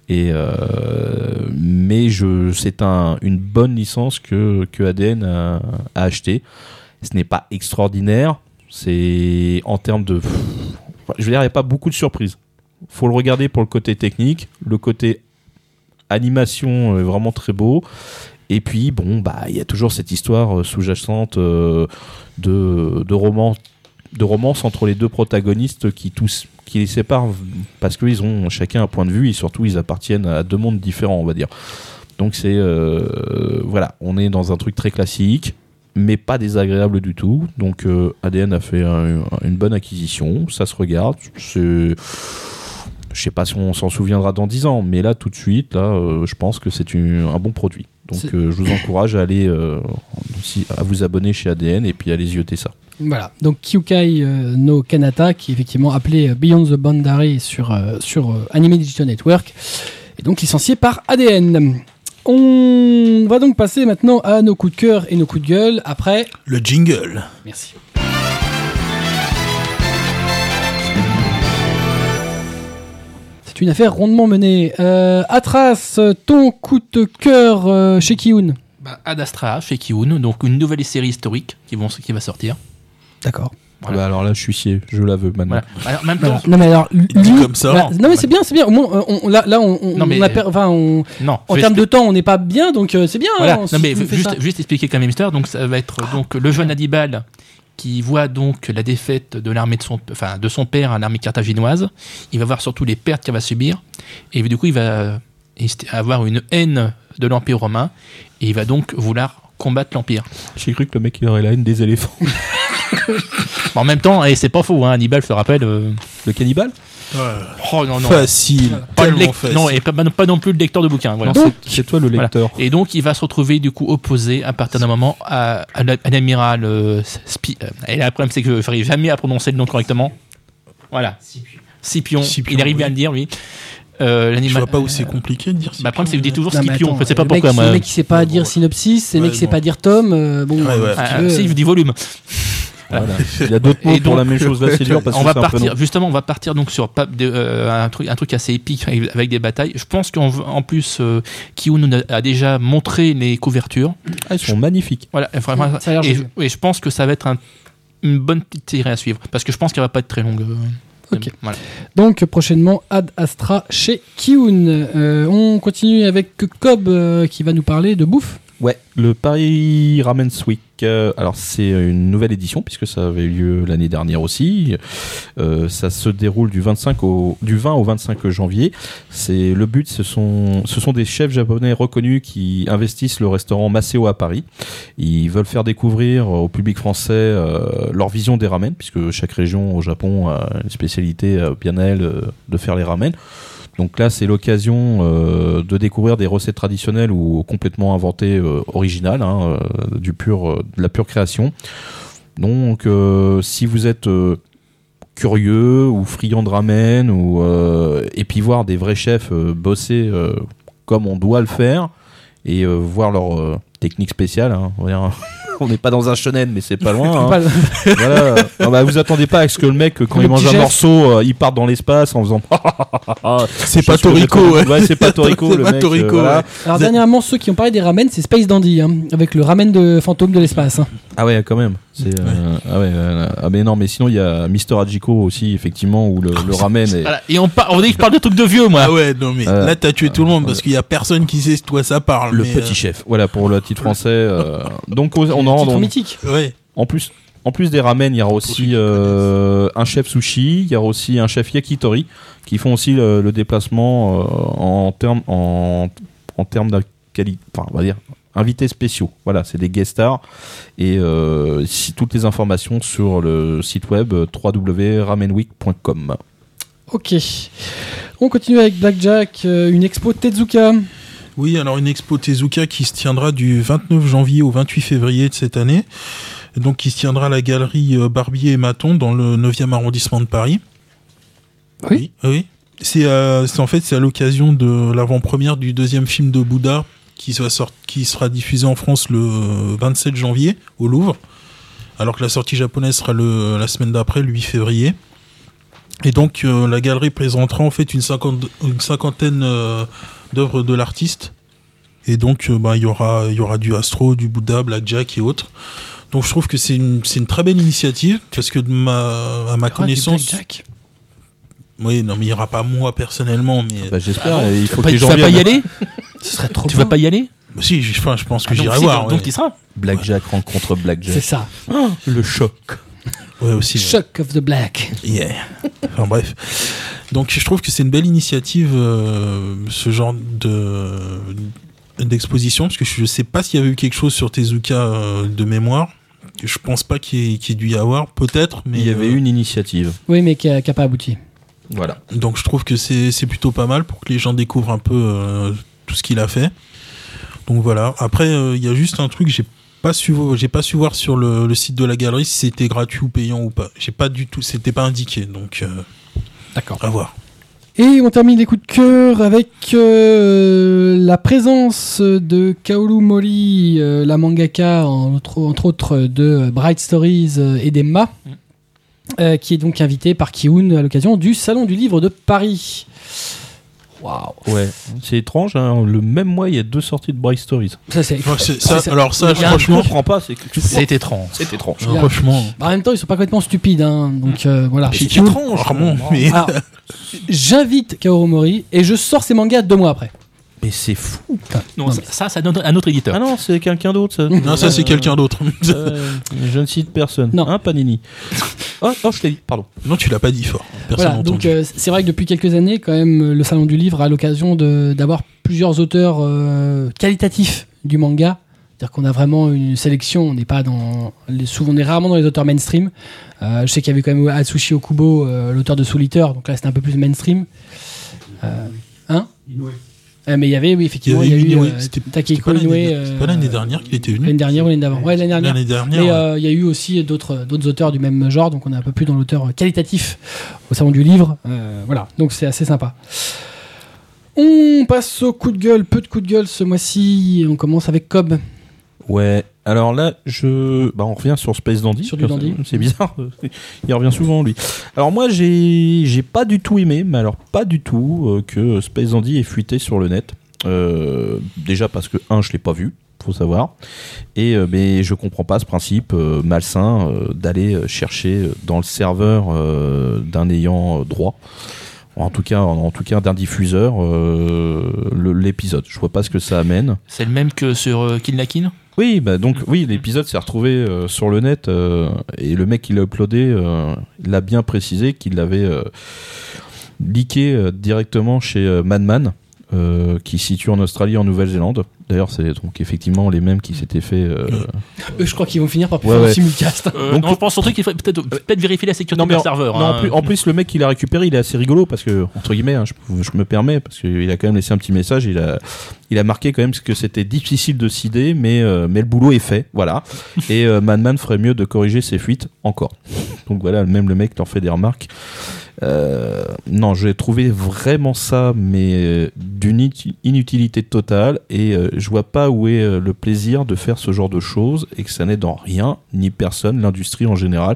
[SPEAKER 5] Et euh, mais je, c'est un, une bonne licence que, que ADN a, a acheté. Ce n'est pas extraordinaire. C'est en termes de, pff, je veux dire, il n'y a pas beaucoup de surprises faut le regarder pour le côté technique, le côté animation est vraiment très beau. Et puis bon bah il y a toujours cette histoire euh, sous-jacente euh, de de romance de romance entre les deux protagonistes qui tous qui les séparent parce qu'ils ont chacun un point de vue et surtout ils appartiennent à deux mondes différents on va dire. Donc c'est euh, voilà, on est dans un truc très classique mais pas désagréable du tout. Donc euh, ADN a fait un- une bonne acquisition, ça se regarde, c'est Je sais pas si on s'en souviendra dans 10 ans, mais là tout de suite, là, euh, je pense que c'est une- un bon produit. Donc
[SPEAKER 1] C'est-
[SPEAKER 5] euh, je vous encourage à aller euh, si- à vous abonner chez ADN et puis à les yoter ça.
[SPEAKER 1] Voilà, donc Kyukai euh, no Kanata, qui est effectivement appelé euh, Beyond the Boundary sur, euh, sur euh, Anime Digital Network, est donc licencié par ADN. On va donc passer maintenant à nos coups de cœur et nos coups de gueule. Après,
[SPEAKER 2] Le jingle.
[SPEAKER 1] merci. C'est une affaire rondement menée. Euh, Atras, ton coup de cœur euh, chez Kiyun.
[SPEAKER 3] Bah, Ad Astra chez Kiun, donc une nouvelle série historique qui, vont, qui va sortir.
[SPEAKER 1] D'accord.
[SPEAKER 3] Voilà.
[SPEAKER 5] Ah bah alors là, je suis scié, je la veux maintenant.
[SPEAKER 3] Voilà. Alors, en même temps,
[SPEAKER 1] Alors, non mais alors lui,
[SPEAKER 2] dit comme ça.
[SPEAKER 1] bah, non mais c'est bien, c'est bien. Au moins, euh, on, là, là, on, on-
[SPEAKER 3] Non, mais-
[SPEAKER 1] on a per- enfin, on-
[SPEAKER 3] non,
[SPEAKER 1] en
[SPEAKER 3] je vais
[SPEAKER 1] termes
[SPEAKER 3] expli-
[SPEAKER 1] de temps, on n'est pas bien, donc euh, c'est bien.
[SPEAKER 3] Voilà.
[SPEAKER 1] hein, si
[SPEAKER 3] Non, mais
[SPEAKER 1] tu fais ça.
[SPEAKER 3] juste, juste expliquer quand même l'histoire. Donc, ça va être euh, donc le jeune Adibal qui voit donc la défaite de l'armée de son, enfin, de son père à l'armée carthaginoise. Il va voir surtout les pertes qu'il va subir. Et du coup, il va euh, est- avoir une haine de l'Empire romain. Et il va donc vouloir combattre l'Empire.
[SPEAKER 5] J'ai cru que le mec il aurait la haine des éléphants.
[SPEAKER 3] Bon, en même temps, et c'est pas faux, hein, Hannibal se rappelle. euh,
[SPEAKER 5] le cannibale
[SPEAKER 3] Oh non, non.
[SPEAKER 2] Facile.
[SPEAKER 3] Pas le
[SPEAKER 2] tellement
[SPEAKER 3] lec-
[SPEAKER 2] facile.
[SPEAKER 3] non, et pas, pas non plus le lecteur de bouquin. Voilà.
[SPEAKER 5] Non, c'est- C'est toi le lecteur.
[SPEAKER 3] Et donc, il va se retrouver du coup opposé à partir d'un moment à, à la- à l'amiral euh, Spi. euh, Et là, le problème, c'est que je n'arrive jamais à prononcer le nom correctement. Voilà. Scipion.
[SPEAKER 2] Scipion,
[SPEAKER 3] il arrive bien à
[SPEAKER 2] oui.
[SPEAKER 3] le dire, lui. Euh,
[SPEAKER 2] Je
[SPEAKER 3] l'animal-
[SPEAKER 2] vois pas où c'est compliqué de dire
[SPEAKER 3] Bah, le problème, c'est que je dis toujours
[SPEAKER 1] Non, mais
[SPEAKER 3] Scipion.
[SPEAKER 1] attends,
[SPEAKER 3] je sais pas
[SPEAKER 1] le
[SPEAKER 3] pourquoi,
[SPEAKER 1] mec,
[SPEAKER 3] moi.
[SPEAKER 1] Le mec, il sait pas
[SPEAKER 2] Ouais,
[SPEAKER 1] dire
[SPEAKER 2] bon.
[SPEAKER 1] synopsis, le
[SPEAKER 2] Ouais,
[SPEAKER 1] mec, il sait
[SPEAKER 2] bon.
[SPEAKER 1] pas dire tome. euh, bon,
[SPEAKER 2] Ouais, ouais.
[SPEAKER 1] si tu
[SPEAKER 3] Ah,
[SPEAKER 1] veux,
[SPEAKER 3] si,
[SPEAKER 1] euh,
[SPEAKER 3] je dis volume.
[SPEAKER 2] Bah,
[SPEAKER 5] Voilà. Il y a d'autres
[SPEAKER 3] euh, Et
[SPEAKER 5] mots pour
[SPEAKER 3] donc,
[SPEAKER 5] la même chose là, c'est dur parce
[SPEAKER 3] on
[SPEAKER 5] que
[SPEAKER 3] va
[SPEAKER 5] c'est un peu
[SPEAKER 3] partir
[SPEAKER 5] long.
[SPEAKER 3] justement on va partir donc sur pas- de- euh, un truc un truc assez épique avec avec des batailles je pense qu'en en plus euh, Kiyun a déjà montré les couvertures
[SPEAKER 5] Ah, ils sont magnifiques.
[SPEAKER 3] voilà vraiment,
[SPEAKER 1] ça a l'air
[SPEAKER 3] et,
[SPEAKER 1] joli.
[SPEAKER 3] je- et je pense que ça va être un- une bonne petite série à suivre parce que je pense qu'elle va pas être très longue euh,
[SPEAKER 1] Ok.
[SPEAKER 3] voilà.
[SPEAKER 1] Donc prochainement Ad Astra chez Kiyun. Euh, on continue avec Cobb euh, qui va nous parler de bouffe.
[SPEAKER 5] Ouais, le Paris Ramen Week. euh, alors c'est une nouvelle édition puisque ça avait eu lieu l'année dernière aussi. Euh, ça se déroule du 25 au du 20 au 25 janvier. C'est le but, ce sont ce sont des chefs japonais reconnus qui investissent le restaurant Maseo à Paris. Ils veulent faire découvrir au public français euh, leur vision des ramen puisque chaque région au Japon a une spécialité euh, bien à elle euh, de faire les ramen. Donc là, c'est l'occasion euh, de découvrir des recettes traditionnelles ou complètement inventées, euh, originales, hein, euh, du pur, euh, de la pure création. Donc, euh, si vous êtes euh, curieux ou friand de ramen, ou, euh, et puis voir des vrais chefs euh, bosser euh, comme on doit le faire, et euh, voir leur euh, technique spéciale, hein, on va dire, on n'est pas dans un shonen, mais c'est pas loin. hein.
[SPEAKER 1] Pas-
[SPEAKER 5] Voilà. Non, bah, vous attendez pas à ce que le mec, quand
[SPEAKER 1] Le
[SPEAKER 5] il mange
[SPEAKER 1] petit
[SPEAKER 5] un
[SPEAKER 1] geste.
[SPEAKER 5] morceau, euh, il parte dans l'espace en faisant.
[SPEAKER 2] C'est
[SPEAKER 5] Je
[SPEAKER 2] pas
[SPEAKER 5] pense que j'ai
[SPEAKER 2] Torico.
[SPEAKER 5] pas- Ouais, c'est pas Torico.
[SPEAKER 2] C'est
[SPEAKER 5] le
[SPEAKER 2] pas
[SPEAKER 5] mec,
[SPEAKER 2] Torico,
[SPEAKER 5] euh, voilà.
[SPEAKER 1] Alors
[SPEAKER 2] ouais. Vous êtes-
[SPEAKER 1] dernièrement, ceux qui ont parlé des ramen, c'est Space Dandy, hein, avec le ramen de fantôme de l'espace. hein.
[SPEAKER 5] Ah ouais, quand même. C'est, euh, Ah ouais, euh, ah mais non, mais sinon il y a Mister Hajiko aussi, effectivement, où le, le ramen est.
[SPEAKER 3] Voilà. et on, par- on dit que je parle de trucs de vieux moi
[SPEAKER 2] Ah ouais, non mais
[SPEAKER 5] Euh,
[SPEAKER 2] là t'as tué tout le monde parce qu'il y a personne qui sait de quoi ça parle.
[SPEAKER 5] Le
[SPEAKER 2] mais, euh,
[SPEAKER 5] petit chef. Voilà pour le titre français. euh, donc on on en
[SPEAKER 1] Titre
[SPEAKER 5] on-
[SPEAKER 1] mythique.
[SPEAKER 2] euh, ouais.
[SPEAKER 5] en plus. En plus des ramen, il y aura aussi euh, un chef sushi, il y aura aussi un chef yakitori, qui font aussi le, le déplacement euh, en termes en, en termes de qualité, enfin, on va dire invités spéciaux. Voilà, c'est des guest stars. Et euh, si, toutes les informations sur le site web euh, www.ramenweek.com.
[SPEAKER 1] Ok. On continue avec Blackjack, euh, une expo Tezuka.
[SPEAKER 2] Oui, alors une expo Tezuka qui se tiendra du 29 janvier au 28 février de cette année. Donc qui se tiendra à la galerie euh, Barbier et Maton dans le 9e arrondissement de Paris.
[SPEAKER 1] Oui.
[SPEAKER 2] Oui. C'est euh, c'est- en fait c'est à l'occasion de l'avant-première du deuxième film de Bouddha qui sera, sort- qui sera diffusé en France le euh, 27 janvier au Louvre. Alors que la sortie japonaise sera le, la semaine d'après, le 8 février. Et donc euh, la galerie présentera en fait une, cinquante- une cinquantaine euh, d'œuvres de l'artiste. Et donc, euh, bah, il y, aura, il y aura du Astro, du Bouddha, Blackjack et autres. Donc, je trouve que c'est une, c'est une très belle initiative, parce que de ma,
[SPEAKER 1] Ah,
[SPEAKER 2] à ma connaissance. Oui, non, mais il n'y aura pas moi personnellement, mais.
[SPEAKER 5] Bah, J'espère, et il faut
[SPEAKER 3] Pas-
[SPEAKER 5] que les
[SPEAKER 3] tu
[SPEAKER 5] gens
[SPEAKER 3] vas pas y
[SPEAKER 5] viennent.
[SPEAKER 3] aller
[SPEAKER 1] Ce serait trop
[SPEAKER 3] tu vas pas y aller
[SPEAKER 2] Bah, si, j- enfin, je pense que
[SPEAKER 3] Ah, donc,
[SPEAKER 2] j'irai
[SPEAKER 3] si,
[SPEAKER 2] voir.
[SPEAKER 3] donc,
[SPEAKER 2] ouais.
[SPEAKER 3] donc, tu y seras
[SPEAKER 5] Blackjack rencontre
[SPEAKER 1] C'est
[SPEAKER 5] Blackjack.
[SPEAKER 1] ça.
[SPEAKER 5] Le choc.
[SPEAKER 2] Ouais, aussi. ouais.
[SPEAKER 1] Shock of the Black.
[SPEAKER 2] Yeah. Enfin bref. Donc je trouve que c'est une belle initiative euh, ce genre de d'exposition parce que je sais pas s'il y avait eu quelque chose sur Tezuka euh, de mémoire. Je pense pas qu'il y, ait- qu'il y ait dû y avoir, peut-être, mais
[SPEAKER 5] Il y avait
[SPEAKER 2] euh,
[SPEAKER 5] une initiative.
[SPEAKER 1] Oui, mais qui a, qui a pas abouti.
[SPEAKER 5] Voilà.
[SPEAKER 2] Donc je trouve que c'est c'est plutôt pas mal pour que les gens découvrent un peu euh, tout ce qu'il a fait. Donc voilà. Après, euh, il y a juste un truc, j'ai pas su, j'ai pas su voir sur le, le site de la galerie si c'était gratuit ou payant ou pas. J'ai pas du tout, c'était pas indiqué. Donc euh,
[SPEAKER 1] D'accord.
[SPEAKER 2] à voir.
[SPEAKER 1] Et on termine les coups de cœur avec euh, la présence de Kaoru Mori, euh, la mangaka, en- entre, entre autres de Bright Stories euh, et d'Emma, euh, qui est donc invitée par Kiun à l'occasion du Salon du Livre de Paris. Waouh!
[SPEAKER 5] Ouais. C'est étrange, hein, le même mois, il y a deux sorties de Bright Stories.
[SPEAKER 1] Ça, c'est.
[SPEAKER 2] Ouais, c'est- ça-
[SPEAKER 1] c'est ça.
[SPEAKER 2] alors ça,
[SPEAKER 1] Il y a un
[SPEAKER 2] franchement,
[SPEAKER 5] comprends pas, c'est que tu
[SPEAKER 3] C'est étrange.
[SPEAKER 5] C'est étrange.
[SPEAKER 1] Là.
[SPEAKER 2] franchement,
[SPEAKER 1] Bah, en même temps, ils sont pas complètement stupides, hein, donc euh, voilà.
[SPEAKER 2] c'est
[SPEAKER 1] Kiun-
[SPEAKER 2] étrange. Ah, Ramon, mais
[SPEAKER 1] Alors, j'invite Kaoru Mori et je sors ses mangas deux mois après.
[SPEAKER 5] Mais c'est fou.
[SPEAKER 3] Non, ça, ça, ça donne un autre éditeur.
[SPEAKER 5] Ah non, c'est quelqu'un d'autre.
[SPEAKER 1] Ah,
[SPEAKER 5] ça.
[SPEAKER 2] non, ça c'est quelqu'un d'autre.
[SPEAKER 5] Euh, je ne cite personne.
[SPEAKER 1] Non.
[SPEAKER 5] Hein, Panini. Oh, oh, je t'ai dit, pardon.
[SPEAKER 2] non, tu l'as pas dit fort. Personne n'a
[SPEAKER 1] Voilà, donc
[SPEAKER 2] entendu.
[SPEAKER 1] euh, c'est vrai que depuis quelques années, quand même, euh, le Salon du Livre a l'occasion de- d'avoir plusieurs auteurs euh, qualitatifs du manga. C'est-à-dire qu'on a vraiment une sélection, on n'est pas dans. les- Souvent, on est rarement dans les auteurs mainstream. Euh, je sais qu'il y avait quand même Atsushi Okubo, euh, l'auteur de Soul Eater, donc là c'était un peu plus mainstream. Euh, hein Euh, Mais il y avait, oui, effectivement, il y a eu
[SPEAKER 2] Inoue,
[SPEAKER 1] euh,
[SPEAKER 2] c'était- c'était
[SPEAKER 1] Takehiko
[SPEAKER 2] pas
[SPEAKER 1] Inoue.
[SPEAKER 2] l'année-
[SPEAKER 1] euh,
[SPEAKER 2] c'était pas l'année dernière qu'il était venu.
[SPEAKER 1] L'année dernière ou l'année d'avant Ouais, l'année dernière.
[SPEAKER 2] L'année dernière.
[SPEAKER 1] Mais
[SPEAKER 2] ouais.
[SPEAKER 1] euh, il y a eu aussi d'autres d'autres auteurs du même genre, donc on est un peu plus dans l'auteur qualitatif au salon du livre. Euh, voilà, donc c'est assez sympa. On passe au coup de gueule, peu de coups de gueule ce mois-ci. On commence avec Cobb.
[SPEAKER 5] Ouais. Alors là, je, bah, on revient sur Space Dandy.
[SPEAKER 1] Sur du dandy.
[SPEAKER 5] C'est bizarre. Il revient souvent lui. Alors moi, j'ai, j'ai pas du tout aimé, mais alors pas du tout euh, que Space Dandy est fuité sur le net. Euh, déjà parce que un, je l'ai pas vu, faut savoir. Et euh, mais je comprends pas ce principe euh, malsain euh, d'aller euh, chercher dans le serveur euh, d'un ayant droit. En tout cas, en, en tout cas d'un diffuseur, euh, le- l'épisode. Je vois pas ce que ça amène.
[SPEAKER 3] C'est le même que sur euh, Kidnakin
[SPEAKER 5] Oui, bah donc oui, l'épisode s'est retrouvé euh, sur le net euh, et le mec qui l'a uploadé euh, l'a bien précisé qu'il l'avait euh, leaké euh, directement chez euh, Madman. euh, qui se situe en Australie, en Nouvelle-Zélande. D'ailleurs, c'est donc effectivement les mêmes qui s'étaient fait. euh,
[SPEAKER 1] Eux, je crois qu'ils vont finir par
[SPEAKER 5] Ouais,
[SPEAKER 1] faire un
[SPEAKER 5] ouais.
[SPEAKER 1] simulcast.
[SPEAKER 5] Donc-
[SPEAKER 3] Euh, non, je pense surtout qu'il faudrait peut-être peut vérifier la sécurité
[SPEAKER 5] Non, mais
[SPEAKER 3] du
[SPEAKER 5] en-
[SPEAKER 3] serveur.
[SPEAKER 5] non, en,
[SPEAKER 3] hein.
[SPEAKER 5] plus, en plus, le mec qui l'a récupéré, il est assez rigolo parce que, entre guillemets, hein, je, je me permets, parce qu'il a quand même laissé un petit message, il a, il a marqué quand même que c'était difficile de cider, mais, euh, mais le boulot est fait, voilà. Et euh, Madman ferait mieux de corriger ses fuites encore. Donc voilà, même le mec leur fait des remarques. Euh, non, j'ai trouvé vraiment ça, mais euh, d'une inut- inutilité totale, et euh, je vois pas où est euh, le plaisir de faire ce genre de choses, et que ça n'est dans rien, ni personne, l'industrie en général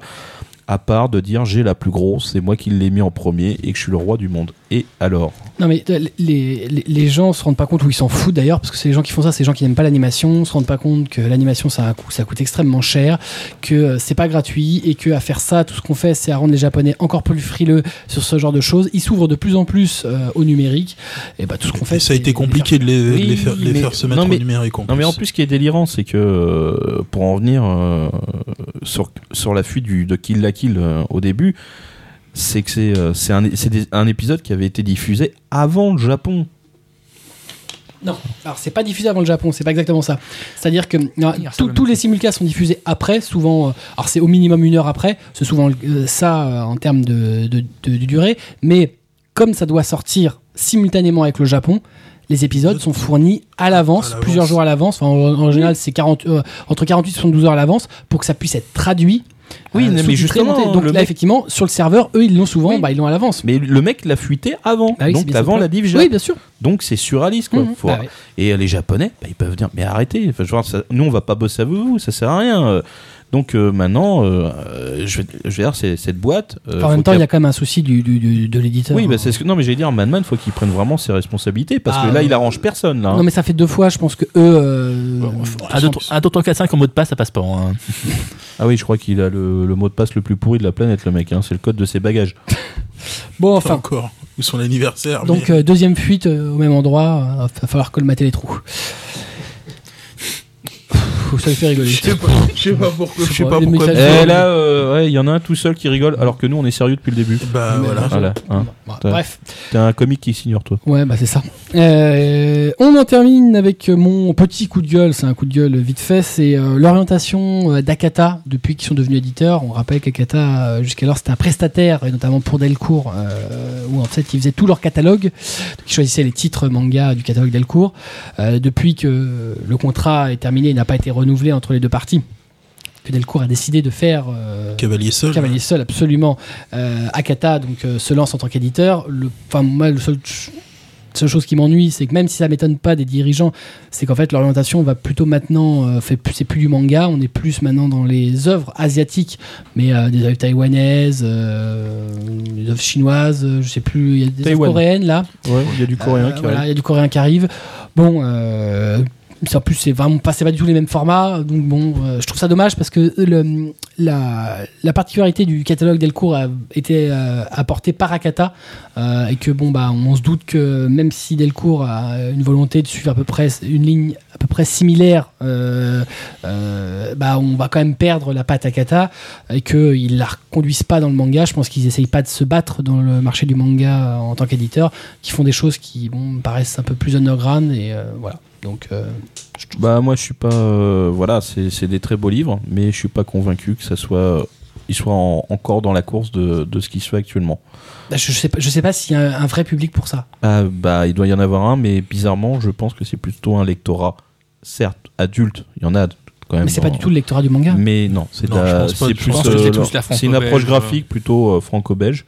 [SPEAKER 5] à part de dire j'ai la plus grosse, c'est moi qui l'ai mis en premier et que je suis le roi du monde. Et alors
[SPEAKER 1] Non, mais euh, les, les, les gens se rendent pas compte, ou ils s'en foutent d'ailleurs, parce que c'est les gens qui font ça, c'est les gens qui n'aiment pas l'animation, se rendent pas compte que l'animation ça, a un coût- ça coûte extrêmement cher, que euh, c'est pas gratuit, et que à faire ça, tout ce qu'on fait, c'est à rendre les Japonais encore plus frileux sur ce genre de choses. Ils s'ouvrent de plus en plus euh, au numérique, et bah tout ce qu'on fait.
[SPEAKER 2] Et ça a
[SPEAKER 1] c'est-
[SPEAKER 2] été compliqué de les, de
[SPEAKER 5] Oui,
[SPEAKER 2] les faire, de les
[SPEAKER 5] mais-
[SPEAKER 2] faire se
[SPEAKER 5] non,
[SPEAKER 2] mettre
[SPEAKER 5] mais-
[SPEAKER 2] au numérique.
[SPEAKER 5] Non mais en plus ce qui est délirant c'est que euh, pour en venir euh, sur, sur la fuite du, de Kill la Kill euh, au début, c'est que c'est euh, c'est un, c'est des- un épisode qui avait été diffusé avant le Japon.
[SPEAKER 1] Non, alors c'est pas diffusé avant le Japon, c'est pas exactement ça. C'est-à-dire que non,
[SPEAKER 3] Il y a ça
[SPEAKER 1] tous-
[SPEAKER 3] le
[SPEAKER 1] tous
[SPEAKER 3] même
[SPEAKER 1] les simulcasts sont diffusés après, souvent. euh, alors c'est au minimum une heure après, c'est souvent euh, ça euh, en termes de, de- de- de durée. Mais comme ça doit sortir simultanément avec le Japon, les épisodes sont fournis à
[SPEAKER 2] À
[SPEAKER 1] l'avance,
[SPEAKER 2] l'avance.
[SPEAKER 1] plusieurs jours à l'avance. Enfin, en, en général, c'est 40, euh, entre 48 et 72 heures à l'avance pour que ça puisse être traduit. euh,
[SPEAKER 5] Oui, mais
[SPEAKER 1] sous-titré,
[SPEAKER 5] justement,
[SPEAKER 1] monté. donc
[SPEAKER 5] le
[SPEAKER 1] là,
[SPEAKER 5] mec-
[SPEAKER 1] effectivement, sur le serveur, eux, ils l'ont souvent,
[SPEAKER 5] Oui.
[SPEAKER 1] bah, ils l'ont à l'avance.
[SPEAKER 5] Mais le mec l'a fuité avant,
[SPEAKER 1] Bah oui, c'est
[SPEAKER 5] donc
[SPEAKER 1] bien
[SPEAKER 5] avant
[SPEAKER 1] ça.
[SPEAKER 5] la div Jap.
[SPEAKER 1] Oui, bien sûr.
[SPEAKER 5] Donc c'est suraliste quoi.
[SPEAKER 1] Mhm.
[SPEAKER 5] Faut-
[SPEAKER 1] Bah ouais.
[SPEAKER 5] Et euh, les Japonais, bah, ils peuvent dire mais arrêtez, enfin, je veux dire, ça- nous on va pas bosser avec vous, ça sert à rien. Euh, Donc euh, maintenant, euh, euh, je, vais, je vais dire c'est cette boîte. euh,
[SPEAKER 1] en même
[SPEAKER 5] faut
[SPEAKER 1] temps, il
[SPEAKER 5] qu'elle-
[SPEAKER 1] y a quand même un souci du, du- du- de l'éditeur. hein.
[SPEAKER 5] oui, bah, c'est ce que non mais j'allais dire Madman, faut qu'il prenne vraiment ses responsabilités parce
[SPEAKER 1] Ah,
[SPEAKER 5] que là
[SPEAKER 1] ouais.
[SPEAKER 5] il arrange personne là. hein.
[SPEAKER 1] Non, mais ça fait deux fois, je pense que eux. euh,
[SPEAKER 3] Un,
[SPEAKER 1] sont-
[SPEAKER 3] deux, un, deux, trois, quatre, cinq en mot de passe, ça passe pas. hein.
[SPEAKER 5] Ah oui, je crois qu'il a le, le mot de passe le plus pourri de la planète le mec, hein, c'est le code de ses bagages.
[SPEAKER 1] Bon,
[SPEAKER 2] enfin
[SPEAKER 1] enfin.
[SPEAKER 2] encore ou son anniversaire. mais-
[SPEAKER 1] Donc, euh, deuxième fuite euh, au même endroit, euh, va falloir colmater les trous. ça me fait rigoler.
[SPEAKER 2] Je sais pas, je sais pas pourquoi. Ah, Je sais pas
[SPEAKER 1] Les
[SPEAKER 2] pourquoi.
[SPEAKER 1] messages-
[SPEAKER 5] Et là, euh, ouais, il y en a un tout seul qui rigole, alors que nous, on est sérieux depuis le début.
[SPEAKER 2] Bah
[SPEAKER 1] Mais-
[SPEAKER 2] voilà.
[SPEAKER 5] Voilà. hein.
[SPEAKER 1] Bon,
[SPEAKER 5] Ouais.
[SPEAKER 1] bref.
[SPEAKER 5] T'es un comique qui s'ignore, toi.
[SPEAKER 1] Ouais, bah c'est ça. Euh, on en termine avec mon petit coup de gueule. C'est un coup de gueule vite fait. C'est euh, l'orientation euh, d'Akata depuis qu'ils sont devenus éditeurs. On rappelle qu'Akata, euh, jusqu'alors, c'était un prestataire, et notamment pour Delcourt, euh, où en fait ils faisaient tout leur catalogue. Donc, ils choisissaient les titres manga du catalogue Delcourt. Euh, depuis que le contrat est terminé et n'a pas été renouvelé entre les deux parties, que Delcourt a décidé de faire. euh,
[SPEAKER 2] Cavalier seul.
[SPEAKER 1] Cavalier Seul, absolument. Euh, Akata donc, euh, se lance en tant qu'éditeur. Le- Enfin, moi, le seul ch- seule chose qui m'ennuie, c'est que même si ça m'étonne pas des dirigeants, c'est qu'en fait l'orientation va plutôt maintenant, euh, fait plus- c'est plus du manga, on est plus maintenant dans les œuvres asiatiques, mais euh, des œuvres taïwanaises, euh, des œuvres chinoises, euh, je sais plus, il y a des œuvres
[SPEAKER 5] Taïwan.
[SPEAKER 1] coréennes là.
[SPEAKER 5] Ouais, il y a du coréen
[SPEAKER 1] Euh,
[SPEAKER 5] qui
[SPEAKER 1] voilà, il y a du coréen qui arrive. Bon, euh, c'est- en plus, c'est vraiment pas, c'est pas du tout les mêmes formats. Donc, bon, euh, je trouve ça dommage parce que le, la, la particularité du catalogue Delcourt a été euh, apportée par Akata. euh, et que, bon, bah, on se doute que même si Delcourt a une volonté de suivre à peu près une ligne à peu près similaire, euh, euh, bah, on va quand même perdre la patte Akata et qu'ils la reconduisent pas dans le manga. Je pense qu'ils essayent pas de se battre dans le marché du manga euh, en tant qu'éditeur qui font des choses qui bon, me paraissent un peu plus underground et euh, voilà. Donc euh,
[SPEAKER 5] Bah moi je suis pas euh, voilà c'est c'est des très beaux livres mais je suis pas convaincu que ça soit euh, ils soient en- encore dans la course de, de ce qui se fait actuellement.
[SPEAKER 1] bah, je, je sais pas, je sais pas s'il y a un, un vrai public pour ça.
[SPEAKER 5] Ah, bah il doit y en avoir un mais bizarrement je pense que c'est plutôt un lectorat certes adulte il y en a quand même.
[SPEAKER 1] Mais c'est pas
[SPEAKER 5] dans-
[SPEAKER 1] du tout le lectorat du manga.
[SPEAKER 5] Mais non c'est de
[SPEAKER 2] Non, je
[SPEAKER 5] la-
[SPEAKER 2] pense pas,
[SPEAKER 5] c'est
[SPEAKER 2] je
[SPEAKER 5] plus
[SPEAKER 2] pense
[SPEAKER 3] que c'est
[SPEAKER 5] euh,
[SPEAKER 3] tous
[SPEAKER 5] leur-
[SPEAKER 3] la
[SPEAKER 5] c'est une approche
[SPEAKER 3] franco-belge,
[SPEAKER 5] graphique plutôt euh, franco-belge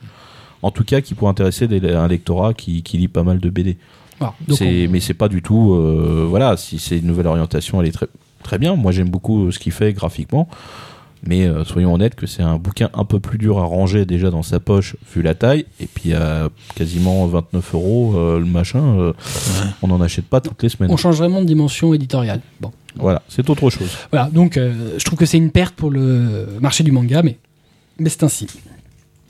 [SPEAKER 5] en tout cas qui pourrait intéresser des- un lectorat qui, qui lit pas mal de BD.
[SPEAKER 1] Voilà. Donc,
[SPEAKER 5] C'est- Mais c'est pas du tout. euh, voilà, si c'est une nouvelle orientation, elle est très, très bien. Moi, j'aime beaucoup euh, ce qu'il fait graphiquement. Mais euh, soyons honnêtes que c'est un bouquin un peu plus dur à ranger déjà dans sa poche, vu la taille. Et puis à quasiment 29 euros, euh, le machin, euh, on n'en achète pas toutes les
[SPEAKER 1] on,
[SPEAKER 5] semaines.
[SPEAKER 1] on change vraiment de dimension éditoriale. Bon,
[SPEAKER 5] Voilà, c'est autre chose.
[SPEAKER 1] voilà. Donc euh, je trouve que c'est une perte pour le marché du manga, mais mais c'est ainsi.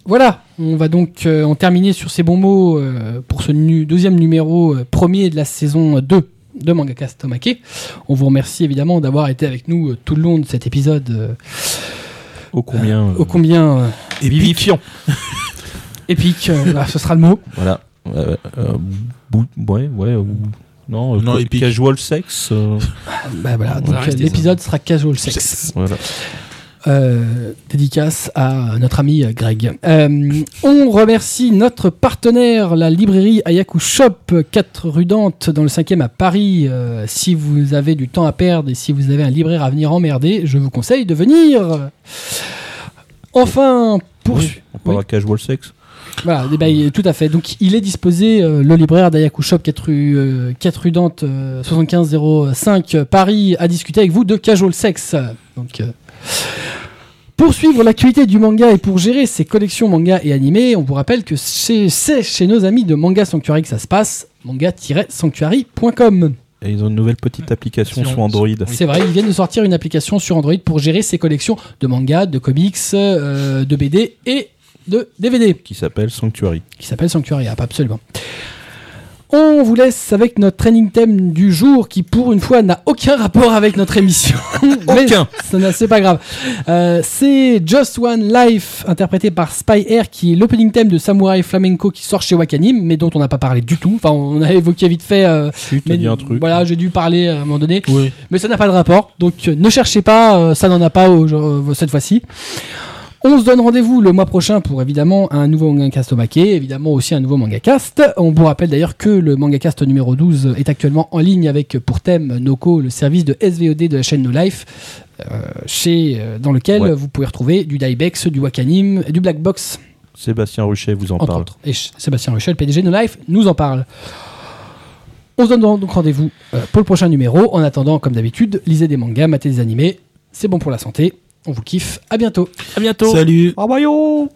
[SPEAKER 1] Voilà, on va donc euh, en terminer sur ces bons mots euh, pour ce nu- deuxième numéro euh, premier de la saison 2 de Mangaka Stomake. On vous remercie évidemment d'avoir été avec nous euh, tout le long de cet épisode euh,
[SPEAKER 5] Ô combien. euh,
[SPEAKER 1] ô combien euh,
[SPEAKER 2] Et
[SPEAKER 5] vivifiant.
[SPEAKER 1] épique, euh, voilà, ce sera le mot.
[SPEAKER 5] Voilà. Euh, euh, bou- ouais, ouais. ou- non, euh,
[SPEAKER 2] Non,
[SPEAKER 5] ca-
[SPEAKER 2] épique.
[SPEAKER 5] casual sex. euh,
[SPEAKER 1] Bah voilà,
[SPEAKER 5] Ouais,
[SPEAKER 1] donc,
[SPEAKER 3] restez
[SPEAKER 1] euh, l'épisode sera casual sex.
[SPEAKER 5] voilà.
[SPEAKER 1] Euh, dédicace à notre ami euh, Greg. Euh, on remercie notre partenaire, la librairie Ayaku Shop, 4 rue Dante, dans le 5e à Paris. Euh, si vous avez du temps à perdre et si vous avez un libraire à venir emmerder, je vous conseille de venir. Enfin, pour...
[SPEAKER 5] Oui, on parlera casual sex.
[SPEAKER 1] Voilà, eh ben, il- tout à fait. Donc il est disposé, euh, le libraire d'Ayaku Shop 4 rue, euh, 4 rue Dante, euh, 7505 euh, Paris, à discuter avec vous de casual sex. Donc, euh, pour suivre l'actualité du manga et pour gérer ses collections manga et animés, on vous rappelle que c'est c'est chez nos amis de Manga Sanctuary que ça se passe, manga-sanctuary.com.
[SPEAKER 5] Et ils ont une nouvelle petite application
[SPEAKER 3] Si on-
[SPEAKER 5] sur Android.
[SPEAKER 3] Oui.
[SPEAKER 1] C'est vrai, ils viennent de sortir une application sur Android pour gérer ses collections de manga, de comics, euh, de BD et de DVD.
[SPEAKER 5] qui s'appelle Sanctuary.
[SPEAKER 1] qui s'appelle Sanctuary App, absolument. On vous laisse avec notre training thème du jour qui, pour une fois, n'a aucun rapport avec notre émission. Mais
[SPEAKER 5] Aucun.
[SPEAKER 1] ça n'a- C'est pas grave. Euh, c'est Just One Life, interprété par Spy Air, qui est l'opening theme de Samurai Flamenco qui sort chez Wakanim, mais dont on n'a pas parlé du tout. Enfin, on a évoqué vite fait. euh,
[SPEAKER 5] Tu
[SPEAKER 1] mais
[SPEAKER 5] dit un truc.
[SPEAKER 1] Voilà, j'ai dû parler à un moment donné.
[SPEAKER 2] Oui.
[SPEAKER 1] Mais ça n'a pas de rapport, donc euh, ne cherchez pas, euh, ça n'en a pas au- euh, cette fois-ci. On se donne rendez-vous le mois prochain pour évidemment un nouveau mangacast au maquet, évidemment aussi un nouveau mangacast. On vous rappelle d'ailleurs que le mangacast numéro 12 est actuellement en ligne avec euh, pour thème Noco, le service de SVOD de la chaîne No Life, euh, chez, euh, dans lequel
[SPEAKER 5] Ouais.
[SPEAKER 1] vous pouvez retrouver du Diebex, du Wakanim, et du Black Box,
[SPEAKER 5] Sébastien Ruchet vous en
[SPEAKER 1] entre
[SPEAKER 5] parle.
[SPEAKER 1] autres. Et Ch- Sébastien Rochel, PDG de No Life, nous en parle. On se donne donc rendez-vous euh, pour le prochain numéro. En attendant, comme d'habitude, lisez des mangas, matez des animés. C'est bon pour la santé. On vous kiffe. À bientôt.
[SPEAKER 3] À bientôt.
[SPEAKER 2] Salut.
[SPEAKER 4] Ah bah yo